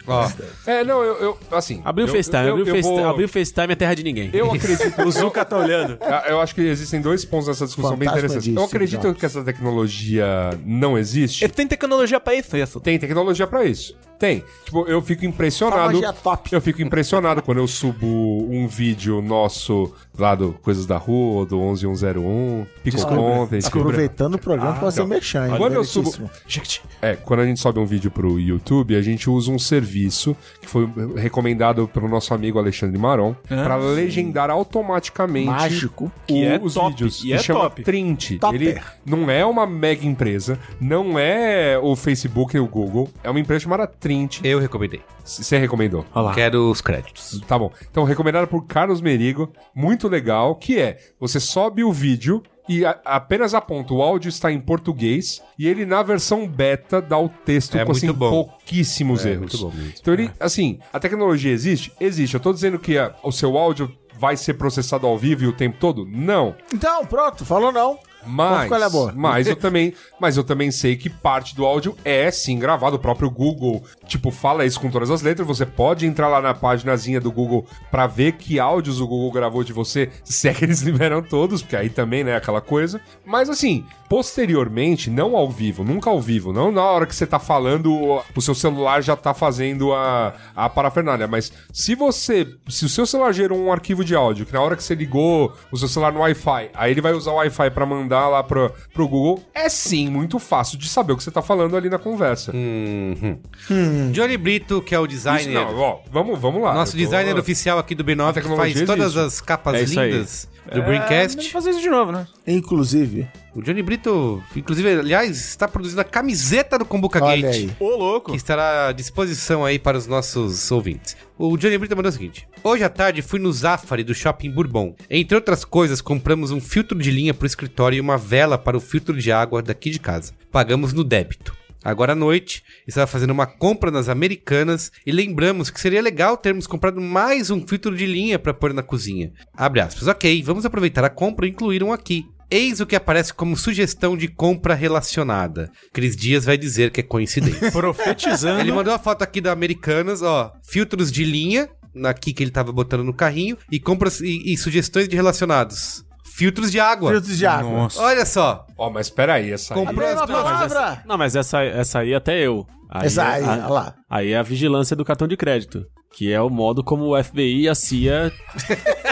[SPEAKER 4] Ó, É, não, eu, eu assim.
[SPEAKER 5] Abriu o
[SPEAKER 4] eu-
[SPEAKER 5] FaceTime,
[SPEAKER 4] eu-
[SPEAKER 5] abriu o
[SPEAKER 4] eu
[SPEAKER 5] FaceTime,
[SPEAKER 4] vou-
[SPEAKER 5] abriu o FaceTime é terra de ninguém.
[SPEAKER 4] Eu acredito.
[SPEAKER 5] O Zuka tá olhando.
[SPEAKER 4] Ah, Eu acho que existem dois pontos nessa discussão bem
[SPEAKER 3] Fantasma
[SPEAKER 4] interessantes.
[SPEAKER 3] de
[SPEAKER 4] Eu
[SPEAKER 3] Steve
[SPEAKER 4] acredito
[SPEAKER 3] Jobs.
[SPEAKER 4] que essa tecnologia não existe.
[SPEAKER 2] Tem tecnologia pra isso, isso.
[SPEAKER 4] Tem tecnologia pra isso. Tem. Tipo, eu fico impressionado.
[SPEAKER 3] Farmácia top.
[SPEAKER 4] Eu fico impressionado quando eu subo um vídeo nosso lá do Coisas da Rua, do 11101, Pico Content.
[SPEAKER 3] Aproveitando o programa pra fazer mexer, hein?
[SPEAKER 4] Quando eu subo.
[SPEAKER 3] Bonitíssimo.
[SPEAKER 4] É, quando a gente sobe um vídeo pro YouTube, a gente usa um serviço que foi recomendado pelo nosso amigo Alexandre Maron pra legendar automaticamente
[SPEAKER 3] Mágico.
[SPEAKER 4] o-
[SPEAKER 2] é
[SPEAKER 4] os
[SPEAKER 2] top,
[SPEAKER 4] vídeos.
[SPEAKER 2] e
[SPEAKER 4] que
[SPEAKER 2] é
[SPEAKER 4] chama
[SPEAKER 2] top.
[SPEAKER 4] Trint.
[SPEAKER 3] Topper.
[SPEAKER 4] Ele não é uma mega empresa, não é o Facebook e o Google, é uma empresa chamada Trint.
[SPEAKER 1] Eu recomendei.
[SPEAKER 4] Você recomendou?
[SPEAKER 1] Quero os créditos.
[SPEAKER 4] Tá bom. Então, recomendado por Carlos Merigo, muito legal, que é, você sobe o vídeo e a- apenas aponta, o áudio está em português e ele, na versão beta, dá o texto
[SPEAKER 1] É
[SPEAKER 4] com, assim,
[SPEAKER 1] muito bom. É
[SPEAKER 4] pouquíssimos erros.
[SPEAKER 1] muito bom mesmo.
[SPEAKER 4] Então, ele, assim, a tecnologia existe? Existe. Eu tô dizendo que a- o seu áudio vai ser processado ao vivo e o tempo todo? Não.
[SPEAKER 3] Então, pronto, falou não. Vamos
[SPEAKER 4] Mas,
[SPEAKER 3] com ela boa.
[SPEAKER 4] mas eu também, mas eu também sei que parte do áudio é sim gravado. O próprio Google, tipo, fala isso com todas as letras. Você pode entrar lá na paginazinha do Google pra ver que áudios o Google gravou de você, se é que eles liberam todos, porque aí também, né, aquela coisa. Mas assim, posteriormente, não ao vivo, nunca ao vivo, não na hora que você tá falando, o- o seu celular já tá fazendo a, a parafernália, mas se você, se o seu celular gerou um arquivo de áudio, que na hora que você ligou o seu celular no Wi-Fi, aí ele vai usar o Wi-Fi pra mandar lá pro, pro Google, é sim muito fácil de saber o que você tá falando ali na conversa.
[SPEAKER 5] Hum.
[SPEAKER 3] Hum.
[SPEAKER 1] Johnny Brito, que é o
[SPEAKER 4] Isso
[SPEAKER 1] designer.
[SPEAKER 4] não, ó, vamos, vamos lá.
[SPEAKER 1] Nosso
[SPEAKER 4] Eu tô-
[SPEAKER 1] designer oficial aqui do B9 que
[SPEAKER 4] tecnologia
[SPEAKER 1] faz todas
[SPEAKER 4] existe.
[SPEAKER 1] as capas
[SPEAKER 2] É isso aí.
[SPEAKER 1] lindas do Braincast.
[SPEAKER 2] fazer isso de novo, né?
[SPEAKER 3] Inclusive,
[SPEAKER 1] O Johnny Brito, inclusive, aliás, está produzindo a camiseta do Combuca
[SPEAKER 3] olha
[SPEAKER 1] Gate.
[SPEAKER 3] aí.
[SPEAKER 2] Ô, louco!
[SPEAKER 1] que estará à disposição aí para os nossos ouvintes. O Johnny Brito mandou o seguinte: Hoje à tarde fui no Zafari do Shopping Bourbon. Entre outras coisas, compramos um filtro de linha para o escritório e uma vela para o filtro de água daqui de casa. Pagamos no débito. Agora à noite, estava fazendo uma compra nas Americanas e lembramos que seria legal termos comprado mais um filtro de linha para pôr na cozinha. Abre aspas. Ok, vamos aproveitar a compra e incluir um aqui. Eis o que aparece como sugestão de compra relacionada. Cris Dias vai dizer que é coincidência.
[SPEAKER 5] Profetizando.
[SPEAKER 1] Ele mandou a foto aqui da Americanas, ó. Filtros de linha, aqui que ele tava botando no carrinho, e compras e, e sugestões de relacionados. Filtros de água.
[SPEAKER 3] Filtros de água.
[SPEAKER 2] Nossa.
[SPEAKER 1] Olha só.
[SPEAKER 4] Ó, mas peraí, essa aí-
[SPEAKER 1] Comprou as
[SPEAKER 3] Primeira
[SPEAKER 1] duas.
[SPEAKER 3] palavra.
[SPEAKER 5] Não, mas essa, essa aí até eu. Aí,
[SPEAKER 3] Essa aí,
[SPEAKER 5] a-
[SPEAKER 3] olha lá.
[SPEAKER 5] Aí é a vigilância do cartão de crédito, que é o modo como o FBI e a CIA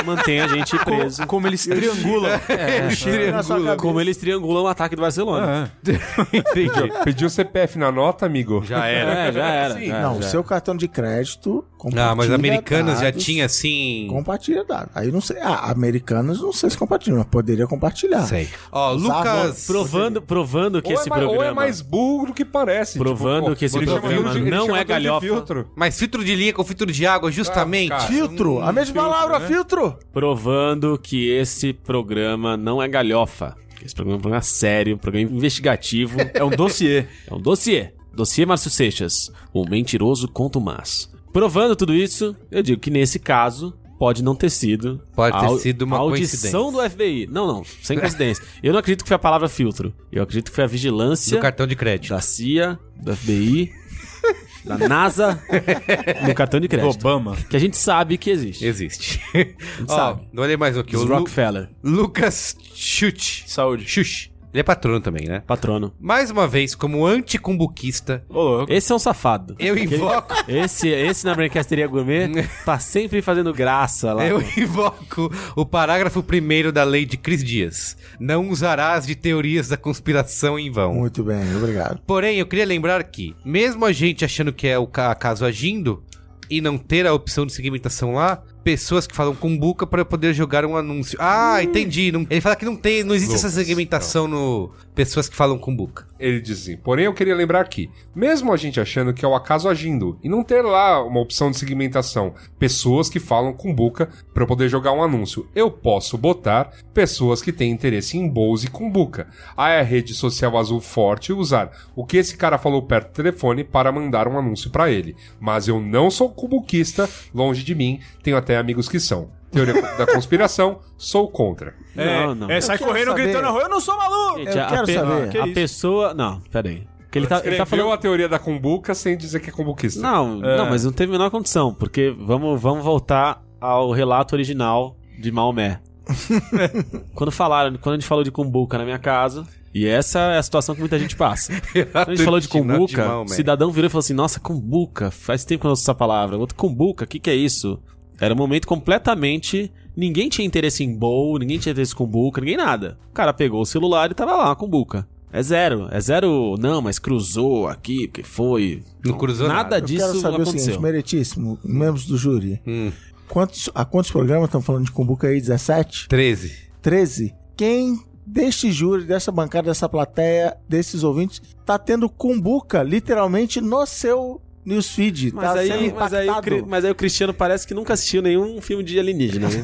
[SPEAKER 5] mantém a gente preso.
[SPEAKER 2] Como eles triangulam.
[SPEAKER 3] É,
[SPEAKER 5] Triangulam. Como eles triangulam o ataque do Barcelona.
[SPEAKER 4] Pediu, pediu CPF na nota, amigo?
[SPEAKER 1] Já era.
[SPEAKER 5] É, já era. já era,
[SPEAKER 3] Não, o
[SPEAKER 5] já
[SPEAKER 3] seu cartão de crédito.
[SPEAKER 1] Ah, mas
[SPEAKER 3] compartilha
[SPEAKER 1] Americanas já
[SPEAKER 3] dados.
[SPEAKER 1] tinha assim.
[SPEAKER 3] Compartilha dados. Aí não sei. Ah, Americanas não sei se compartilha, mas poderia compartilhar.
[SPEAKER 1] Sei. Ó, Lucas.
[SPEAKER 5] Provando, provando que
[SPEAKER 4] Ou é
[SPEAKER 5] esse
[SPEAKER 4] mais-
[SPEAKER 5] programa.
[SPEAKER 4] Ou é mais burro do que parece. tipo,
[SPEAKER 5] Provando que esse
[SPEAKER 4] ele chama
[SPEAKER 5] programa
[SPEAKER 4] filtro de- ele
[SPEAKER 5] não
[SPEAKER 4] chama
[SPEAKER 5] é
[SPEAKER 4] tudo de
[SPEAKER 5] galhofa.
[SPEAKER 4] filtro.
[SPEAKER 1] Mas filtro de linha com filtro de água, justamente.
[SPEAKER 4] Ah, cara.
[SPEAKER 3] Filtro, a mesma palavra, filtro.
[SPEAKER 5] Provando que esse programa não é galhofa. Esse programa é um programa sério, um programa investigativo.
[SPEAKER 2] É um dossiê.
[SPEAKER 5] É um dossiê. Dossiê Márcio Seixas. O mentiroso conto mas. Provando tudo isso, eu digo que nesse caso pode não ter sido.
[SPEAKER 1] Pode ter
[SPEAKER 5] au-
[SPEAKER 1] sido uma
[SPEAKER 5] audição do FBI. Não, não, sem coincidência. eu não acredito que foi a palavra filtro. Eu acredito que foi a vigilância
[SPEAKER 1] Do cartão de crédito.
[SPEAKER 5] da CIA, do FBI, da NASA, no cartão de crédito.
[SPEAKER 2] Obama.
[SPEAKER 5] Que a gente sabe que existe.
[SPEAKER 1] Existe. Ó,
[SPEAKER 5] Sabe.
[SPEAKER 1] não olhei mais o que.
[SPEAKER 5] Os
[SPEAKER 1] O Lu-
[SPEAKER 5] Rockefeller,
[SPEAKER 1] Lucas Chute.
[SPEAKER 2] Saúde.
[SPEAKER 1] Xuxa. Ele é patrono também, né?
[SPEAKER 5] patrono.
[SPEAKER 1] Mais uma vez, como anticumbuquista,
[SPEAKER 2] Ô, louco.
[SPEAKER 5] Esse é um safado.
[SPEAKER 1] eu invoco
[SPEAKER 5] Esse, esse na Brancasteria Gourmet tá sempre fazendo graça lá.
[SPEAKER 1] Eu invoco o parágrafo primeiro da lei de Cris Dias. Não usarás de teorias da conspiração em vão.
[SPEAKER 3] Muito bem, obrigado.
[SPEAKER 1] Porém, eu queria lembrar que, mesmo a gente achando que é o ca- caso agindo e não ter a opção de segmentação lá, pessoas que falam com buca para poder jogar um anúncio. Ah, entendi. não- ele fala que não tem, não existe essa segmentação no pessoas que falam com buca.
[SPEAKER 4] Ele diz assim, porém eu queria lembrar que, mesmo a gente achando que é o acaso agindo, e não ter lá uma opção de segmentação, pessoas que falam com buca pra eu poder jogar um anúncio, eu posso botar pessoas que têm interesse em bols e com buca. Aí a rede social azul forte usar o que esse cara falou perto do telefone para mandar um anúncio pra ele. Mas eu não sou cumbuquista, longe de mim, tenho até amigos que são. Teoria da conspiração, sou contra.
[SPEAKER 2] É,
[SPEAKER 5] Não, não.
[SPEAKER 2] é, sai
[SPEAKER 3] Eu quero
[SPEAKER 2] correndo,
[SPEAKER 3] saber.
[SPEAKER 2] gritando na rua, eu não sou maluco!
[SPEAKER 5] Gente,
[SPEAKER 3] Eu
[SPEAKER 5] a
[SPEAKER 3] quero
[SPEAKER 5] pe-
[SPEAKER 3] saber.
[SPEAKER 5] a
[SPEAKER 2] Que isso?
[SPEAKER 5] pessoa. Não, peraí. Porque ele tá, ele tá
[SPEAKER 4] Escreveu
[SPEAKER 5] falando.
[SPEAKER 4] a teoria da cumbuca sem dizer que é cumbuquista.
[SPEAKER 5] Não, não, mas não teve a menor condição. Porque vamos, vamos voltar ao relato original de Maomé. quando falaram, quando a gente falou de Cumbuca na minha casa, E essa é a situação que muita gente passa. Quando Então a gente falou de
[SPEAKER 1] De
[SPEAKER 5] cumbuca,
[SPEAKER 1] Maomé.
[SPEAKER 5] cidadão virou e falou assim: Nossa, cumbuca, faz tempo que eu não ouço essa palavra. Outro, cumbuca, o que, que é isso? Era um momento completamente. Ninguém tinha interesse em bowl, ninguém tinha interesse em cumbuca, ninguém nada. O cara pegou o celular e tava lá, uma cumbuca. É zero, é zero. Não, mas cruzou aqui, porque foi.
[SPEAKER 1] Não cruzou nada.
[SPEAKER 5] nada
[SPEAKER 1] Eu
[SPEAKER 3] Eu quero
[SPEAKER 5] disso
[SPEAKER 3] saber o
[SPEAKER 5] aconteceu.
[SPEAKER 3] seguinte, meritíssimo, membros do júri.
[SPEAKER 5] Hum.
[SPEAKER 3] Quantos, a quantos programas estamos falando de Cumbuca aí? 17?
[SPEAKER 1] 13.
[SPEAKER 3] 13? Quem deste júri, dessa bancada, dessa plateia, desses ouvintes, tá tendo Cumbuca literalmente no seu newsfeed?
[SPEAKER 5] Mas,
[SPEAKER 3] tá
[SPEAKER 5] aí,
[SPEAKER 3] sendo
[SPEAKER 5] mas, aí o
[SPEAKER 3] impactado.
[SPEAKER 5] Cri- mas aí o Cristiano parece que nunca assistiu nenhum filme de alienígena, né?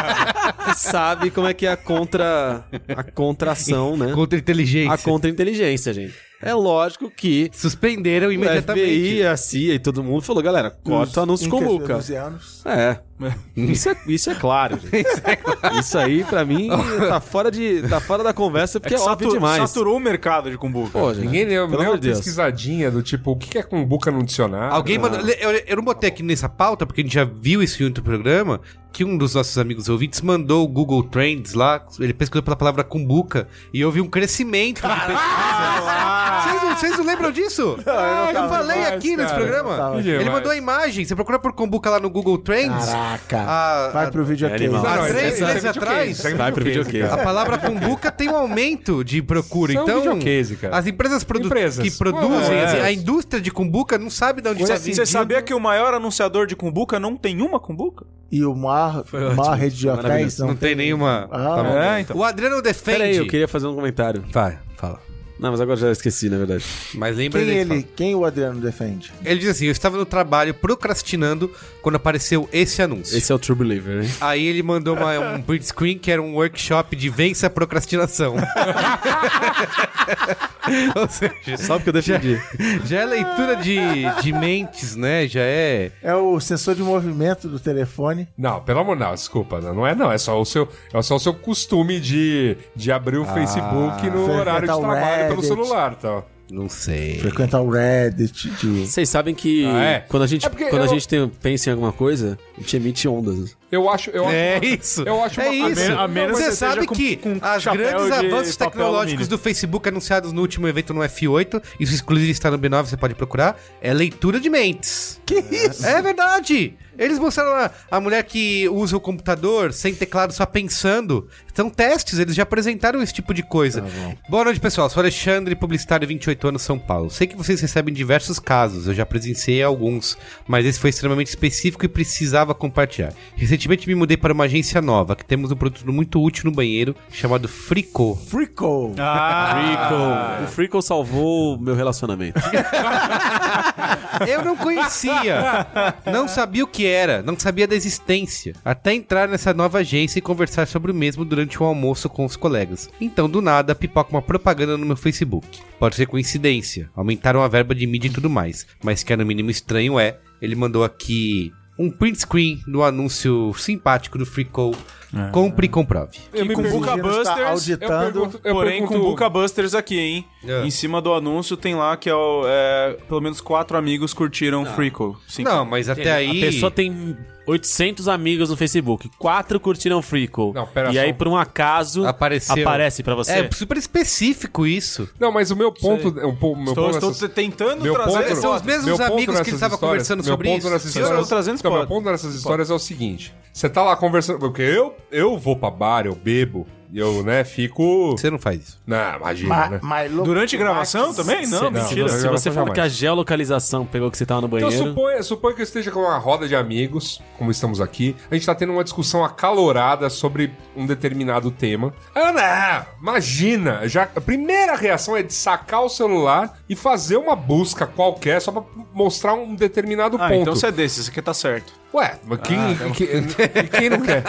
[SPEAKER 5] Sabe como é que é a contra a contração, né?
[SPEAKER 1] Contra a inteligência.
[SPEAKER 5] A contra-inteligência, gente. É lógico que
[SPEAKER 1] Suspenderam
[SPEAKER 5] o FBI,
[SPEAKER 1] imediatamente.
[SPEAKER 5] a CIA e todo mundo falou, galera, corta o anúncio
[SPEAKER 3] Em
[SPEAKER 5] com
[SPEAKER 3] questão de
[SPEAKER 5] Muca.
[SPEAKER 3] 12 anos.
[SPEAKER 5] É. Isso é, isso é claro, gente. Isso aí, pra mim, tá fora, de, tá fora da conversa, porque é, óbvio
[SPEAKER 2] Satur-
[SPEAKER 5] demais.
[SPEAKER 2] Saturou o mercado de cumbuca.
[SPEAKER 5] Pô, gente,
[SPEAKER 4] Ninguém leu,
[SPEAKER 5] pelo
[SPEAKER 4] leu
[SPEAKER 5] amor
[SPEAKER 4] uma
[SPEAKER 5] de Deus.
[SPEAKER 4] pesquisadinha do tipo, o que que é cumbuca no dicionário?
[SPEAKER 1] Alguém mandou. Eu, eu não botei aqui nessa pauta, porque a gente já viu isso em outro programa. Que um dos nossos amigos ouvintes mandou o Google Trends lá. Ele pesquisou pela palavra cumbuca e houve um crescimento. de pesquisas. Vocês não- Vocês não lembram disso? Ah, eu, falei
[SPEAKER 4] mais,
[SPEAKER 1] aqui nesse
[SPEAKER 4] cara, eu
[SPEAKER 1] programa.
[SPEAKER 3] tava
[SPEAKER 4] aqui.
[SPEAKER 1] Ele
[SPEAKER 4] Demais.
[SPEAKER 1] mandou a imagem. Você procura por cumbuca lá no Google Trends.
[SPEAKER 3] Caraca.
[SPEAKER 1] Ah,
[SPEAKER 3] Vai
[SPEAKER 1] ah,
[SPEAKER 3] pro vídeo aqui.
[SPEAKER 5] animal.
[SPEAKER 4] Não,
[SPEAKER 1] Há
[SPEAKER 4] não,
[SPEAKER 1] três
[SPEAKER 4] isso é
[SPEAKER 1] meses
[SPEAKER 4] videocase,
[SPEAKER 1] atrás,
[SPEAKER 4] isso é
[SPEAKER 5] Vai pro videocase.
[SPEAKER 1] a palavra cumbuca tem um aumento de procura.
[SPEAKER 4] Isso é um
[SPEAKER 1] então,
[SPEAKER 4] videocase, cara.
[SPEAKER 1] as empresas, produ-
[SPEAKER 4] Empresas.
[SPEAKER 1] que produzem,
[SPEAKER 4] É.
[SPEAKER 1] assim, a indústria de cumbuca não sabe de onde
[SPEAKER 2] Você,
[SPEAKER 5] é
[SPEAKER 1] está
[SPEAKER 2] você sabia que o maior anunciador de cumbuca não tem uma cumbuca?
[SPEAKER 3] E o mar, mar rede de hotéis
[SPEAKER 1] Não,
[SPEAKER 3] não
[SPEAKER 1] tem nenhuma.
[SPEAKER 3] Ah,
[SPEAKER 1] Tá bom.
[SPEAKER 2] é, então.
[SPEAKER 1] O Adriano defende.
[SPEAKER 5] Peraí, eu queria fazer um comentário.
[SPEAKER 1] Vai, fala.
[SPEAKER 5] Não, mas agora já esqueci, na verdade.
[SPEAKER 1] Mas lembra
[SPEAKER 3] Quem
[SPEAKER 1] dele.
[SPEAKER 3] ele,
[SPEAKER 1] fala.
[SPEAKER 3] quem o Adriano defende?
[SPEAKER 1] Ele diz assim: eu estava no trabalho procrastinando quando apareceu esse anúncio.
[SPEAKER 5] Esse é o True Believer, hein?
[SPEAKER 1] Aí ele mandou uma- um print screen que era um workshop de vença a procrastinação. Ou seja,
[SPEAKER 5] Só porque eu defendi.
[SPEAKER 1] já é leitura de, de mentes, né? Já é.
[SPEAKER 3] É o sensor de movimento do telefone.
[SPEAKER 4] Não, pelo amor de Deus, desculpa. Não, não é não, é só o seu, é só o seu costume de, de abrir o Facebook no
[SPEAKER 3] frequentar
[SPEAKER 4] horário de
[SPEAKER 3] o
[SPEAKER 4] trabalho pelo
[SPEAKER 3] Reddit.
[SPEAKER 4] celular, tá?
[SPEAKER 1] Não sei.
[SPEAKER 3] Frequentar o Reddit. De...
[SPEAKER 5] Vocês sabem que
[SPEAKER 4] Ah, é?
[SPEAKER 5] quando a gente,
[SPEAKER 4] É porque
[SPEAKER 5] quando a
[SPEAKER 4] eu-
[SPEAKER 5] gente tem- pensa em alguma coisa, a gente emite ondas.
[SPEAKER 4] Eu acho, eu acho
[SPEAKER 1] É isso.
[SPEAKER 4] Eu acho
[SPEAKER 1] é
[SPEAKER 4] uma- a
[SPEAKER 1] isso.
[SPEAKER 4] men-
[SPEAKER 2] a menos
[SPEAKER 1] você
[SPEAKER 2] que seja
[SPEAKER 1] sabe
[SPEAKER 2] com-
[SPEAKER 1] que
[SPEAKER 2] com um
[SPEAKER 1] os
[SPEAKER 2] chapéu
[SPEAKER 1] grandes
[SPEAKER 2] de
[SPEAKER 1] avanços
[SPEAKER 2] papel
[SPEAKER 1] tecnológicos
[SPEAKER 2] alumínio.
[SPEAKER 1] do Facebook anunciados no último evento no F8, isso inclusive está no B9, você pode procurar, é leitura de mentes. Que isso? É verdade. Eles mostraram lá a mulher que usa o computador sem teclado, só pensando. São testes, eles já apresentaram esse tipo de coisa. Boa noite, pessoal. Sou Alexandre, publicitário, 28 anos, São Paulo. Sei que vocês recebem diversos casos, eu já presenciei alguns, mas esse foi extremamente específico e precisava compartilhar. Recentemente me mudei para uma agência nova, que temos um produto muito útil no banheiro, chamado Fricô.
[SPEAKER 3] Freako.
[SPEAKER 7] Ah.
[SPEAKER 5] Freakle. O Freakle salvou o meu relacionamento.
[SPEAKER 1] Eu não conhecia. Não sabia o que era, não sabia da existência. Até entrar nessa nova agência e conversar sobre o mesmo durante um almoço com os colegas. Então, do nada, pipoca uma propaganda no meu Facebook. Pode ser coincidência. Aumentaram a verba de mídia e tudo mais. Mas que é no mínimo estranho é. Ele mandou aqui um print screen do anúncio simpático do Freecall.
[SPEAKER 5] Ah.
[SPEAKER 1] Compre e comprove.
[SPEAKER 2] Eu me
[SPEAKER 3] pergunto-
[SPEAKER 2] Cumbuca
[SPEAKER 3] Virgínia está
[SPEAKER 2] Busters.
[SPEAKER 3] auditando.
[SPEAKER 2] Porém,
[SPEAKER 4] pergunto-
[SPEAKER 2] Cumbuca Busters aqui, hein?
[SPEAKER 1] É.
[SPEAKER 2] Em cima do anúncio tem lá que é, o- é, pelo menos quatro amigos curtiram Freako. Sim.
[SPEAKER 1] Não, mas até
[SPEAKER 5] A
[SPEAKER 1] aí.
[SPEAKER 5] pessoa tem 800 amigos no Facebook, quatro curtiram o Freakle.
[SPEAKER 4] Não, pera
[SPEAKER 5] e
[SPEAKER 4] só.
[SPEAKER 5] aí, por um acaso,
[SPEAKER 1] Apareceu.
[SPEAKER 5] aparece pra você.
[SPEAKER 1] É super específico isso.
[SPEAKER 4] Não, mas o meu ponto, o po- meu
[SPEAKER 2] Estou,
[SPEAKER 4] ponto
[SPEAKER 2] estou
[SPEAKER 4] nessas-
[SPEAKER 2] tentando
[SPEAKER 4] meu
[SPEAKER 2] trazer...
[SPEAKER 4] ponto-
[SPEAKER 1] São os mesmos
[SPEAKER 4] meu ponto
[SPEAKER 1] amigos que ele
[SPEAKER 4] nessas
[SPEAKER 1] estava
[SPEAKER 4] histórias-
[SPEAKER 1] conversando
[SPEAKER 4] meu
[SPEAKER 1] sobre
[SPEAKER 4] ponto
[SPEAKER 1] isso.
[SPEAKER 4] Nessas
[SPEAKER 1] Sim,
[SPEAKER 4] histórias,
[SPEAKER 2] estou trazendo
[SPEAKER 4] Não, meu
[SPEAKER 2] pode.
[SPEAKER 4] ponto nessas histórias é o seguinte: você tá lá conversando, porque eu, eu vou pra bar, eu bebo, eu, né, fico.
[SPEAKER 1] Você não faz isso.
[SPEAKER 4] Não, imagina, né?
[SPEAKER 3] é
[SPEAKER 2] Durante gravação também? Não,
[SPEAKER 4] Não.
[SPEAKER 2] mentira.
[SPEAKER 5] Se
[SPEAKER 4] Agora
[SPEAKER 5] você
[SPEAKER 4] foi
[SPEAKER 5] fala
[SPEAKER 4] jamais.
[SPEAKER 5] que a geolocalização pegou que você tava no
[SPEAKER 4] Então
[SPEAKER 5] banheiro.
[SPEAKER 4] suponha, suponha que eu esteja com uma roda de amigos, como estamos aqui, a gente tá tendo uma discussão acalorada sobre um determinado tema. Ah, não! Imagina! Já, a primeira reação é de sacar o celular e fazer uma busca qualquer só pra mostrar um determinado
[SPEAKER 2] Ah,
[SPEAKER 4] ponto.
[SPEAKER 2] então você é desse, isso aqui tá certo.
[SPEAKER 4] Ué, mas quem, é que- quem não quer?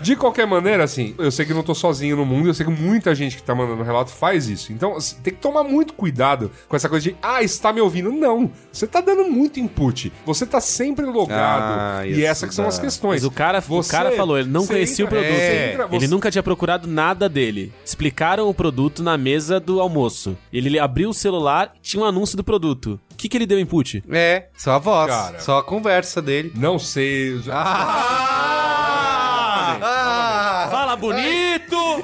[SPEAKER 4] De qualquer maneira, assim, eu sei que não tô sozinho no mundo, eu sei que muita gente que tá mandando relato faz isso. Então, assim, tem que tomar muito cuidado com essa coisa de, ah, está me ouvindo. Não, você tá dando muito input. Você tá sempre logado.
[SPEAKER 1] Ah,
[SPEAKER 4] e
[SPEAKER 1] isso
[SPEAKER 4] essas que são
[SPEAKER 1] dá.
[SPEAKER 4] as questões.
[SPEAKER 5] Mas o cara, o
[SPEAKER 4] Você-
[SPEAKER 5] cara falou, ele não
[SPEAKER 4] você
[SPEAKER 5] conhecia
[SPEAKER 4] entra-
[SPEAKER 5] o produto.
[SPEAKER 4] é, entra-
[SPEAKER 5] Ele
[SPEAKER 4] você-
[SPEAKER 5] nunca tinha procurado nada dele. Explicaram o produto na mesa do almoço. Ele abriu o celular, tinha um anúncio do produto. O que, que ele deu input?
[SPEAKER 1] É, só a voz,
[SPEAKER 4] Cara.
[SPEAKER 1] só a conversa dele.
[SPEAKER 4] Não sei.
[SPEAKER 1] Ah!
[SPEAKER 7] Ah!
[SPEAKER 4] Ah!
[SPEAKER 5] Fala bonito!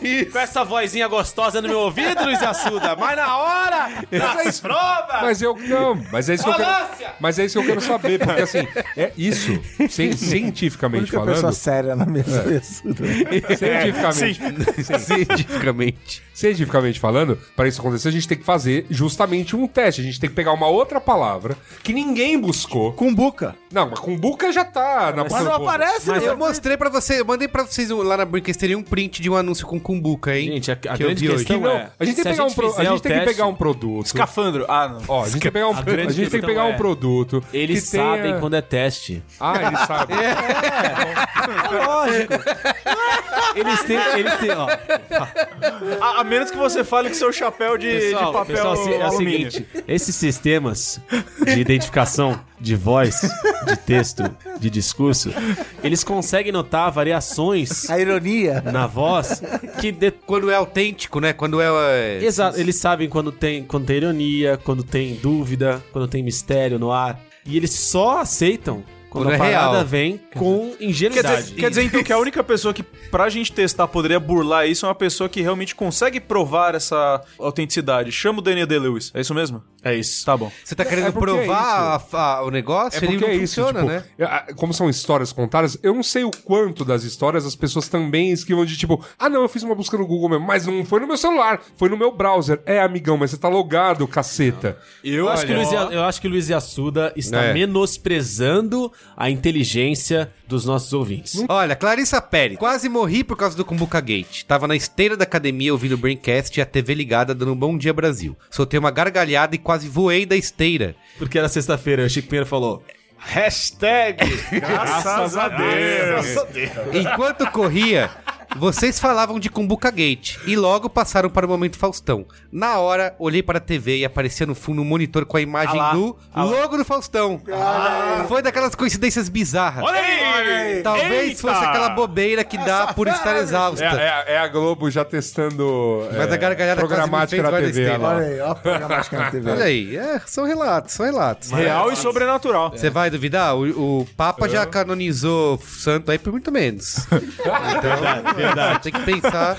[SPEAKER 5] vivo, com essa vozinha gostosa no meu ouvido, Luiz Assuda, mas na hora das provas...
[SPEAKER 4] Mas eu. Não, mas é isso que eu quero.
[SPEAKER 5] Falância!
[SPEAKER 4] Mas é isso que eu quero saber, porque assim, é isso, cien-
[SPEAKER 3] A
[SPEAKER 4] cientificamente
[SPEAKER 3] única pessoa
[SPEAKER 4] falando.
[SPEAKER 3] séria na mesa.
[SPEAKER 4] Cientificamente,
[SPEAKER 1] Cientificamente.
[SPEAKER 4] cientificamente falando, para isso acontecer, a gente tem que fazer justamente um teste. A gente tem que pegar uma outra palavra que ninguém buscou.
[SPEAKER 3] Cumbuca.
[SPEAKER 4] Não, mas cumbuca já tá na
[SPEAKER 3] Mas não aparece,
[SPEAKER 1] Mas
[SPEAKER 3] né?
[SPEAKER 1] eu mostrei pra você, eu mandei pra vocês um- lá na Brinquesteria um print de um anúncio com cumbuca, hein?
[SPEAKER 5] Gente, a- a
[SPEAKER 1] que
[SPEAKER 5] grande
[SPEAKER 1] eu vi
[SPEAKER 5] questão
[SPEAKER 1] hoje.
[SPEAKER 5] é-
[SPEAKER 4] A gente tem,
[SPEAKER 5] Se
[SPEAKER 4] que
[SPEAKER 5] a
[SPEAKER 4] pegar, um
[SPEAKER 5] gente
[SPEAKER 4] pro- a
[SPEAKER 5] fizer
[SPEAKER 4] gente
[SPEAKER 5] o
[SPEAKER 4] tem que
[SPEAKER 5] teste-
[SPEAKER 4] pegar um produto.
[SPEAKER 5] Escafandro. Ah, não.
[SPEAKER 4] Ó, a gente tem que pegar um,
[SPEAKER 5] A
[SPEAKER 4] a
[SPEAKER 5] grande
[SPEAKER 4] gente tem que
[SPEAKER 5] questão
[SPEAKER 4] pegar um
[SPEAKER 5] é-
[SPEAKER 4] produto.
[SPEAKER 7] Eles
[SPEAKER 4] que tenha-
[SPEAKER 7] sabem quando é teste.
[SPEAKER 4] Ah, eles sabem.
[SPEAKER 5] É,
[SPEAKER 7] Eles têm, eles têm, ó.
[SPEAKER 5] A, a menos que você fale com seu chapéu de,
[SPEAKER 7] Pessoal,
[SPEAKER 5] de papel
[SPEAKER 7] pessoal, assim, é o
[SPEAKER 5] alumínio.
[SPEAKER 7] seguinte, esses sistemas de identificação de voz, de texto, de discurso, eles conseguem notar variações
[SPEAKER 3] A ironia.
[SPEAKER 5] É.
[SPEAKER 7] na voz que de-
[SPEAKER 1] Quando é autêntico, né? Quando é. é,
[SPEAKER 7] Exato, eles sabem quando tem, quando tem ironia, quando tem dúvida, quando tem mistério no ar. E eles só aceitam quando,
[SPEAKER 1] Quando
[SPEAKER 7] a
[SPEAKER 1] é
[SPEAKER 7] parada
[SPEAKER 1] real.
[SPEAKER 7] vem com
[SPEAKER 5] Quer
[SPEAKER 7] ingenuidade.
[SPEAKER 5] dizer, quer dizer, então, que a única pessoa que, pra gente testar, poderia burlar isso é uma pessoa que realmente consegue provar essa autenticidade. Chama o Daniel Day-Lewis. É isso mesmo? É isso. Tá bom.
[SPEAKER 1] Você tá querendo
[SPEAKER 4] é porque é
[SPEAKER 1] provar a- a- o
[SPEAKER 4] É
[SPEAKER 1] negócio? ele
[SPEAKER 4] porque
[SPEAKER 1] não
[SPEAKER 4] é isso,
[SPEAKER 1] funciona,
[SPEAKER 4] tipo,
[SPEAKER 1] né?
[SPEAKER 4] é, a- como são histórias contadas, eu não sei o quanto das histórias as pessoas também esquivam de tipo, ah não, eu fiz uma busca no Google mesmo, mas não foi no meu celular, foi no meu browser. É, amigão, mas você tá logado, caceta.
[SPEAKER 7] Eu, acho que o Luiz, Ia- eu acho que o Luiz Assuda está
[SPEAKER 1] É.
[SPEAKER 7] menosprezando a inteligência dos nossos ouvintes.
[SPEAKER 1] Olha, Clarissa Pérez, quase morri por causa do Cumbuca Gate. Tava na esteira da academia ouvindo o Braincast e a TV ligada dando um bom dia Brasil. Soltei uma gargalhada e quase voei da esteira.
[SPEAKER 7] Porque era sexta-feira, o Chico Pinheiro falou.
[SPEAKER 5] Hashtag. Graças a Deus.
[SPEAKER 1] Enquanto corria, vocês falavam de Cumbuca Gate e logo passaram para o momento Faustão. Na hora, olhei para a TV e aparecia no fundo um monitor com a
[SPEAKER 5] Ah
[SPEAKER 1] imagem do logo do Faustão. Foi daquelas coincidências bizarras.
[SPEAKER 5] Olha aí!
[SPEAKER 1] Talvez
[SPEAKER 5] Eita!
[SPEAKER 1] fosse aquela bobeira que dá por estar exausta.
[SPEAKER 4] É, é- é a Globo já testando
[SPEAKER 1] tá- Mas
[SPEAKER 4] é,
[SPEAKER 1] a gargalhada quase me
[SPEAKER 4] programática
[SPEAKER 1] fez
[SPEAKER 4] na
[SPEAKER 1] olhar a
[SPEAKER 4] TV. olha
[SPEAKER 1] esteira.
[SPEAKER 4] lá.
[SPEAKER 3] Olha aí, ó, a programática na TV.
[SPEAKER 1] Olha aí, é, são relatos, são relatos.
[SPEAKER 5] Real e sobrenatural.
[SPEAKER 1] Você vai duvidar? O, o Papa já canonizou o santo aí por muito menos. Então, tem que pensar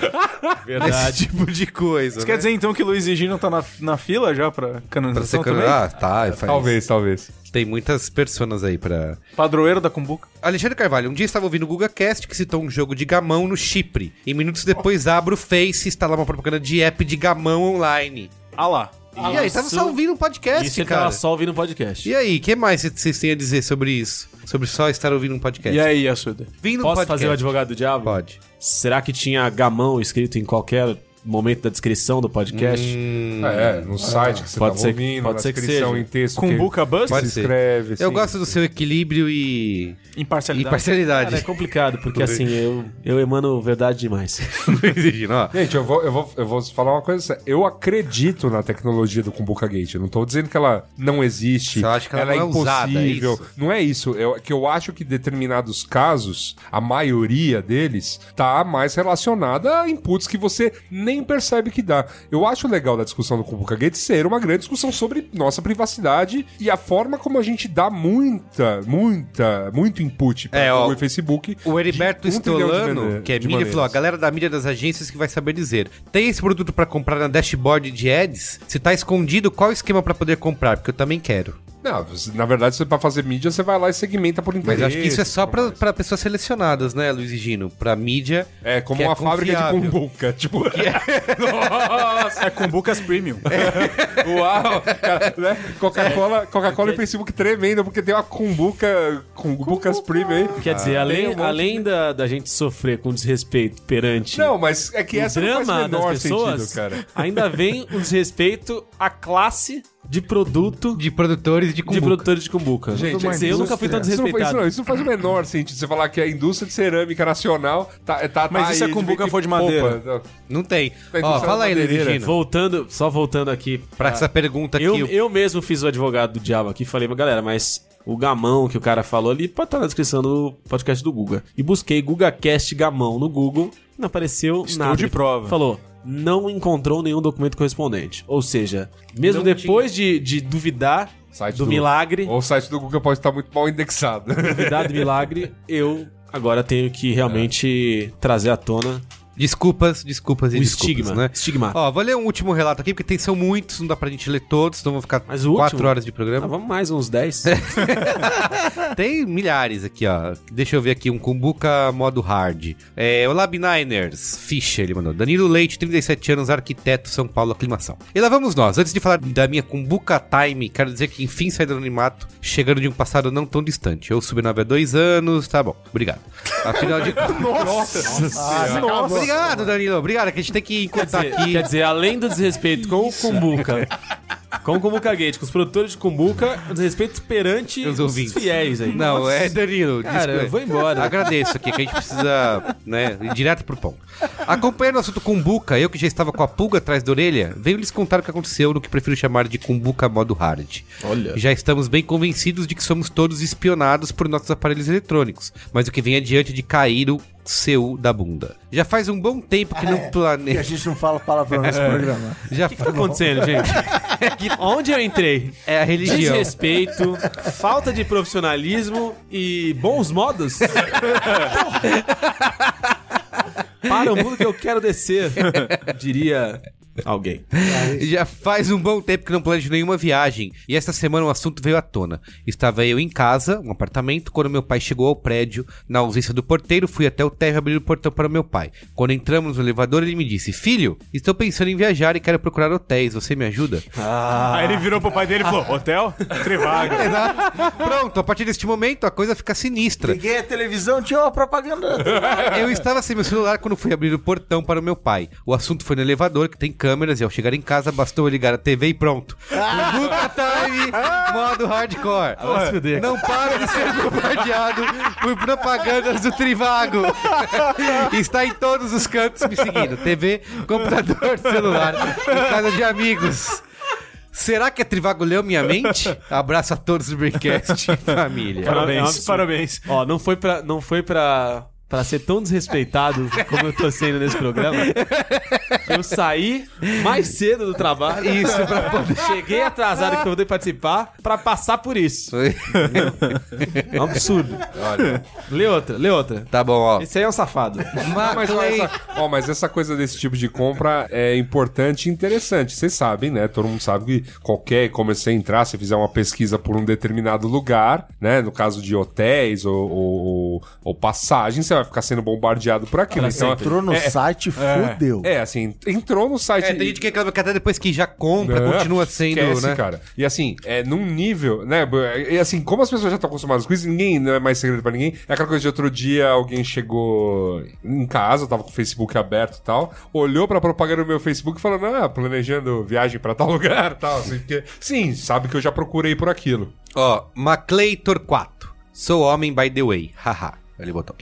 [SPEAKER 1] nesse tipo de coisa.
[SPEAKER 5] Isso
[SPEAKER 1] né?
[SPEAKER 5] quer dizer então que Luiz e Gino tá na, na fila já pra
[SPEAKER 1] Pra ser
[SPEAKER 5] canonização
[SPEAKER 1] cano-
[SPEAKER 5] também?
[SPEAKER 1] Ah, tá. faz-
[SPEAKER 4] Talvez, talvez.
[SPEAKER 1] Tem muitas personas aí pra.
[SPEAKER 5] Padroeiro da Cumbuca.
[SPEAKER 1] Alexandre Carvalho, um dia estava ouvindo o GugaCast que citou um jogo de gamão no Chipre. E minutos depois abro o Face e está lá uma propaganda de app de gamão online.
[SPEAKER 5] Ah lá.
[SPEAKER 1] e aí, tava só ouvindo um podcast,
[SPEAKER 5] é
[SPEAKER 7] Isso ele
[SPEAKER 1] cara.
[SPEAKER 7] tava só ouvindo um podcast.
[SPEAKER 1] E é aí, o que mais vocês têm a dizer sobre isso? Sobre só estar ouvindo um podcast?
[SPEAKER 5] E aí, Assuda?
[SPEAKER 1] Vindo
[SPEAKER 7] Posso
[SPEAKER 1] podcast.
[SPEAKER 7] fazer o advogado do diabo?
[SPEAKER 1] Pode.
[SPEAKER 7] Será que tinha gamão escrito em qualquer momento da descrição do podcast?
[SPEAKER 1] Hum.
[SPEAKER 4] É, no site que você
[SPEAKER 7] Pode
[SPEAKER 4] tava
[SPEAKER 7] ser-
[SPEAKER 4] ouvindo,
[SPEAKER 7] pode
[SPEAKER 4] na
[SPEAKER 7] ser que
[SPEAKER 4] descrição,
[SPEAKER 7] seja.
[SPEAKER 4] em texto.
[SPEAKER 5] Cumbuca
[SPEAKER 4] que
[SPEAKER 5] Bus?
[SPEAKER 4] se
[SPEAKER 1] Pode ser.
[SPEAKER 4] escreve.
[SPEAKER 1] Eu
[SPEAKER 4] assim.
[SPEAKER 1] gosto do seu equilíbrio e, e
[SPEAKER 5] Imparcialidade.
[SPEAKER 1] parcialidade.
[SPEAKER 7] Cara, é complicado, porque assim, eu, eu emano verdade demais.
[SPEAKER 1] Exigindo, ó.
[SPEAKER 4] Gente, eu vou, eu, vou, eu vou falar uma coisa séria. Eu acredito na tecnologia do Kumbuka Gate. Eu não tô dizendo que ela não existe.
[SPEAKER 1] Só acho que ela
[SPEAKER 4] é
[SPEAKER 1] não é usada,
[SPEAKER 4] impossível.
[SPEAKER 1] é isso?
[SPEAKER 4] não é isso. Eu, que eu acho que determinados casos, a maioria deles, tá mais relacionada a inputs que você nem percebe que dá. Eu acho legal da discussão do Kumbuka Gate ser uma grande discussão sobre nossa privacidade e a forma como a gente dá muita, muita, muito input para
[SPEAKER 1] É, ó,
[SPEAKER 4] Google e Facebook.
[SPEAKER 1] O Heriberto
[SPEAKER 4] de um trilhão de
[SPEAKER 1] Estolano,
[SPEAKER 4] mane-
[SPEAKER 1] que é
[SPEAKER 4] de
[SPEAKER 1] mídia, falou: a
[SPEAKER 4] maneiras.
[SPEAKER 1] galera da mídia das agências que vai saber dizer. Tem esse produto pra comprar na dashboard de ads? Se tá escondido, qual o esquema pra poder comprar? Porque eu também quero.
[SPEAKER 4] Não, você- na verdade, você, pra fazer mídia, você vai lá e segmenta por
[SPEAKER 1] Mas
[SPEAKER 4] interesse.
[SPEAKER 1] eu acho que isso é só pra, pra pessoas selecionadas, né, Luiz e Gino? Pra mídia.
[SPEAKER 4] É, como
[SPEAKER 1] que é
[SPEAKER 4] uma fábrica
[SPEAKER 1] confiável.
[SPEAKER 4] de cumbuca. Tipo,
[SPEAKER 5] É Cumbucas Premium.
[SPEAKER 4] uau! cara, né?
[SPEAKER 1] É.
[SPEAKER 4] Coca-Cola Coca e Facebook tremendo, porque tem uma cumbuca, cumbucas premium aí.
[SPEAKER 7] Quer dizer, além,
[SPEAKER 4] Tem um monte
[SPEAKER 7] além da, da gente sofrer com desrespeito perante
[SPEAKER 4] Não, mas é que
[SPEAKER 7] o
[SPEAKER 4] essa não faz
[SPEAKER 7] drama
[SPEAKER 4] o menor
[SPEAKER 7] das pessoas,
[SPEAKER 4] sentido,
[SPEAKER 1] tá
[SPEAKER 4] cara.
[SPEAKER 7] ainda vem o desrespeito à classe de produto de,
[SPEAKER 1] De produtores de cumbuca.
[SPEAKER 7] produtores de cumbuca.
[SPEAKER 4] Gente, é
[SPEAKER 7] Quer dizer, eu nunca fui tão
[SPEAKER 4] Isso não, faz, isso,
[SPEAKER 7] desrespeitado.
[SPEAKER 4] não, isso não faz o menor sentido. Você falar que a indústria de cerâmica nacional tá. tá
[SPEAKER 5] Mas
[SPEAKER 4] tá
[SPEAKER 5] e se
[SPEAKER 1] é
[SPEAKER 4] aí
[SPEAKER 5] a cumbuca
[SPEAKER 4] meio
[SPEAKER 5] for de
[SPEAKER 4] que
[SPEAKER 5] madeira?
[SPEAKER 4] pompa.
[SPEAKER 1] Não tem.
[SPEAKER 4] Mas
[SPEAKER 1] Ó,
[SPEAKER 4] isso é
[SPEAKER 1] fala aí, Luiz e
[SPEAKER 4] madeireira.
[SPEAKER 1] Gino.
[SPEAKER 7] Voltando, só voltando aqui
[SPEAKER 1] Pra essa pergunta aqui.
[SPEAKER 7] né? eu,
[SPEAKER 1] o-
[SPEAKER 7] eu mesmo fiz o advogado do diabo aqui e falei, "Mas, galera, mas o gamão que o cara falou ali pode estar na descrição do podcast do Guga. E busquei GugaCast Gamão no Google, não apareceu
[SPEAKER 5] Estou
[SPEAKER 7] nada. é um
[SPEAKER 5] de prova.
[SPEAKER 7] Falou, não encontrou nenhum documento correspondente. Ou seja, mesmo depois de, de duvidar
[SPEAKER 4] Site
[SPEAKER 7] do,
[SPEAKER 4] do-
[SPEAKER 7] milagre,
[SPEAKER 4] Ou o site do Google pode estar muito mal indexado.
[SPEAKER 7] duvidar do milagre, eu agora tenho que realmente trazer à tona
[SPEAKER 1] Desculpas, desculpas e
[SPEAKER 7] O
[SPEAKER 1] desculpas,
[SPEAKER 7] estigma,
[SPEAKER 1] né?
[SPEAKER 7] estigma.
[SPEAKER 1] Ó, vou ler um último relato aqui, porque tem, são muitos, não dá pra gente ler todos, então vão ficar
[SPEAKER 7] Mas o
[SPEAKER 1] quatro
[SPEAKER 7] último?
[SPEAKER 1] horas de
[SPEAKER 7] Ah,
[SPEAKER 1] programa.
[SPEAKER 7] vamos mais uns 10.
[SPEAKER 4] É.
[SPEAKER 1] Tem milhares aqui, ó. Deixa eu ver aqui, um Kumbuka modo hard. É, Olá, Niners. Ficha, ele mandou. Danilo Leite, 37 anos, arquiteto, São Paulo, aclimação. E lá vamos nós. Antes de falar da minha Kumbuka Time, quero dizer que enfim saí do anonimato, chegando de um passado não tão distante. Eu subi na há dois anos, tá bom. Obrigado. Afinal de
[SPEAKER 3] Ah,
[SPEAKER 1] Nossa, Obrigado, Danilo. Obrigado, É que a gente tem que encontrar aqui.
[SPEAKER 7] Quer dizer, além do desrespeito com o Cumbuca, com o Cumbuca Gate, com os produtores de Cumbuca, o desrespeito perante
[SPEAKER 1] Os ouvintes.
[SPEAKER 7] fiéis aí.
[SPEAKER 1] Não, é Danilo.
[SPEAKER 7] Cara, eu vou embora.
[SPEAKER 1] Agradeço aqui, que a gente precisa, né, ir direto pro pão. Acompanhando o assunto cumbuca, eu que já estava com a pulga atrás da orelha, venho lhes contar o que aconteceu no que prefiro chamar de cumbuca modo hard. Olha. Já estamos bem convencidos de que somos todos espionados por nossos aparelhos eletrônicos, mas o que vem adiante de cair o seu da bunda. Já faz um bom tempo que não
[SPEAKER 3] E a
[SPEAKER 1] planejo.
[SPEAKER 3] gente não fala palavrão nesse programa.
[SPEAKER 1] Já
[SPEAKER 7] O É. que tá acontecendo, gente? Onde eu entrei?
[SPEAKER 1] é a religião.
[SPEAKER 7] Desrespeito, falta de profissionalismo e bons modos? Para o mundo que eu quero descer, diria alguém.
[SPEAKER 1] Já faz um bom tempo que não planejo nenhuma viagem. E esta semana o assunto veio à tona. Estava eu em casa, um apartamento, quando meu pai chegou ao prédio. Na ausência do porteiro, fui até o térreo abrir o portão para o meu pai. Quando entramos no elevador, ele me disse: Filho, estou pensando em viajar e quero procurar hotéis. Você me ajuda? Ah.
[SPEAKER 2] Aí ele virou pro pai dele e falou: Hotel? Trivago.
[SPEAKER 1] Exato. Pronto, a partir deste momento a coisa fica sinistra.
[SPEAKER 3] Liguei a é televisão, tinha uma propaganda.
[SPEAKER 1] Eu estava sem meu celular quando fui abrir o portão para o meu pai. O assunto foi no elevador, que tem câmeras, e ao chegar em casa bastou eu ligar a TV e pronto. Buca Time, modo hardcore. Não para de ser bombardeado por propagandas do Trivago. Está em todos os cantos me seguindo. TV, computador, celular, em casa de amigos. Será que a Trivago leu minha mente? Abraço a todos do Braincast e família.
[SPEAKER 7] É um
[SPEAKER 2] Parabéns,
[SPEAKER 7] absurdo.
[SPEAKER 2] parabéns.
[SPEAKER 7] Ó, não foi pra. Não foi pra... Pra ser tão desrespeitado como eu tô sendo nesse programa, eu saí mais cedo do trabalho.
[SPEAKER 1] Isso, pra poder...
[SPEAKER 7] Cheguei atrasado que eu poder participar pra passar por isso. É um absurdo. Lê outra, lê outra.
[SPEAKER 1] Tá bom, ó.
[SPEAKER 7] Esse aí é um safado.
[SPEAKER 4] Mas, ó,
[SPEAKER 1] Maclay-
[SPEAKER 4] essa, ó, mas essa coisa desse tipo de compra é importante e interessante. Vocês sabem, né? Todo mundo sabe que qualquer e-commerce você entrar, se fizer uma pesquisa por um determinado lugar, né? No caso de hotéis ou, ou, ou- ou passagens, você vai ficar sendo bombardeado por aquilo. Então,
[SPEAKER 3] Entrou no
[SPEAKER 4] é,
[SPEAKER 3] site, fudeu.
[SPEAKER 4] É, assim, entrou no site.
[SPEAKER 1] É, tem gente que reclama que até depois que já compra,
[SPEAKER 4] É,
[SPEAKER 1] continua sendo,
[SPEAKER 4] esquece,
[SPEAKER 1] né?
[SPEAKER 4] cara. E assim, é num nível, né? E assim, como as pessoas já estão acostumadas com isso, ninguém não é mais segredo pra ninguém. É aquela coisa de outro dia alguém chegou em casa, eu tava com o Facebook aberto e tal, olhou pra propaganda do meu Facebook e falou: "Ah, planejando viagem pra tal lugar", tal, assim, porque sim, sabe que eu já procurei por aquilo.
[SPEAKER 1] Ó, Maclay Torquato. Sou homem by the way. Haha. Ele botou.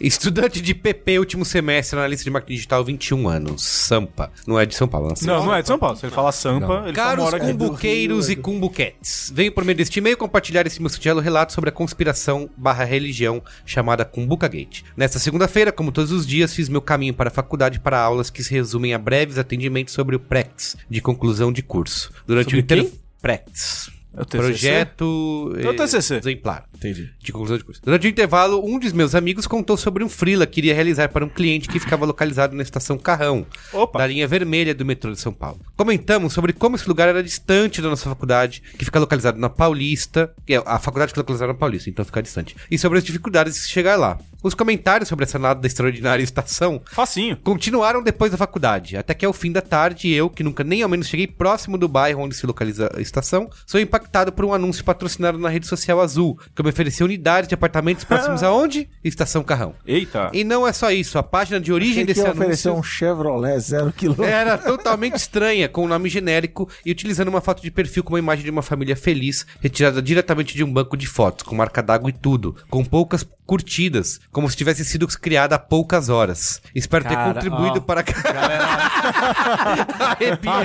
[SPEAKER 1] Estudante de PP, último semestre, analista de marketing digital, 21 anos. Sampa. Não é de São Paulo, não.
[SPEAKER 2] Não, não é de São Paulo. Se ele fala Sampa, ele só
[SPEAKER 1] Caros
[SPEAKER 2] mora aqui.
[SPEAKER 1] cumbuqueiros e cumbuquetes, venho por meio deste e-mail compartilhar esse meu singelo relato sobre a conspiração barra religião chamada Cumbuca Gate. Nesta segunda-feira, como todos os dias, fiz meu caminho para a faculdade para aulas que se resumem a breves atendimentos sobre o PREX, de conclusão de curso. Durante o inter... PREX.
[SPEAKER 2] É o TCC?
[SPEAKER 1] Projeto
[SPEAKER 2] É o
[SPEAKER 1] eh,
[SPEAKER 2] TCC.
[SPEAKER 1] exemplar
[SPEAKER 7] Entendi.
[SPEAKER 1] de conclusão de curso. Durante o intervalo, um dos meus amigos contou sobre um freela que iria realizar para um cliente que ficava localizado na estação Carrão, da linha vermelha do metrô de São Paulo. Comentamos sobre como esse lugar era distante da nossa faculdade, que fica localizado na Paulista, que é a faculdade fica localizada na Paulista, então fica distante, e sobre as dificuldades de chegar lá. Os comentários sobre essa nada extraordinária estação
[SPEAKER 2] Facinho.
[SPEAKER 1] Continuaram depois da faculdade, até que ao fim da tarde eu, que nunca nem ao menos cheguei próximo do bairro onde se localiza a estação, sou impactado por um anúncio patrocinado na rede social Azul, que me ofereceu unidades de apartamentos
[SPEAKER 3] Ah.
[SPEAKER 1] próximos aonde? Estação Carrão.
[SPEAKER 2] Eita.
[SPEAKER 1] E não é só isso, a página de origem
[SPEAKER 3] Achei que
[SPEAKER 1] desse
[SPEAKER 3] ia oferecer
[SPEAKER 1] anúncio
[SPEAKER 3] um Chevrolet zero quilômetro.
[SPEAKER 1] era totalmente estranha, com um nome genérico e utilizando uma foto de perfil com uma imagem de uma família feliz, retirada diretamente de um banco de fotos, com marca d'água e tudo, com poucas curtidas, como se tivesse sido criada há poucas horas. Espero
[SPEAKER 7] Cara,
[SPEAKER 1] ter contribuído
[SPEAKER 7] ó,
[SPEAKER 1] para... Arrepia,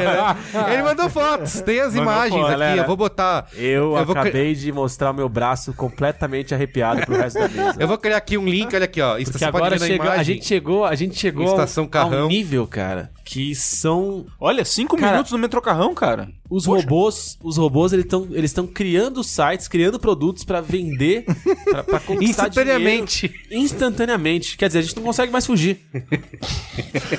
[SPEAKER 1] né? Ele mandou fotos, tem as imagens
[SPEAKER 7] foto,
[SPEAKER 1] aqui,
[SPEAKER 7] galera.
[SPEAKER 1] eu vou botar...
[SPEAKER 7] Eu,
[SPEAKER 1] vou cri-
[SPEAKER 7] acabei de mostrar meu braço completamente arrepiado pro resto da mesa.
[SPEAKER 1] Eu vou criar aqui um link, olha aqui, ó.
[SPEAKER 7] Porque
[SPEAKER 1] Estação
[SPEAKER 7] agora
[SPEAKER 1] pode ver na
[SPEAKER 7] chegou, a
[SPEAKER 1] imagem.
[SPEAKER 7] gente chegou, a gente chegou
[SPEAKER 1] Estação
[SPEAKER 7] a
[SPEAKER 1] Carrão.
[SPEAKER 7] um nível, cara, que são
[SPEAKER 2] Olha, cinco
[SPEAKER 7] Cara-
[SPEAKER 2] minutos no metrô carrão, cara.
[SPEAKER 7] Os robôs, os robôs eles estão eles tão criando sites, criando produtos pra vender, pra, pra conquistar
[SPEAKER 1] Instantaneamente.
[SPEAKER 7] dinheiro instantaneamente. Quer dizer, a gente não consegue mais fugir.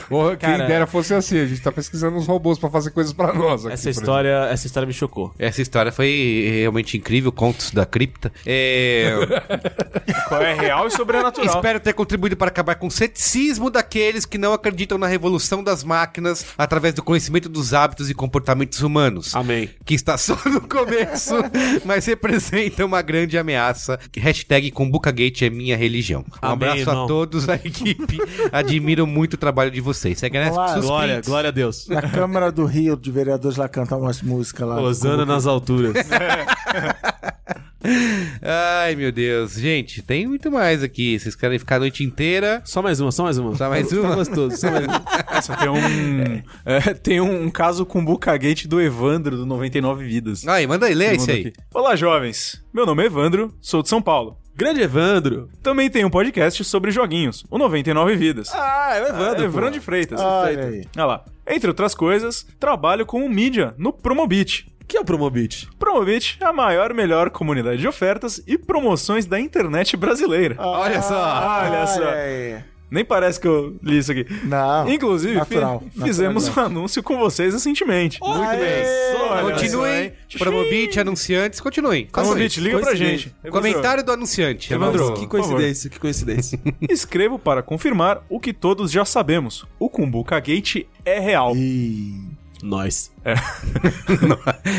[SPEAKER 4] Porra,
[SPEAKER 7] Cara-
[SPEAKER 4] quem dera fosse assim, a gente tá pesquisando uns robôs pra fazer coisas pra nós aqui,
[SPEAKER 7] Essa
[SPEAKER 4] por
[SPEAKER 7] história, essa história me chocou.
[SPEAKER 1] Essa história foi realmente incrível, Contos da Cripta. É,
[SPEAKER 5] É real e sobrenatural.
[SPEAKER 1] Espero ter contribuído para acabar com o ceticismo daqueles que não acreditam na revolução das máquinas através do conhecimento dos hábitos e comportamentos humanos.
[SPEAKER 7] Amém.
[SPEAKER 1] Que está só no começo, mas representa uma grande ameaça. Hashtag CumbucaGate é minha religião. Um
[SPEAKER 7] Amém,
[SPEAKER 1] abraço
[SPEAKER 7] irmão.
[SPEAKER 1] a todos, a equipe. Admiro muito o trabalho de vocês. Segue nessa
[SPEAKER 3] Claro.
[SPEAKER 1] suspense.
[SPEAKER 7] Glória, glória a Deus.
[SPEAKER 3] Na Câmara do Rio, de vereadores lá cantar umas músicas lá.
[SPEAKER 7] Osana nas alturas.
[SPEAKER 1] Ai, meu Deus. Gente, tem muito mais aqui. Vocês querem ficar a noite inteira?
[SPEAKER 7] Só mais uma, só mais uma.
[SPEAKER 1] Só mais
[SPEAKER 7] Tá-
[SPEAKER 1] uma?
[SPEAKER 7] Tá gostoso, só mais uma.
[SPEAKER 2] Nossa, tem um, é, tem um caso com o Bucagate do Evandro, do 99 Vidas.
[SPEAKER 1] Ai, manda aí, lê
[SPEAKER 2] Ele
[SPEAKER 1] É isso
[SPEAKER 2] mandou
[SPEAKER 1] aí.
[SPEAKER 2] aqui. Olá, jovens. Meu nome é Evandro, sou de São Paulo.
[SPEAKER 7] Grande Evandro.
[SPEAKER 2] Também tenho um podcast sobre joguinhos, o 99 Vidas.
[SPEAKER 7] Ah, é o
[SPEAKER 2] Evandro, Evandro de Freitas.
[SPEAKER 3] Olha aí.
[SPEAKER 2] Olha lá. Entre outras coisas, trabalho como mídia no Promobit.
[SPEAKER 7] que é o Promobit?
[SPEAKER 2] Promobit é a maior e melhor comunidade de ofertas e promoções da internet brasileira.
[SPEAKER 1] Olha só.
[SPEAKER 2] Olha só.
[SPEAKER 3] Ah, aí.
[SPEAKER 2] Nem parece que eu li isso aqui.
[SPEAKER 3] Não.
[SPEAKER 2] Inclusive, fi-
[SPEAKER 3] natural,
[SPEAKER 2] fizemos um
[SPEAKER 3] naturalmente.
[SPEAKER 2] anúncio com vocês recentemente.
[SPEAKER 3] Muito
[SPEAKER 2] Olha só,
[SPEAKER 1] Continuem.
[SPEAKER 2] hein?
[SPEAKER 1] Promobit, anunciantes, continuem.
[SPEAKER 2] Promobit, liga pra
[SPEAKER 7] Coincidente.
[SPEAKER 2] gente.
[SPEAKER 1] Comentário do anunciante.
[SPEAKER 2] Evandro,
[SPEAKER 7] que
[SPEAKER 2] por favor.
[SPEAKER 7] coincidência, que coincidência.
[SPEAKER 2] Escrevo para confirmar o que todos já sabemos. O Kumbuka Gate é real.
[SPEAKER 3] Ih,
[SPEAKER 7] Nós.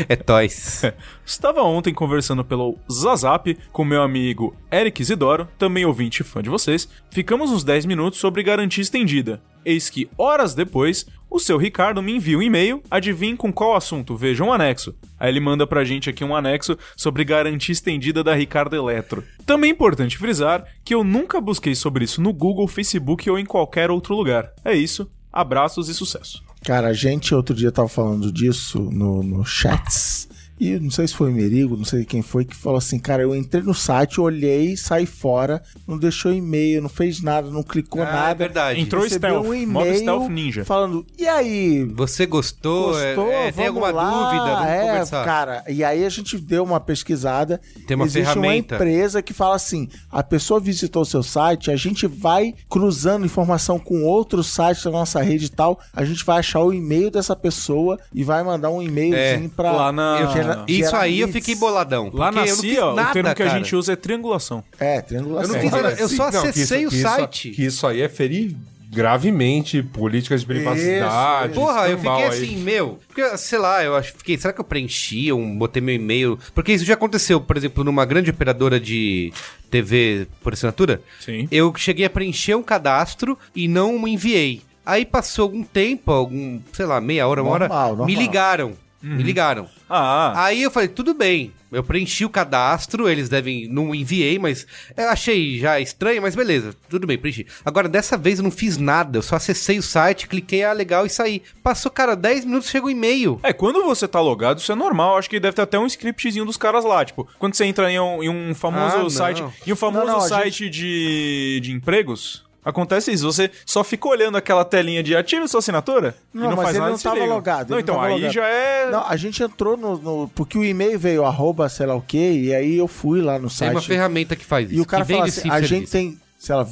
[SPEAKER 1] É Toys.
[SPEAKER 2] Estava ontem conversando pelo Zazap com meu amigo Eric Isidoro, também ouvinte e fã de vocês. Ficamos uns 10 minutos sobre garantia estendida. Eis que, horas depois, o seu Ricardo me envia um e-mail, adivinhe com qual assunto, veja um anexo. Aí ele manda pra gente aqui um anexo sobre garantia estendida da Ricardo Eletro. Também é importante frisar que eu nunca busquei sobre isso no Google, Facebook ou em qualquer outro lugar. É isso, abraços e sucesso.
[SPEAKER 3] Cara, a gente outro dia tava falando disso no, no chats. E não sei se foi o Merigo, não sei quem foi, que falou assim: Cara, eu entrei no site, olhei, saí fora, não deixou e-mail, não fez nada, não clicou
[SPEAKER 1] Ah, é
[SPEAKER 3] nada.
[SPEAKER 1] verdade.
[SPEAKER 2] Entrou
[SPEAKER 3] Recebeu
[SPEAKER 2] stealth,
[SPEAKER 3] um e-mail
[SPEAKER 2] modo stealth ninja.
[SPEAKER 3] Falando, e aí?
[SPEAKER 1] Você gostou? É-
[SPEAKER 3] Gostou? Ah,
[SPEAKER 1] é, tem
[SPEAKER 3] Vamos
[SPEAKER 1] alguma
[SPEAKER 3] lá?
[SPEAKER 1] dúvida? Vamos
[SPEAKER 3] é,
[SPEAKER 1] conversar.
[SPEAKER 3] cara. E aí a gente deu uma pesquisada.
[SPEAKER 1] Tem uma
[SPEAKER 3] Existe
[SPEAKER 1] ferramenta.
[SPEAKER 3] uma empresa que fala assim: a pessoa visitou o seu site, a gente vai cruzando informação com outros sites da nossa rede e tal, a gente vai achar o e-mail dessa pessoa e vai mandar um e-mailzinho
[SPEAKER 1] É,
[SPEAKER 3] pra.
[SPEAKER 2] lá na-
[SPEAKER 3] gera-
[SPEAKER 2] Eu-
[SPEAKER 3] gerar
[SPEAKER 1] Isso aí eu
[SPEAKER 3] leads.
[SPEAKER 1] fiquei boladão.
[SPEAKER 2] Lá
[SPEAKER 1] porque
[SPEAKER 2] na
[SPEAKER 1] eu não
[SPEAKER 2] CIA,
[SPEAKER 1] fiz
[SPEAKER 2] ó,
[SPEAKER 1] nada,
[SPEAKER 2] o termo que a
[SPEAKER 1] cara.
[SPEAKER 2] gente usa é triangulação.
[SPEAKER 3] É,
[SPEAKER 4] Eu
[SPEAKER 3] triangulação.
[SPEAKER 4] não
[SPEAKER 1] É,
[SPEAKER 4] fiz nada,
[SPEAKER 1] eu só
[SPEAKER 4] que
[SPEAKER 1] acessei o
[SPEAKER 4] que isso-
[SPEAKER 1] site.
[SPEAKER 4] que isso aí é ferir gravemente políticas de privacidade.
[SPEAKER 2] é
[SPEAKER 1] Porra, eu
[SPEAKER 4] escambau
[SPEAKER 1] fiquei
[SPEAKER 4] aí.
[SPEAKER 1] assim, meu. Porque, sei lá, eu acho, fiquei. Será que eu preenchi ou botei meu e-mail? Porque isso já aconteceu, por exemplo, numa grande operadora de TV por assinatura.
[SPEAKER 2] Sim.
[SPEAKER 1] Eu cheguei a preencher um cadastro e não me enviei. Aí passou algum tempo, algum, sei lá, meia hora, uma hora,
[SPEAKER 3] Normal,
[SPEAKER 1] me
[SPEAKER 3] normal.
[SPEAKER 1] ligaram. Me ligaram.
[SPEAKER 2] Ah,
[SPEAKER 1] Aí eu falei, tudo bem. Eu preenchi o cadastro, eles devem. Não enviei, mas. Eu achei já estranho, mas beleza, tudo bem, preenchi. Agora, dessa vez eu não fiz nada, eu só acessei o site, cliquei, ah, legal, e saí. Passou, cara, 10 minutos, chegou o e-mail.
[SPEAKER 2] É, quando você tá logado, isso é normal. Acho que deve ter até um scriptzinho dos caras lá. Tipo, quando você entra em um, em um famoso
[SPEAKER 1] Ah, não.
[SPEAKER 2] site. Em um famoso
[SPEAKER 3] Não, não, a
[SPEAKER 2] site de, de empregos. Acontece isso, você só fica olhando aquela telinha de ative sua assinatura e
[SPEAKER 3] Não,
[SPEAKER 2] não
[SPEAKER 3] mas
[SPEAKER 2] faz
[SPEAKER 3] ele
[SPEAKER 2] nada
[SPEAKER 3] não
[SPEAKER 2] se
[SPEAKER 3] tava
[SPEAKER 2] liga.
[SPEAKER 3] logado.
[SPEAKER 2] Não,
[SPEAKER 3] ele
[SPEAKER 2] então
[SPEAKER 3] tava
[SPEAKER 2] aí
[SPEAKER 3] logado.
[SPEAKER 2] já é.
[SPEAKER 3] Não, a gente entrou no, no- Porque o e-mail veio, arroba, sei lá o quê, e aí eu fui lá no
[SPEAKER 1] Tem
[SPEAKER 3] site.
[SPEAKER 1] uma ferramenta que faz isso.
[SPEAKER 3] E o cara
[SPEAKER 1] que vende
[SPEAKER 3] fala assim,
[SPEAKER 1] esse
[SPEAKER 3] a
[SPEAKER 1] serviço.
[SPEAKER 3] gente tem, sei lá,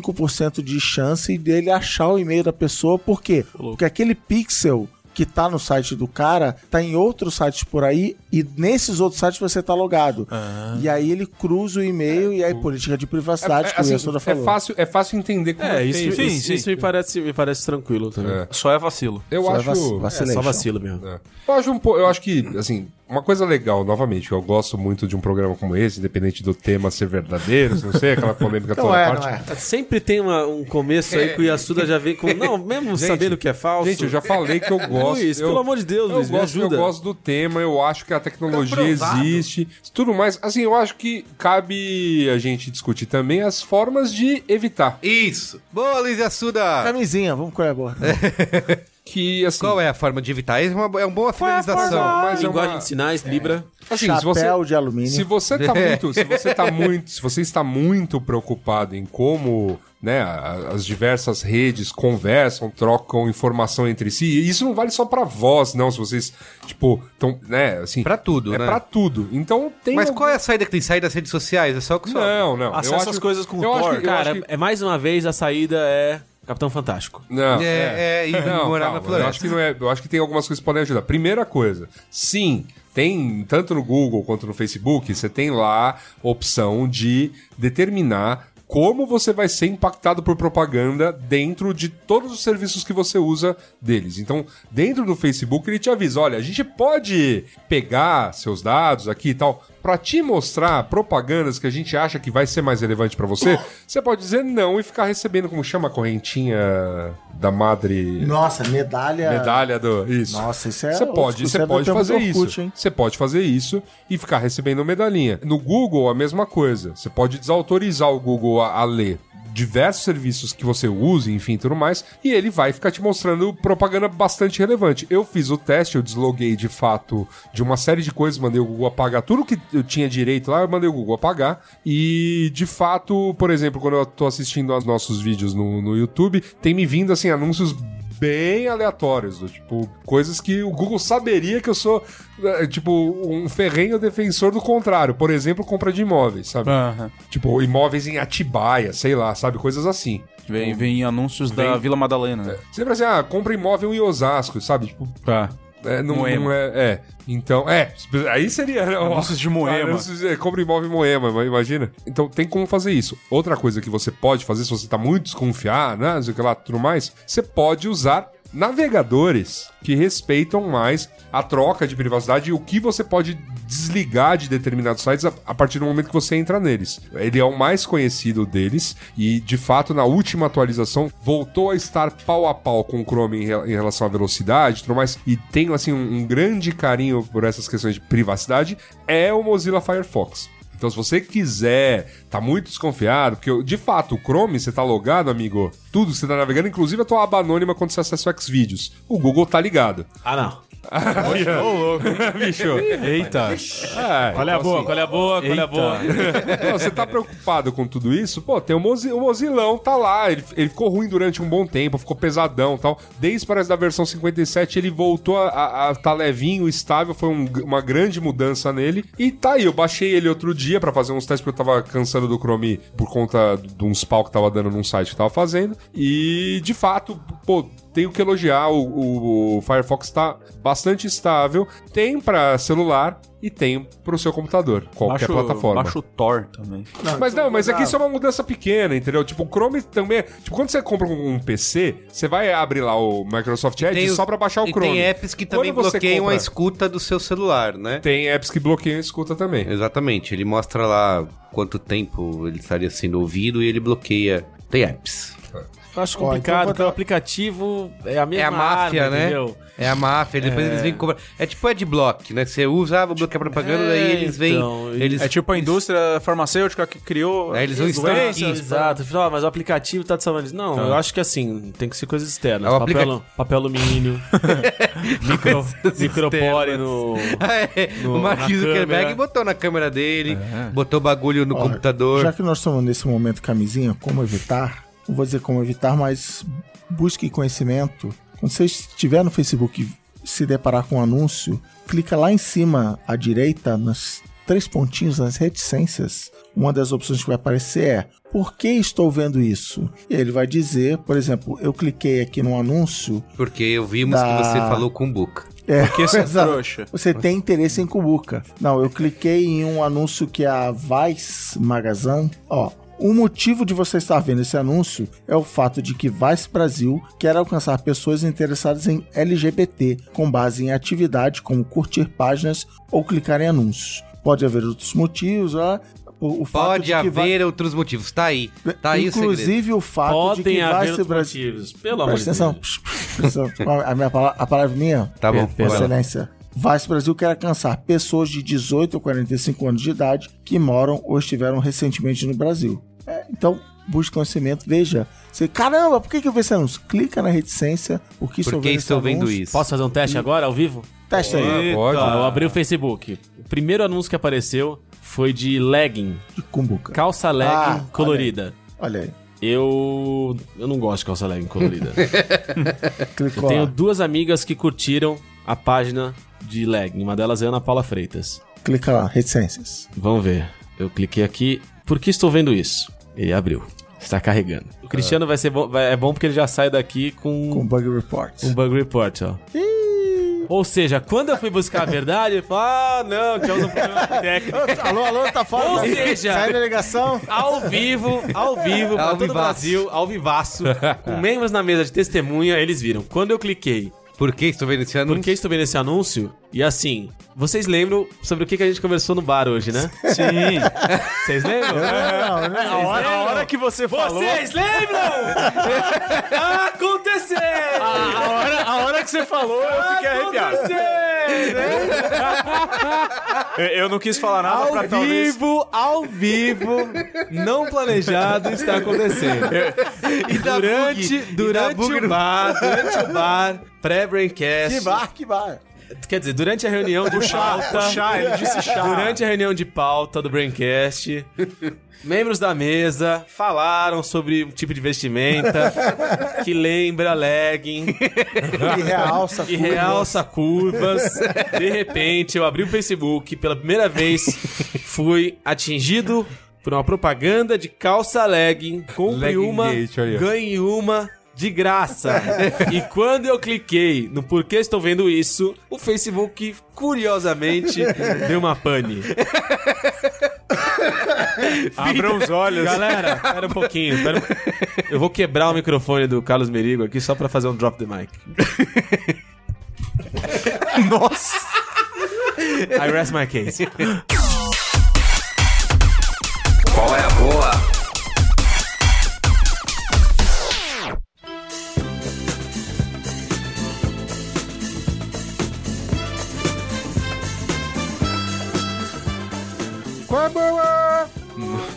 [SPEAKER 3] 25% de chance dele achar o e-mail da pessoa, por quê? Porque aquele pixel que tá no site do cara, tá em outros sites por aí, e nesses outros sites você tá logado.
[SPEAKER 1] Ah.
[SPEAKER 3] E aí ele cruza o
[SPEAKER 1] É,
[SPEAKER 3] e-mail, e aí política de privacidade, que o
[SPEAKER 4] assim,
[SPEAKER 3] Yasuda
[SPEAKER 4] é
[SPEAKER 3] falou.
[SPEAKER 4] fácil, é fácil entender como
[SPEAKER 7] É, isso,
[SPEAKER 4] feito.
[SPEAKER 7] isso,
[SPEAKER 2] sim.
[SPEAKER 7] isso me, parece, me parece tranquilo também.
[SPEAKER 4] É.
[SPEAKER 2] Só é vacilo.
[SPEAKER 4] Eu
[SPEAKER 3] Só é
[SPEAKER 4] acho.
[SPEAKER 3] vac-
[SPEAKER 7] É, só
[SPEAKER 3] vacilation.
[SPEAKER 7] vacilo mesmo.
[SPEAKER 4] É. Eu acho um pouco. Eu acho que, assim, uma coisa legal, novamente, que eu gosto muito de um programa como esse, independente do tema ser verdadeiro, se não sei, aquela polêmica
[SPEAKER 3] Não
[SPEAKER 4] toda
[SPEAKER 3] é,
[SPEAKER 4] parte.
[SPEAKER 3] não é.
[SPEAKER 7] Sempre tem uma- um começo aí que o Yasuda já vem com. Não, mesmo sabendo que é falso.
[SPEAKER 4] Gente, eu já falei que eu gosto.
[SPEAKER 7] Luiz,
[SPEAKER 4] eu-
[SPEAKER 7] pelo amor de Deus,
[SPEAKER 4] eu
[SPEAKER 7] Luiz, me
[SPEAKER 4] gosto,
[SPEAKER 7] ajuda. Tá
[SPEAKER 4] Eu gosto do tema, eu acho que a tecnologia existe, tudo mais. Assim, eu acho que cabe a gente discutir também as formas de evitar.
[SPEAKER 1] Isso. Boa, Luiz Assuda.
[SPEAKER 4] É.
[SPEAKER 3] Camisinha, vamos com a boa.
[SPEAKER 4] que, assim...
[SPEAKER 1] Qual é a forma de evitar? É uma, é uma boa finalização.
[SPEAKER 4] Mas é uma-
[SPEAKER 7] Linguagem de sinais, Libra.
[SPEAKER 4] assim, se você-
[SPEAKER 3] Chapéu de alumínio.
[SPEAKER 4] Se você tá
[SPEAKER 1] É.
[SPEAKER 4] muito, se você tá muito, se você está muito preocupado em como, né, a- as diversas redes conversam, trocam informação entre si, e isso não vale só pra voz, não, se vocês, tipo, tão, né, assim,
[SPEAKER 1] Pra tudo,
[SPEAKER 4] é
[SPEAKER 1] né?
[SPEAKER 4] pra tudo. Então tem
[SPEAKER 1] Mas
[SPEAKER 4] algum-
[SPEAKER 1] qual é a saída que tem? Saída das redes sociais? É só o que sobra.
[SPEAKER 4] Não, não.
[SPEAKER 7] Acessa as coisas com o
[SPEAKER 4] eu acho
[SPEAKER 7] Thor.
[SPEAKER 4] que- eu
[SPEAKER 7] Cara,
[SPEAKER 4] acho que-
[SPEAKER 7] é mais uma vez a saída é Capitão Fantástico.
[SPEAKER 4] Não,
[SPEAKER 1] É, é, e morar na floresta.
[SPEAKER 4] Eu acho, que não é, eu acho que tem algumas coisas que podem ajudar. Primeira coisa, sim, tem, tanto no Google quanto no Facebook, você tem lá a opção de determinar como você vai ser impactado por propaganda dentro de todos os serviços que você usa deles. Então, dentro do Facebook, ele te avisa, olha, a gente pode pegar seus dados aqui e tal, Pra te mostrar propagandas que a gente acha que vai ser mais relevante pra você, você pode dizer não e ficar recebendo, como chama a correntinha da madre.
[SPEAKER 3] Nossa, medalha.
[SPEAKER 4] Medalha do. Isso.
[SPEAKER 3] Nossa, isso é
[SPEAKER 4] Você
[SPEAKER 3] o-
[SPEAKER 4] pode,
[SPEAKER 3] isso é
[SPEAKER 4] você
[SPEAKER 3] do
[SPEAKER 4] pode
[SPEAKER 3] tempo
[SPEAKER 4] fazer
[SPEAKER 3] do Orkut,
[SPEAKER 4] isso.
[SPEAKER 3] hein?
[SPEAKER 4] Você pode fazer isso e ficar recebendo medalhinha. No Google, a mesma coisa. Você pode desautorizar o Google a, a ler diversos serviços que você use, enfim, tudo mais, e ele vai ficar te mostrando propaganda bastante relevante. Eu fiz o teste, eu desloguei de fato de uma série de coisas, mandei o Google apagar tudo que eu tinha direito lá, eu mandei o Google apagar e de fato, por exemplo, quando eu tô assistindo aos nossos vídeos no, no YouTube, tem me vindo assim anúncios bem aleatórios, do tipo, coisas que o Google saberia que eu sou, eh, tipo, um ferrenho defensor do contrário. Por exemplo, compra de imóveis, sabe?
[SPEAKER 2] É.
[SPEAKER 4] Tipo, imóveis em Atibaia, sei lá, sabe? Coisas assim.
[SPEAKER 2] Vem, Então, vem É. anúncios da
[SPEAKER 4] Vem-
[SPEAKER 2] Vila Madalena.
[SPEAKER 4] Sempre assim, ah, compra imóvel em Osasco, sabe? Tipo,
[SPEAKER 2] Tá.
[SPEAKER 4] é, não,
[SPEAKER 2] Moema.
[SPEAKER 4] não é, é. Então, é. Aí seria.
[SPEAKER 2] Anúncios de Moema.
[SPEAKER 4] Anúncios, é, compra imóvel em Moema, mas imagina. Então tem como fazer isso. Outra coisa que você pode fazer, se você tá muito desconfiado, né? Não sei o que lá, tudo mais, você pode usar navegadores que respeitam mais a troca de privacidade e o que você pode desligar de determinados sites a, a partir do momento que você entra neles. Ele é o mais conhecido deles e, de fato, na última atualização, voltou a estar pau a pau com o Chrome em, re- em relação à velocidade e tudo mais. E tenho, assim, um, um grande carinho por essas questões de privacidade. É o Mozilla Firefox. Então, se você quiser, tá muito desconfiado, porque eu- de fato, o Chrome, você tá logado, amigo, tudo que você tá navegando, inclusive a tua aba anônima quando você acessa o Xvideos. O Google tá ligado.
[SPEAKER 7] Ah, não.
[SPEAKER 4] Bicho.
[SPEAKER 2] Eita.
[SPEAKER 4] É,
[SPEAKER 5] Qual é a boa? Qual é a boa? Qual é a boa?
[SPEAKER 4] Pô, você tá preocupado com tudo isso? Pô, tem o, Mozi, o Mozilão, tá lá. Ele, ele ficou ruim durante um bom tempo, ficou pesadão e tal. Desde parece da versão 57, ele voltou a, a, a tá levinho, estável. Foi um- uma grande mudança nele. E tá aí, eu baixei ele outro dia pra fazer uns testes, porque eu tava cansando do Chrome por conta de uns pau que tava dando num site que eu tava fazendo. E, de fato, pô, tenho que elogiar, o, o- o Firefox tá bastante estável. Tem pra celular e tem pro seu computador, qualquer plataforma.
[SPEAKER 2] Baixo Thor também.
[SPEAKER 3] Ah,
[SPEAKER 4] Mas não, mas aqui isso é uma mudança pequena, entendeu? Tipo, o Chrome também. Tipo, quando você compra um um PC, você vai abrir lá o Microsoft Edge
[SPEAKER 1] Tem os-
[SPEAKER 4] só pra baixar o
[SPEAKER 1] e
[SPEAKER 4] Chrome.
[SPEAKER 1] tem apps que
[SPEAKER 4] Quando
[SPEAKER 1] também
[SPEAKER 4] você
[SPEAKER 1] bloqueiam
[SPEAKER 4] compra-
[SPEAKER 1] a escuta do seu celular, né?
[SPEAKER 4] Tem apps que bloqueiam a escuta também.
[SPEAKER 1] Exatamente, ele mostra lá quanto tempo ele estaria sendo ouvido e ele bloqueia. Tem apps.
[SPEAKER 7] Eu acho
[SPEAKER 3] Ó, então
[SPEAKER 7] complicado,
[SPEAKER 3] vou
[SPEAKER 7] porque o aplicativo é a mesma
[SPEAKER 1] é a máfia,
[SPEAKER 7] arma,
[SPEAKER 1] né?
[SPEAKER 7] entendeu?
[SPEAKER 1] É a máfia, depois eles vêm cobrar. É tipo adblock, né? Você usa, ah, vou bloquear a propaganda,
[SPEAKER 7] É,
[SPEAKER 1] daí eles vêm.
[SPEAKER 7] então, e-
[SPEAKER 1] eles,
[SPEAKER 2] É tipo a indústria farmacêutica que criou.
[SPEAKER 1] É, eles vão estar
[SPEAKER 2] doenças.
[SPEAKER 1] aqui.
[SPEAKER 7] Exato. Fala, ah, mas o aplicativo tá de salvando. Não,
[SPEAKER 5] Ah.
[SPEAKER 7] eu acho que assim, tem que ser coisas externas.
[SPEAKER 1] É o
[SPEAKER 7] papel, papel alumínio, micro, micropore no.
[SPEAKER 1] Ah, é.
[SPEAKER 7] no-
[SPEAKER 1] o Mark
[SPEAKER 7] na
[SPEAKER 1] Zuckerberg
[SPEAKER 7] câmera.
[SPEAKER 1] botou na câmera É. dele, botou bagulho no
[SPEAKER 3] Ó,
[SPEAKER 1] computador.
[SPEAKER 3] Já que nós estamos nesse momento camisinha, como evitar? Não vou dizer como evitar, mas busque conhecimento. Quando você estiver no Facebook e se deparar com um anúncio, clica lá em cima à direita, nos três pontinhos, nas reticências. Uma das opções que vai aparecer é por que estou vendo isso? E aí ele vai dizer, por exemplo, eu cliquei aqui num anúncio.
[SPEAKER 1] Porque ouvimos que
[SPEAKER 3] Da-
[SPEAKER 1] você falou com o Buca.
[SPEAKER 3] É,
[SPEAKER 2] Que essa
[SPEAKER 3] exato.
[SPEAKER 2] trouxa.
[SPEAKER 3] Você tem interesse em Cubuca. Não, eu cliquei em um anúncio que é a Vice Magazine. Ó, o motivo de você estar vendo esse anúncio é o fato de que Vice Brasil quer alcançar pessoas interessadas em LGBT com base em atividade como curtir páginas ou clicar em anúncios. Pode haver outros motivos, ó. O, o fato de
[SPEAKER 1] Pode
[SPEAKER 3] que vai- Né,
[SPEAKER 1] haver outros motivos. Tá aí. Tá aí o segredo.
[SPEAKER 3] Inclusive o, fato de que
[SPEAKER 7] Podem haver
[SPEAKER 3] Vice
[SPEAKER 7] outros
[SPEAKER 3] Brasil.
[SPEAKER 7] motivos. Pelo amor de
[SPEAKER 3] Presta atenção.
[SPEAKER 7] Deus.
[SPEAKER 3] Presta atenção. A minha palavra, a palavra minha
[SPEAKER 1] Tá bom,
[SPEAKER 3] Vossa
[SPEAKER 1] vai lá.
[SPEAKER 3] Excelência. Vice Brasil quer alcançar pessoas de 18 a 45 anos de idade que moram ou estiveram recentemente no Brasil. É, então, busque conhecimento, veja. Você, caramba, por que, que eu vi esse anúncio? Clica na reticência, o que
[SPEAKER 1] Por
[SPEAKER 3] estou
[SPEAKER 1] que
[SPEAKER 3] vendo
[SPEAKER 1] estou
[SPEAKER 3] esse
[SPEAKER 1] vendo
[SPEAKER 3] anúncio?
[SPEAKER 1] isso?
[SPEAKER 5] Posso fazer um
[SPEAKER 7] Hum.
[SPEAKER 5] teste agora, ao vivo?
[SPEAKER 3] Testa aí.
[SPEAKER 7] Ah.
[SPEAKER 5] Ó,
[SPEAKER 4] Pode.
[SPEAKER 5] eu abri o Facebook. O primeiro anúncio que apareceu foi de legging.
[SPEAKER 3] De cumbuca.
[SPEAKER 5] Calça legging
[SPEAKER 3] Ah, olha aí.
[SPEAKER 5] colorida.
[SPEAKER 3] Olha aí.
[SPEAKER 5] Eu. Eu não gosto de calça legging colorida.
[SPEAKER 3] Clicou.
[SPEAKER 5] Eu tenho um
[SPEAKER 3] lá.
[SPEAKER 5] duas amigas que curtiram a página de legging. Uma delas é a Ana Paula Freitas.
[SPEAKER 3] Clica lá, reticências.
[SPEAKER 5] Vamos ver. Eu cliquei aqui. Por que estou vendo isso? Ele abriu. Está carregando. O Cristiano vai ser bom. vai- é bom porque ele já sai daqui
[SPEAKER 3] Com
[SPEAKER 5] com,
[SPEAKER 3] bug report.
[SPEAKER 5] um bug report, ó. Ou seja, quando eu fui buscar a verdade, ele falou: Ah, não, temos um problema técnico.
[SPEAKER 3] alô, alô, tá fora.
[SPEAKER 5] Ou
[SPEAKER 3] da-
[SPEAKER 5] seja-
[SPEAKER 3] Sai da ligação.
[SPEAKER 5] Ao vivo, ao vivo, pra
[SPEAKER 1] Ao
[SPEAKER 5] todo o
[SPEAKER 1] vivaço.
[SPEAKER 5] Brasil, ao vivaço, com membros na mesa de testemunha, eles viram. Quando eu cliquei,
[SPEAKER 1] Por que estou vendo esse
[SPEAKER 5] por
[SPEAKER 1] anúncio?
[SPEAKER 5] que estou vendo esse anúncio? E assim, vocês lembram sobre o que que a gente conversou no bar hoje, né?
[SPEAKER 2] Sim.
[SPEAKER 5] Vocês lembram?
[SPEAKER 3] Não, né? não.
[SPEAKER 5] A hora, que você falou. Vocês lembram? Aconteceu! A hora, a hora que você falou, eu fiquei
[SPEAKER 9] arrepiado.
[SPEAKER 2] Eu- Eu não quis falar nada
[SPEAKER 5] Ao
[SPEAKER 2] pra talvez...
[SPEAKER 5] vivo, ao vivo, não planejado, está acontecendo. E durante, durante o bar, durante o bar, pré-braincast.
[SPEAKER 1] É.
[SPEAKER 3] Que bar, que bar.
[SPEAKER 5] Quer dizer, durante a reunião de pauta. ele disse chá. Durante a reunião de pauta do Braincast, membros da mesa falaram sobre um tipo de vestimenta que lembra legging,
[SPEAKER 3] Que realça.
[SPEAKER 5] que
[SPEAKER 3] curva.
[SPEAKER 5] realça curvas. De repente, eu abri o Facebook, pela primeira vez fui atingido por uma propaganda de calça legging. Compre
[SPEAKER 4] Legging
[SPEAKER 5] uma,
[SPEAKER 4] Gate, olha aí.
[SPEAKER 5] ganhe uma de graça. e quando eu cliquei no porquê estou vendo isso, o Facebook curiosamente deu uma pane.
[SPEAKER 2] Abram os olhos.
[SPEAKER 5] Galera, espera um pouquinho. espera um- Eu vou quebrar o microfone do Carlos Merigo aqui só pra fazer um drop the mic. Nossa! I rest my case.
[SPEAKER 10] Qual é a boa?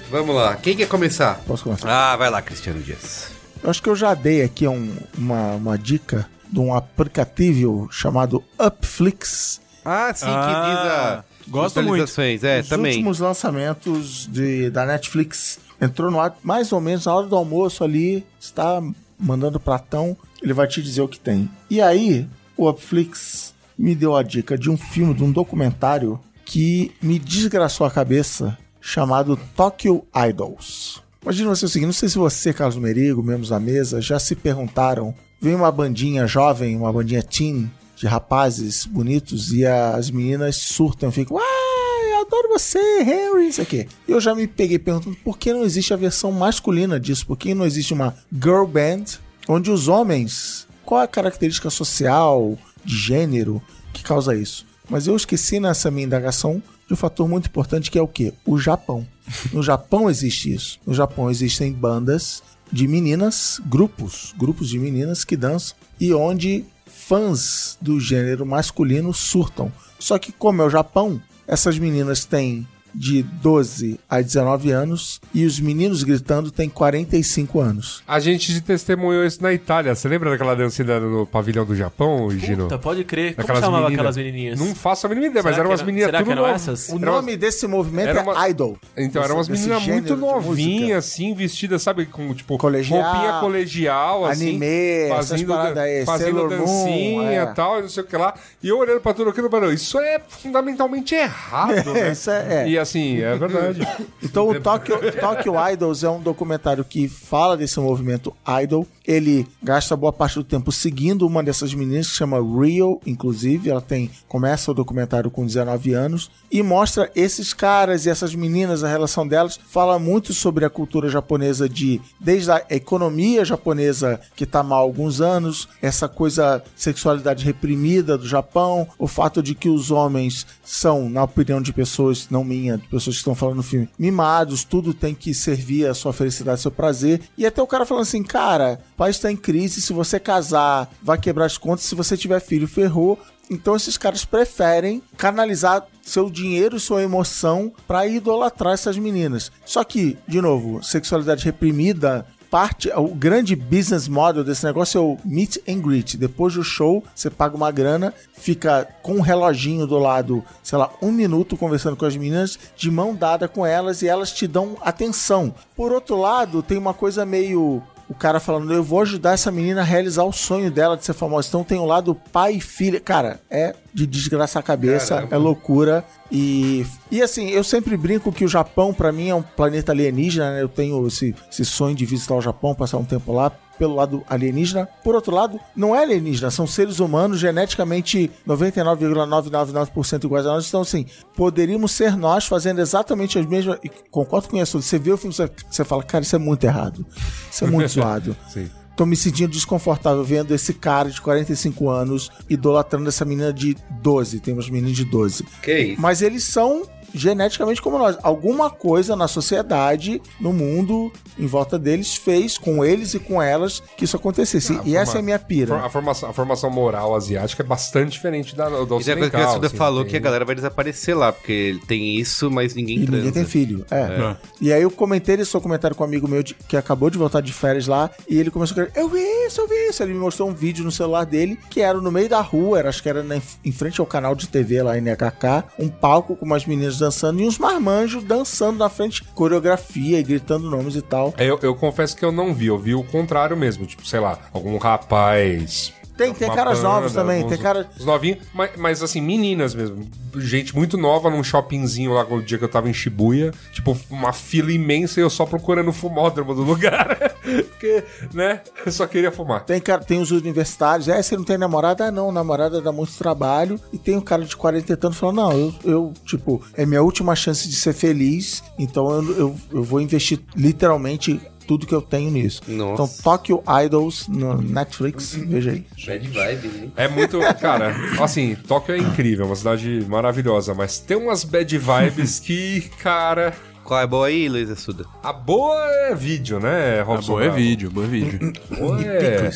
[SPEAKER 1] Vamos lá, quem quer começar?
[SPEAKER 3] Posso começar?
[SPEAKER 1] Ah, vai lá, Cristiano Dias.
[SPEAKER 3] Eu acho que eu já dei aqui um- uma, uma dica de um aplicativo chamado Upflix.
[SPEAKER 1] Ah, sim,
[SPEAKER 2] Ah,
[SPEAKER 1] que diz a...
[SPEAKER 2] gosto muito.
[SPEAKER 1] atualizações, É,
[SPEAKER 3] Os
[SPEAKER 1] também.
[SPEAKER 3] últimos lançamentos de, da Netflix entrou no ar mais ou menos na hora do almoço ali, está mandando pratão, ele vai te dizer o que tem. E aí, o Upflix me deu a dica de um filme, de um documentário que me desgraçou a cabeça, chamado Tokyo Idols. Imagina você o seguinte, não sei se você, Carlos Merigo, membros da mesa, já se perguntaram, vem uma bandinha jovem, uma bandinha teen, de rapazes bonitos, e as meninas surtam, ficam, ah, eu adoro você, Henry, isso aqui. E eu já me peguei perguntando por que não existe a versão masculina disso, por que não existe uma girl band onde os homens, qual a característica social, de gênero que causa isso? Mas eu esqueci nessa minha indagação de um fator muito importante que é o quê? O Japão. No Japão existe isso. No Japão existem bandas de meninas, grupos, grupos de meninas que dançam e onde fãs do gênero masculino surtam. Só que como é o Japão, essas meninas têm de 12 a 19 anos e os meninos gritando têm 45 anos.
[SPEAKER 4] A gente testemunhou isso na Itália. Você lembra daquela dancinha no pavilhão do Japão, Gino?
[SPEAKER 5] Puta, pode crer.
[SPEAKER 4] Daquelas
[SPEAKER 5] Como chamava
[SPEAKER 4] menina.
[SPEAKER 5] aquelas menininhas?
[SPEAKER 4] Não faço a mínima ideia, mas
[SPEAKER 5] Será
[SPEAKER 4] eram
[SPEAKER 5] que
[SPEAKER 4] umas
[SPEAKER 5] era-
[SPEAKER 4] meninas
[SPEAKER 5] será que
[SPEAKER 4] tudo
[SPEAKER 5] eram
[SPEAKER 4] novas.
[SPEAKER 5] essas?
[SPEAKER 3] O
[SPEAKER 4] Era
[SPEAKER 3] nome desse movimento
[SPEAKER 4] era
[SPEAKER 3] é
[SPEAKER 4] uma-
[SPEAKER 3] idol.
[SPEAKER 4] Então,
[SPEAKER 3] Desse-
[SPEAKER 4] eram umas
[SPEAKER 3] desse
[SPEAKER 4] meninas
[SPEAKER 3] gênero
[SPEAKER 4] muito
[SPEAKER 3] de música.
[SPEAKER 4] novinhas, assim, vestidas, sabe, com, tipo,
[SPEAKER 3] Colegial,
[SPEAKER 4] roupinha colegial, assim.
[SPEAKER 3] anime, essas paradas aí,
[SPEAKER 4] fazendo
[SPEAKER 3] Sailor Moon,
[SPEAKER 4] dancinha
[SPEAKER 3] é.
[SPEAKER 4] e tal, e não sei o que lá. E eu olhando pra tudo aquilo, mano, isso é fundamentalmente errado, né?
[SPEAKER 3] Isso é- é.
[SPEAKER 4] E assim, é verdade. É,
[SPEAKER 3] Então o Tokyo, Tokyo Idols é um documentário que fala desse movimento idol. Ele gasta boa parte do tempo seguindo uma dessas meninas que chama Rio, inclusive. Ela tem começa o documentário com 19 anos e mostra esses caras e essas meninas, a relação delas. Fala muito sobre a cultura japonesa de desde a economia japonesa que tá mal há alguns anos, essa coisa sexualidade reprimida do Japão, o fato de que os homens são, na opinião de pessoas, não minha, de pessoas que estão falando no filme, mimados, tudo tem que servir à sua felicidade, ao seu prazer. E até o cara falando assim, cara, O país está em crise. Se você casar, vai quebrar as contas. Se você tiver filho, ferrou. Então esses caras preferem canalizar seu dinheiro e sua emoção para idolatrar essas meninas. Só que, de novo, sexualidade reprimida parte, o grande business model desse negócio é o meet and greet. Depois do show, você paga uma grana, fica com um reloginho do lado, sei lá, um minuto conversando com as meninas, de mão dada com elas e elas te dão atenção. Por outro lado, tem uma coisa meio o cara falando, eu vou ajudar essa menina a realizar o sonho dela de ser famosa. Então tem o lado pai e filha. Cara, é de desgraçar a cabeça, é loucura. E, e assim, eu sempre brinco que o Japão, pra mim, é um planeta alienígena, né? Eu tenho esse, esse sonho de visitar o Japão, passar um tempo lá, pelo lado alienígena. Por outro lado, não é alienígena, são seres humanos geneticamente 99,999% iguais a nós. Então, assim, poderíamos ser nós fazendo exatamente as mesmas. e concordo com isso. Você vê o filme, você- você fala, cara, isso é muito errado. Isso é muito zoado.
[SPEAKER 4] Sim.
[SPEAKER 3] Tô me sentindo desconfortável vendo esse cara de 45 anos idolatrando essa menina de 12. Tem umas meninas de 12.
[SPEAKER 11] Que isso?
[SPEAKER 3] Mas eles são geneticamente como nós. Alguma coisa na sociedade, no mundo, em volta deles, fez com eles e com elas que isso acontecesse.
[SPEAKER 4] Ah,
[SPEAKER 3] e
[SPEAKER 4] forma-
[SPEAKER 3] essa é a minha pira.
[SPEAKER 4] A formação, a formação moral asiática é bastante diferente da, da
[SPEAKER 1] Isso é a
[SPEAKER 4] ocidental.
[SPEAKER 1] coisa que a Suda
[SPEAKER 4] assim,
[SPEAKER 1] falou,
[SPEAKER 4] tem-
[SPEAKER 1] que a galera vai desaparecer lá, porque tem isso, mas ninguém
[SPEAKER 3] E
[SPEAKER 1] transa.
[SPEAKER 3] ninguém tem filho. É. E aí eu comentei esse seu comentário com um amigo meu de- que acabou de voltar de férias lá. E ele começou a querer. Eu vi isso, eu vi isso. Ele me mostrou um vídeo no celular dele que era no meio da rua, era, acho que era na- em frente ao canal de TV lá, NHK. Um palco com umas meninas dançando e uns marmanjos dançando na frente, coreografia e gritando nomes e tal.
[SPEAKER 4] É, Eu, eu confesso que eu não vi, eu vi o contrário mesmo. Tipo, sei lá, algum rapaz.
[SPEAKER 3] Tem- tem
[SPEAKER 4] alguma
[SPEAKER 3] caras novos também, tem cara-
[SPEAKER 4] Os novinhos, mas, mas, assim, meninas mesmo. Gente muito nova num shoppingzinho lá o dia que eu tava em Shibuya. Tipo, uma fila imensa e eu só procurando o fumódromo do lugar. Porque, né? Eu só queria fumar.
[SPEAKER 3] Tem, cara, tem os universitários, é, você não tem namorada? Ah, não, namorada dá muito trabalho. E tem um cara de 40 e tanto falando, não, eu, eu, tipo, é minha última chance de ser feliz, então eu, eu, eu vou investir literalmente tudo que eu tenho nisso.
[SPEAKER 1] Nossa.
[SPEAKER 3] Então, Tokyo Idols no Netflix, veja aí.
[SPEAKER 11] Bad vibe, hein?
[SPEAKER 4] É muito. Cara, assim, Tóquio é incrível, uma cidade maravilhosa, mas tem umas bad vibes que, cara.
[SPEAKER 1] Qual é boa aí, Luiz Suda?
[SPEAKER 4] A boa é vídeo, né,
[SPEAKER 2] Ah,
[SPEAKER 4] Robson?
[SPEAKER 2] boa é
[SPEAKER 4] Bravo?
[SPEAKER 2] vídeo, boa é vídeo.
[SPEAKER 4] Boa é.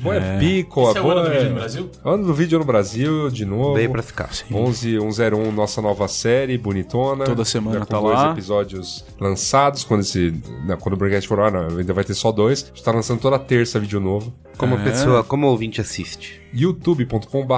[SPEAKER 4] Boa é pico,
[SPEAKER 7] Esse é o
[SPEAKER 4] boa
[SPEAKER 7] ano do vídeo no
[SPEAKER 4] é-
[SPEAKER 7] Brasil?
[SPEAKER 4] Ano do vídeo no Brasil, de novo.
[SPEAKER 1] Veio pra ficar.
[SPEAKER 4] 11101, nossa nova série, bonitona.
[SPEAKER 2] Toda semana
[SPEAKER 4] Já com
[SPEAKER 2] tá
[SPEAKER 4] dois
[SPEAKER 2] lá.
[SPEAKER 4] episódios lançados. Quando, esse, "Ah, não, quando o Braincast for lá, ainda vai ter só dois. A gente tá lançando toda terça vídeo novo.
[SPEAKER 1] Como pessoa, como ouvinte assiste?
[SPEAKER 4] youtube.com.br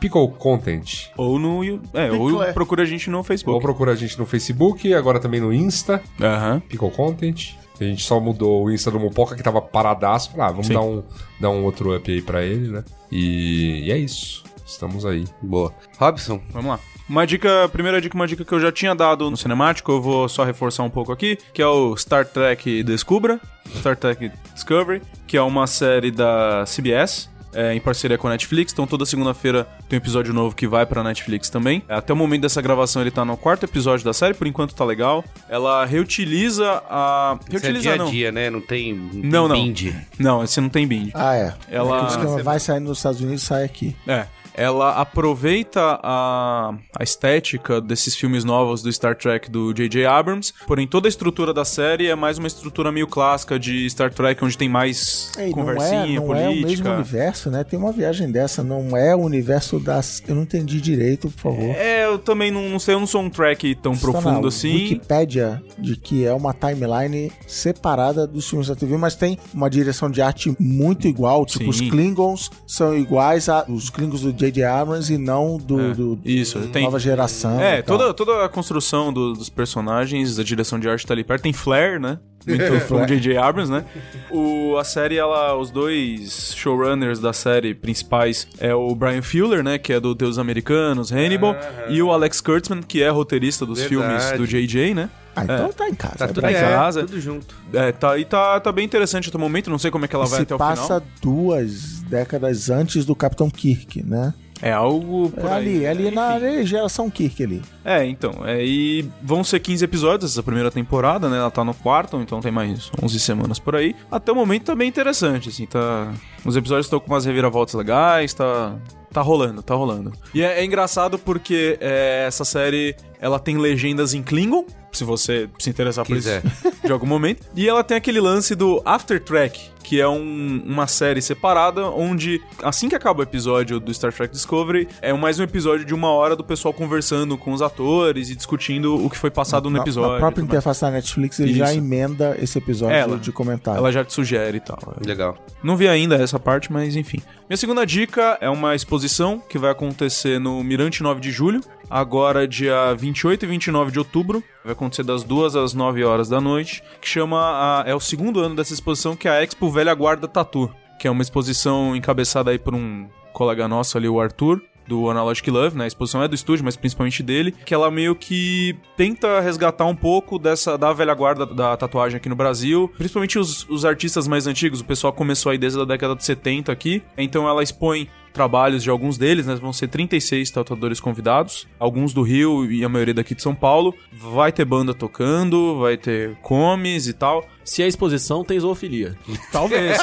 [SPEAKER 4] picocontent.
[SPEAKER 2] Ou no. Yu- É, ou procura a gente no
[SPEAKER 4] Ou
[SPEAKER 2] Facebook.
[SPEAKER 4] procura a gente no Facebook, agora também no Insta,
[SPEAKER 2] Aham.
[SPEAKER 4] Pickle Content. A gente só mudou o Insta do Mupoca, que tava paradaço. Falei, ah, vamos
[SPEAKER 2] Sim.
[SPEAKER 4] dar um, dar um outro up aí pra ele, né? E, e é isso. Estamos aí.
[SPEAKER 1] Boa. Robson,
[SPEAKER 2] Vamos lá. Uma dica, primeira dica, uma dica que eu já tinha dado no cinemático, eu vou só reforçar um pouco aqui, que é o Star Trek Descubra, Star Trek Discovery, que é uma série da CBS. é, em parceria com a Netflix, então toda segunda-feira tem um episódio novo que vai pra Netflix também. É, Até o momento dessa gravação ele tá no quarto episódio da série, por enquanto tá legal. Ela reutiliza a.
[SPEAKER 1] isso é
[SPEAKER 2] Reutiliza
[SPEAKER 1] dia a
[SPEAKER 2] não.
[SPEAKER 1] dia, né? Não tem
[SPEAKER 2] Não, não.
[SPEAKER 1] binde.
[SPEAKER 2] Não, esse não tem bind.
[SPEAKER 3] Ah, é.
[SPEAKER 2] Ela-
[SPEAKER 3] O esquema vai sair nos Estados Unidos, sai aqui.
[SPEAKER 2] É. Ela aproveita a, a estética desses filmes novos do Star Trek do J.J. Abrams, porém toda a estrutura da série é mais uma estrutura meio clássica de Star Trek, onde tem mais
[SPEAKER 3] Ei,
[SPEAKER 2] conversinha,
[SPEAKER 3] não é, não é o mesmo
[SPEAKER 2] política.
[SPEAKER 3] universo, né? Tem uma viagem dessa, não é o universo das... Eu não entendi direito, por favor.
[SPEAKER 2] É, eu também não, não sei, eu não sou um track tão
[SPEAKER 3] Está
[SPEAKER 2] profundo
[SPEAKER 3] tá na
[SPEAKER 2] assim.
[SPEAKER 3] Wikipédia de que é uma timeline separada dos filmes da TV, mas tem uma direção de arte muito igual. Tipo,
[SPEAKER 2] Sim.
[SPEAKER 3] os Klingons são iguais a os Klingons do J.J. Abrams e não do,
[SPEAKER 2] É,
[SPEAKER 3] do-
[SPEAKER 2] isso,
[SPEAKER 3] do
[SPEAKER 2] tem-
[SPEAKER 3] nova geração.
[SPEAKER 2] É,
[SPEAKER 3] e tal.
[SPEAKER 2] toda, toda a construção do- dos personagens, a direção de arte tá ali perto. Tem Flair, né?
[SPEAKER 3] É,
[SPEAKER 2] Muito fã de J.J. Abrams, né? O, a série, ela, os dois showrunners da série principais é o Brian Fuller, né? Que é do Deus Americanos, Hannibal, e o Alex Kurtzman, que é roteirista dos
[SPEAKER 1] Verdade.
[SPEAKER 2] filmes do J.J., né?
[SPEAKER 3] Ah, então tá em casa.
[SPEAKER 1] Tá
[SPEAKER 3] é
[SPEAKER 1] tudo
[SPEAKER 3] pra
[SPEAKER 1] em
[SPEAKER 3] cá.
[SPEAKER 2] casa.
[SPEAKER 1] Tudo junto.
[SPEAKER 2] É, tá, e tá, tá bem interessante até o momento, não sei como é que ela
[SPEAKER 3] E
[SPEAKER 2] vai
[SPEAKER 3] se
[SPEAKER 2] até o
[SPEAKER 3] passa
[SPEAKER 2] final.
[SPEAKER 3] duas décadas antes do Capitão Kirk, né?
[SPEAKER 2] É algo
[SPEAKER 3] É
[SPEAKER 2] por aí. né?
[SPEAKER 3] ali, é ali na
[SPEAKER 2] Enfim.
[SPEAKER 3] ali, geração Kirk ali.
[SPEAKER 2] É, então. É, e vão ser 15 episódios essa primeira temporada, né? Ela tá no quarto, então tem mais 11 semanas por aí. Até o momento tá bem interessante, assim, tá... Os episódios estão com umas reviravoltas legais, tá... Tá rolando, tá rolando. E é, é engraçado porque é, essa série Ela tem legendas em Klingon, se você se interessar
[SPEAKER 1] Quiser.
[SPEAKER 2] por isso de algum momento. E ela tem aquele lance do After Track, que é um- uma série separada, onde assim que acaba o episódio do Star Trek Discovery, é mais um episódio de uma hora do pessoal conversando com os atores e discutindo o que foi passado no
[SPEAKER 3] Na-
[SPEAKER 2] episódio.
[SPEAKER 3] Na
[SPEAKER 2] e
[SPEAKER 3] própria
[SPEAKER 2] tudo mais.
[SPEAKER 3] interface da Netflix, ele
[SPEAKER 2] Isso.
[SPEAKER 3] já emenda esse episódio
[SPEAKER 2] Ela.
[SPEAKER 3] de comentário.
[SPEAKER 2] Ela já te sugere e tal. é
[SPEAKER 1] Legal.
[SPEAKER 2] Não vi ainda essa parte, mas enfim. Minha segunda dica é uma exposição que vai acontecer no Mirante 9 de julho, agora dia 28 e 29 de outubro. Vai acontecer das 2 às 9 horas da noite, que chama a- é o segundo ano dessa exposição que é a Expo Velha Guarda Tatu, que é uma exposição encabeçada aí por um colega nosso ali, o Arthur, do Analogic Love, né? A exposição é do estúdio, mas principalmente dele, que ela meio que tenta resgatar um pouco dessa da velha guarda da tatuagem aqui no Brasil, principalmente os, os artistas mais antigos, o pessoal começou aí desde a década de 70 aqui, então ela expõe trabalhos de alguns deles, né? Vão ser 36 tatuadores convidados, alguns do Rio e a maioria daqui de São Paulo. Vai ter banda tocando, vai ter comes e tal.
[SPEAKER 5] Se é exposição, tem zoofilia.
[SPEAKER 2] Talvez.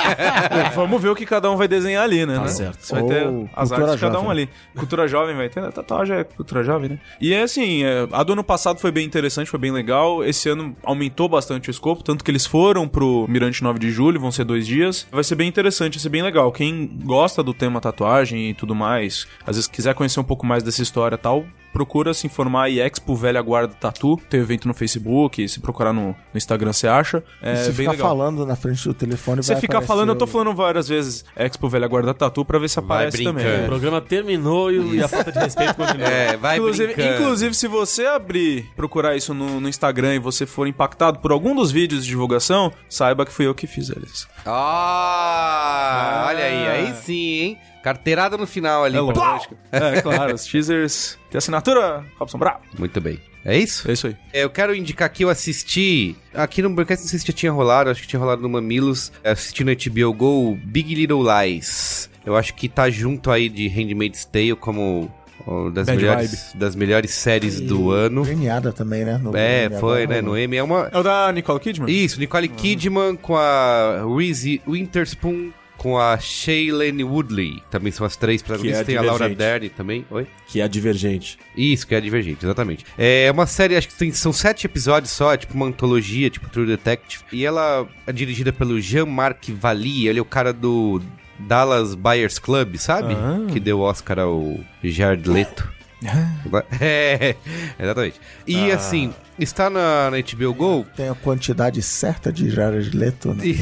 [SPEAKER 2] Vamos ver o que cada um vai desenhar ali, né?
[SPEAKER 5] Tá
[SPEAKER 2] né?
[SPEAKER 5] certo.
[SPEAKER 2] Você vai
[SPEAKER 3] Ou
[SPEAKER 2] ter as
[SPEAKER 3] cultura
[SPEAKER 2] artes de cada
[SPEAKER 3] jovem.
[SPEAKER 2] um ali. Cultura jovem vai ter, né? Tatuagem é cultura jovem, né? E é assim, é, a do ano passado foi bem interessante, foi bem legal. Esse ano aumentou bastante o escopo, tanto que eles foram pro Mirante 9 de julho, vão ser dois dias. Vai ser bem interessante, vai ser bem legal. Quem gosta do tema tatuagem e tudo mais, às vezes quiser conhecer um pouco mais dessa história e tal, procura se informar aí, Expo Velha Guarda Tatu. Tem evento no Facebook, se procurar no, no Instagram você acha. É
[SPEAKER 3] E se
[SPEAKER 2] bem
[SPEAKER 3] ficar
[SPEAKER 2] legal.
[SPEAKER 3] falando na frente do telefone,
[SPEAKER 2] Você
[SPEAKER 3] vai
[SPEAKER 2] fica
[SPEAKER 3] aparecer
[SPEAKER 2] falando, eu tô
[SPEAKER 3] o-
[SPEAKER 2] falando várias vezes Expo Velha Guarda Tatu pra ver se
[SPEAKER 1] Vai
[SPEAKER 2] aparece
[SPEAKER 1] brincando.
[SPEAKER 2] também.
[SPEAKER 5] O
[SPEAKER 2] né?
[SPEAKER 5] programa terminou e, e a falta de respeito continua.
[SPEAKER 1] É, vai
[SPEAKER 2] Inclusive,
[SPEAKER 1] brincando.
[SPEAKER 2] inclusive, se você abrir, procurar isso no, no Instagram e você for impactado por algum dos vídeos de divulgação, saiba que fui eu que fiz eles.
[SPEAKER 1] Ah,
[SPEAKER 2] Ah.
[SPEAKER 1] olha aí, aí sim, hein? Carteirada no final ali.
[SPEAKER 2] É
[SPEAKER 1] pra-
[SPEAKER 2] lógico. É, claro, os teasers. Tem assinatura, Robson Bravo.
[SPEAKER 1] Muito bem. É isso?
[SPEAKER 2] É isso aí.
[SPEAKER 1] É, Eu quero indicar que eu assisti. Aqui no Braincast, não sei se já tinha rolado, acho que tinha rolado no Mamilos. Assisti no HBO Go Big Little Lies. Eu acho que tá junto aí de Handmaid's Tale como ó, das,
[SPEAKER 2] Bad
[SPEAKER 1] melhores, das melhores séries do ano.
[SPEAKER 3] Premiada também, né? No-
[SPEAKER 1] É,
[SPEAKER 3] no-
[SPEAKER 1] foi,
[SPEAKER 3] no-
[SPEAKER 1] né? No M. É uma.
[SPEAKER 2] É o da Nicole Kidman?
[SPEAKER 1] Isso, Nicole
[SPEAKER 5] Ah.
[SPEAKER 1] Kidman com a Reese Winterspoon. Com a Shailene Woodley, também são as três protagonistas. Tem a Laura
[SPEAKER 5] é Divergente.
[SPEAKER 1] Dern também. Oi?
[SPEAKER 5] Que é divergente.
[SPEAKER 1] Isso, que é Divergente, exatamente. É uma série, acho que tem- são sete episódios só, é tipo uma antologia, tipo True Detective. E ela é dirigida pelo Jean-Marc Valli, ele é o cara do Dallas Buyers Club, sabe?
[SPEAKER 5] Ah.
[SPEAKER 1] Que deu Oscar ao Jared Leto.
[SPEAKER 5] Ah.
[SPEAKER 1] é, exatamente. E assim, está na, na HBO Go...
[SPEAKER 3] Tem a quantidade certa de Jared Leto, né?
[SPEAKER 1] E,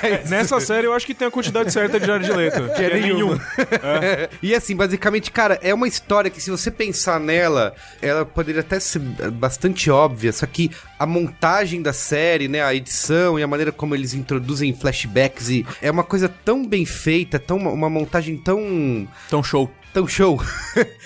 [SPEAKER 2] É, Nessa série eu acho que tem a quantidade certa de Jared Leto. Que é nenhum.
[SPEAKER 1] e assim, basicamente, cara, é uma história que se você pensar nela, ela poderia até ser bastante óbvia, só que a montagem da série, né, a edição e a maneira como eles introduzem flashbacks e é uma coisa tão bem feita, tão uma montagem tão
[SPEAKER 2] Então, show.
[SPEAKER 1] tão show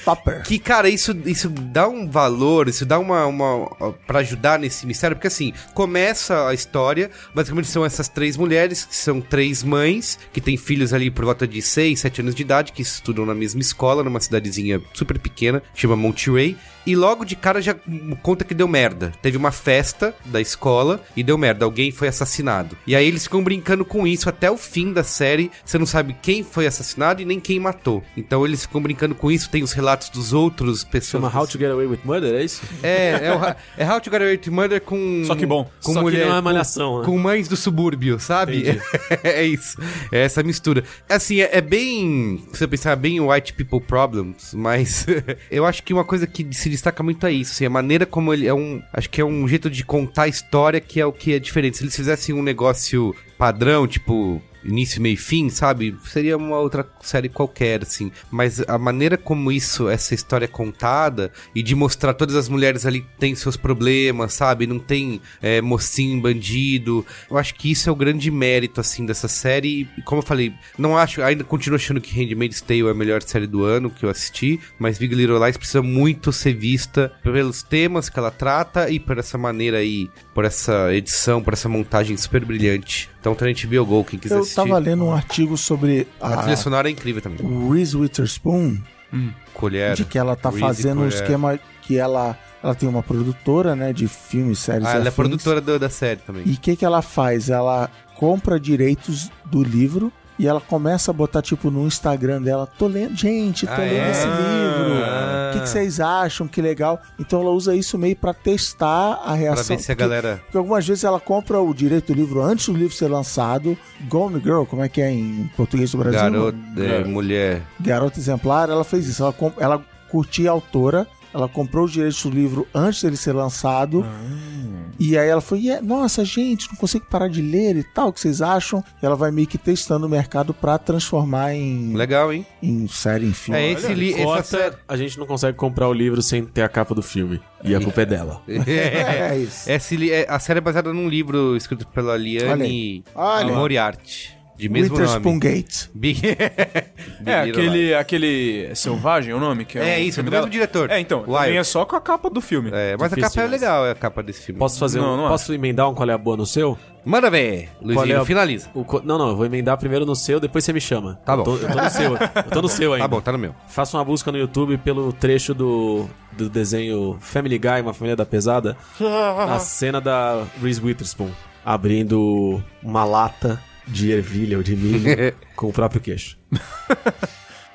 [SPEAKER 3] Topper.
[SPEAKER 1] que, cara, isso, isso dá um valor, isso dá uma, uma. pra ajudar nesse mistério, porque assim, começa a história, basicamente são essas três mulheres, que são três mães, que têm filhos ali por volta de 6, 7 anos de idade, que estudam na mesma escola, numa cidadezinha super pequena, chama Monterey. E logo de cara já conta que deu merda. Teve uma festa da escola e deu merda. Alguém foi assassinado. E aí eles ficam brincando com isso até o fim da série. Você não sabe quem foi assassinado e nem quem matou. Então eles ficam brincando com isso. Tem os relatos dos outros pessoas.
[SPEAKER 5] Chama How to Get Away with Murder, é isso?
[SPEAKER 1] É, é, o, Ra- é How to Get Away with Murder com.
[SPEAKER 2] Só que bom.
[SPEAKER 1] Com
[SPEAKER 5] Só
[SPEAKER 1] mulher.
[SPEAKER 5] que não é
[SPEAKER 1] com-
[SPEAKER 5] malhação, né?
[SPEAKER 1] com mães do subúrbio, sabe? é isso. É essa mistura. Assim, é, é bem. Se eu pensar, é bem white people problems, mas eu acho que uma coisa que se destaca muito é isso. Assim, a maneira como ele é um. Acho que é um jeito de contar a história que é o que é diferente. Se eles fizessem um negócio padrão, tipo. Início, meio e fim, sabe? Seria uma outra série qualquer, assim. Mas a maneira como isso, essa história é contada, e de mostrar todas as mulheres ali têm seus problemas, sabe? Não tem é, mocinho, bandido. Eu acho que isso é o grande mérito, assim, dessa série. E Como eu falei, não acho, ainda continuo achando que Handmaid's Tale é a melhor série do ano que eu assisti, mas Big Little Lies precisa muito ser vista pelos temas que ela trata e por essa maneira aí, por essa edição, por essa montagem super brilhante. Então, tá na HBO Go, quem quiser
[SPEAKER 3] Eu
[SPEAKER 1] assistir.
[SPEAKER 3] tava Ah. lendo um artigo sobre
[SPEAKER 1] A trilha
[SPEAKER 3] a
[SPEAKER 1] sonora é incrível também.
[SPEAKER 3] Reese Witherspoon,
[SPEAKER 1] Colher.
[SPEAKER 3] de que ela tá
[SPEAKER 1] Reese,
[SPEAKER 3] fazendo um
[SPEAKER 1] é.
[SPEAKER 3] esquema que ela, ela tem uma produtora, né, de filmes, séries
[SPEAKER 1] Ah,
[SPEAKER 3] e
[SPEAKER 1] ela é
[SPEAKER 3] afins.
[SPEAKER 1] produtora do- da série também.
[SPEAKER 3] E o que, que ela faz? Ela compra direitos do livro e ela começa a botar, tipo, no Instagram dela, tô lendo, gente, tô
[SPEAKER 1] Ah,
[SPEAKER 3] lendo
[SPEAKER 1] é?
[SPEAKER 3] esse livro. O que, que vocês acham? Que legal. Então ela usa isso meio pra testar a reação.
[SPEAKER 1] ver se a
[SPEAKER 3] Porque-
[SPEAKER 1] galera-
[SPEAKER 3] Porque algumas vezes ela compra o direito do livro antes do livro ser lançado. Gone Girl, como é que é em português do Brasil?
[SPEAKER 1] Garota, é, mulher.
[SPEAKER 3] Garota Exemplar, ela fez isso. Ela, com- ela curtia a autora, ela comprou os direitos do livro antes dele ser lançado.
[SPEAKER 1] Ah.
[SPEAKER 3] E aí ela foi, "E é- nossa, gente, não consigo parar de ler e tal, o que vocês acham? E ela vai meio que testando o mercado pra transformar em,
[SPEAKER 1] Legal, hein?
[SPEAKER 3] em série, em filme.
[SPEAKER 1] É esse li, essa série.
[SPEAKER 5] Corta, a gente não consegue comprar o livro sem ter a capa do filme. E a culpa é dela.
[SPEAKER 1] É.
[SPEAKER 3] É isso.
[SPEAKER 1] Esse li- é- a série é baseada num livro escrito pela
[SPEAKER 3] Olha
[SPEAKER 1] Liane
[SPEAKER 3] Olha.
[SPEAKER 1] Moriarty, de mesmo
[SPEAKER 3] Witherspoon
[SPEAKER 1] nome.
[SPEAKER 3] Gate.
[SPEAKER 1] Big...
[SPEAKER 2] É, aquele, aquele. Selvagem é o nome? Que
[SPEAKER 1] É
[SPEAKER 2] é, o
[SPEAKER 1] isso,
[SPEAKER 2] filme
[SPEAKER 1] do
[SPEAKER 2] dela?
[SPEAKER 1] mesmo diretor.
[SPEAKER 2] É, então. Também
[SPEAKER 1] Wild.
[SPEAKER 2] é só com a capa do filme.
[SPEAKER 1] É, mas a
[SPEAKER 5] Difícil,
[SPEAKER 1] capa é
[SPEAKER 5] mas-
[SPEAKER 1] legal, é a capa desse filme.
[SPEAKER 5] Posso fazer
[SPEAKER 2] Não,
[SPEAKER 5] um,
[SPEAKER 2] não
[SPEAKER 5] Posso emendar um qual é a boa no seu?
[SPEAKER 1] Manda ver,
[SPEAKER 5] Qual
[SPEAKER 1] Luizinho,
[SPEAKER 5] é a-
[SPEAKER 1] finaliza.
[SPEAKER 5] O co- Não, não, eu vou emendar primeiro no seu, depois você me chama.
[SPEAKER 1] Tá bom.
[SPEAKER 5] Eu tô, eu tô no seu. Eu tô no seu ainda.
[SPEAKER 1] Tá bom, tá no meu.
[SPEAKER 5] Faça uma busca no YouTube pelo trecho do, do desenho Family Guy, Uma Família da Pesada, a cena da Reese Witherspoon abrindo uma lata de ervilha ou de milho com o próprio queixo.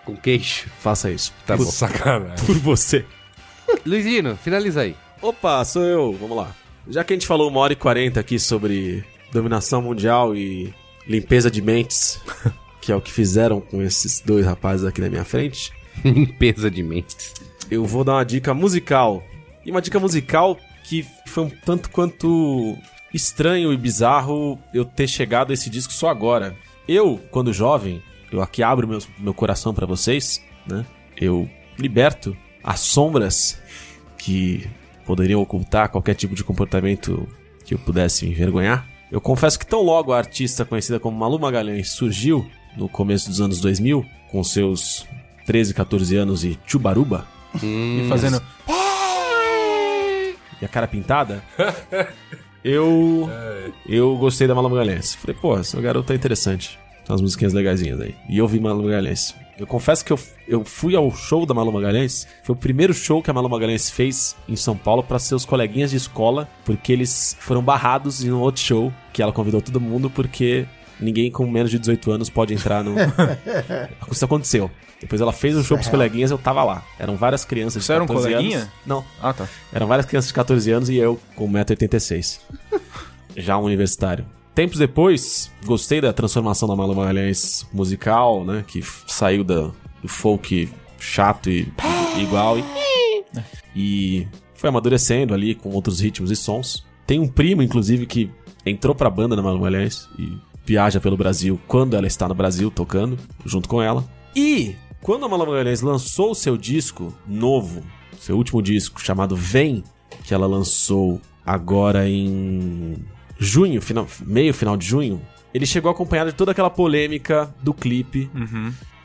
[SPEAKER 1] Com queixo.
[SPEAKER 5] Faça isso.
[SPEAKER 1] Tá
[SPEAKER 5] por,
[SPEAKER 1] bom.
[SPEAKER 4] Sacanagem.
[SPEAKER 5] Por você.
[SPEAKER 1] Luizino, finaliza aí.
[SPEAKER 5] Opa, sou eu. Vamos lá. Já que a gente falou uma hora e quarenta aqui sobre dominação mundial e limpeza de mentes, que é o que fizeram com esses dois rapazes aqui na minha frente,
[SPEAKER 1] Limpeza de mentes.
[SPEAKER 5] eu vou dar uma dica musical. E uma dica musical que foi um tanto quanto estranho e bizarro eu ter chegado a esse disco só agora. Eu, quando jovem, eu aqui abro meu, meu coração pra vocês, né? Eu liberto as sombras que poderiam ocultar qualquer tipo de comportamento que eu pudesse envergonhar. Eu confesso que tão logo a artista conhecida como Malu Magalhães surgiu no começo dos anos 2000, com seus 13, 14 anos e Chubaruba,
[SPEAKER 2] E fazendo.
[SPEAKER 5] e a cara pintada, eu
[SPEAKER 2] É.
[SPEAKER 5] eu gostei da Malu Magalhães. Falei, pô, essa garota é interessante. Tem umas musiquinhas legazinhas aí. E eu vi Malu Magalhães. Eu confesso que eu, eu fui ao show da Malu Magalhães. Foi o primeiro show que a Malu Magalhães fez em São Paulo para seus coleguinhas de escola, porque eles foram barrados em um outro show que ela convidou todo mundo porque ninguém com menos de 18 anos pode entrar no... Isso aconteceu. Depois ela fez o show pros coleguinhas, eu tava lá. Eram várias crianças de
[SPEAKER 2] Você era um
[SPEAKER 5] 14
[SPEAKER 2] coleguinha?
[SPEAKER 5] anos. Não,
[SPEAKER 2] Ah, tá.
[SPEAKER 5] eram várias crianças de 14 anos e eu com 1,86m. Já um universitário. Tempos depois, gostei da transformação da Malu Magalhães musical, né? Que f- saiu da- do folk chato e e igual. E, e foi amadurecendo ali com outros ritmos e sons. Tem um primo, inclusive, que entrou pra banda da Malu Magalhães e viaja pelo Brasil quando ela está no Brasil tocando, junto com ela. E quando a Malu Magalhães lançou o seu disco novo, seu último disco chamado Vem, que ela lançou agora em junho, final- meio final de junho, ele chegou acompanhado de toda aquela polêmica do clipe,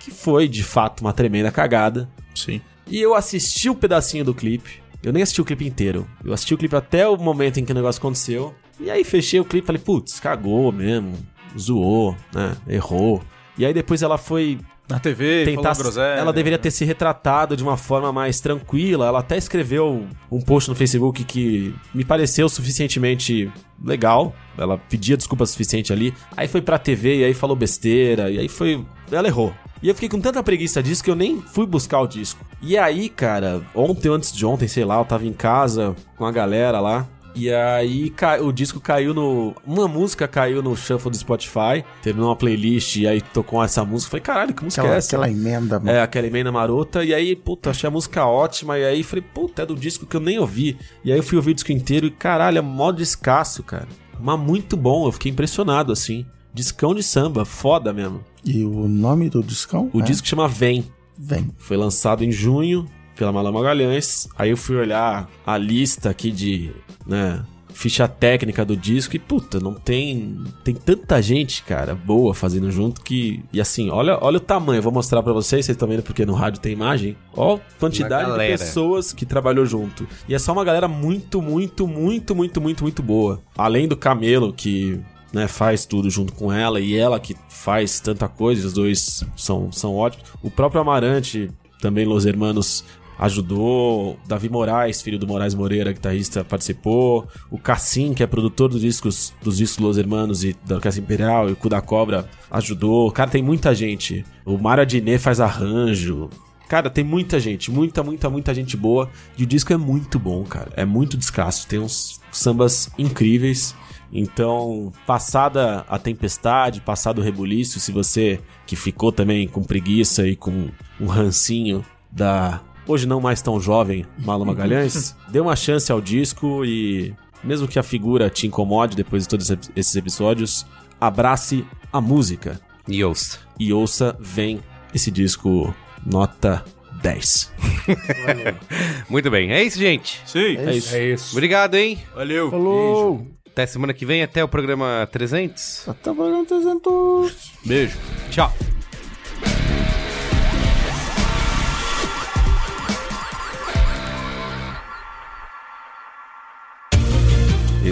[SPEAKER 5] que foi de fato uma tremenda cagada.
[SPEAKER 2] Uhum, Sim.
[SPEAKER 5] E eu assisti o pedacinho do clipe. Eu nem assisti o clipe inteiro. Eu assisti o clipe até o momento em que o negócio aconteceu. E aí fechei o clipe e falei, putz, cagou mesmo. Zoou, né? Errou. E aí depois ela foi
[SPEAKER 2] Na TV,
[SPEAKER 5] tentar.
[SPEAKER 2] falou groselha.
[SPEAKER 5] Ela deveria ter se retratado de uma forma mais tranquila. Ela até escreveu um post no Facebook que me pareceu suficientemente legal. Ela pedia desculpa suficiente ali. Aí foi pra TV e aí falou besteira. E aí foi. Ela errou. E eu fiquei com tanta preguiça disso que eu nem fui buscar o disco. E aí, cara, ontem, antes de ontem, sei lá, eu tava em casa com a galera lá. E aí ca- o disco caiu no. Uma música caiu no shuffle do Spotify. Terminou uma playlist e aí tocou essa música. Falei, caralho, que música
[SPEAKER 3] Aquela,
[SPEAKER 5] é essa?
[SPEAKER 3] aquela emenda, mano.
[SPEAKER 5] É, aquela emenda marota. E aí, puta, achei a música ótima. E aí falei, puta, é do disco que eu nem ouvi. E aí eu fui ouvir o disco inteiro e caralho, é mó descasso, cara. Mas muito bom, eu fiquei impressionado, assim. Discão de samba, foda mesmo.
[SPEAKER 3] E o nome do discão?
[SPEAKER 5] O
[SPEAKER 3] É,
[SPEAKER 5] disco chama Vem.
[SPEAKER 3] Vem.
[SPEAKER 5] Foi lançado em junho pela Mala Magalhães. Aí eu fui olhar a lista aqui de, né, ficha técnica do disco e puta, não tem, tem tanta gente, cara, boa fazendo junto que e assim, olha, olha o tamanho, eu vou mostrar pra vocês, vocês estão vendo porque no rádio tem imagem. Ó, a quantidade de
[SPEAKER 1] galera.
[SPEAKER 5] pessoas que trabalhou junto. E é só uma galera muito, muito, muito, muito, muito, muito boa. Além do Camelo que né, faz tudo junto com ela e ela que faz tanta coisa, os dois são, são ótimos. O próprio Amarante, também Los Hermanos, ajudou. Davi Moraes, filho do Moraes Moreira, guitarrista, participou. O Cassim, que é produtor dos discos dos discos Los Hermanos e da Orquestra Imperial, e o Cu da Cobra, ajudou. Cara, tem muita gente. O Mário Adnet faz arranjo. Cara, tem muita gente, muita, muita, muita gente boa. E o disco é muito bom, cara. É muito descasso. Tem uns sambas incríveis. Então, passada a tempestade, passado o rebuliço, se você que ficou também com preguiça e com um rancinho da hoje não mais tão jovem Malo Magalhães, dê uma chance ao disco e mesmo que a figura te incomode depois de todos esses episódios, abrace a música
[SPEAKER 1] E ouça.
[SPEAKER 5] e ouça vem esse disco nota 10.
[SPEAKER 1] Muito bem, é isso, gente.
[SPEAKER 2] Sim.
[SPEAKER 5] É isso.
[SPEAKER 4] É isso.
[SPEAKER 1] Obrigado, hein?
[SPEAKER 2] Valeu.
[SPEAKER 3] Falou!
[SPEAKER 1] Até semana que vem, até o programa 300.
[SPEAKER 3] Tá trabalhando 300.
[SPEAKER 1] Beijo. Tchau.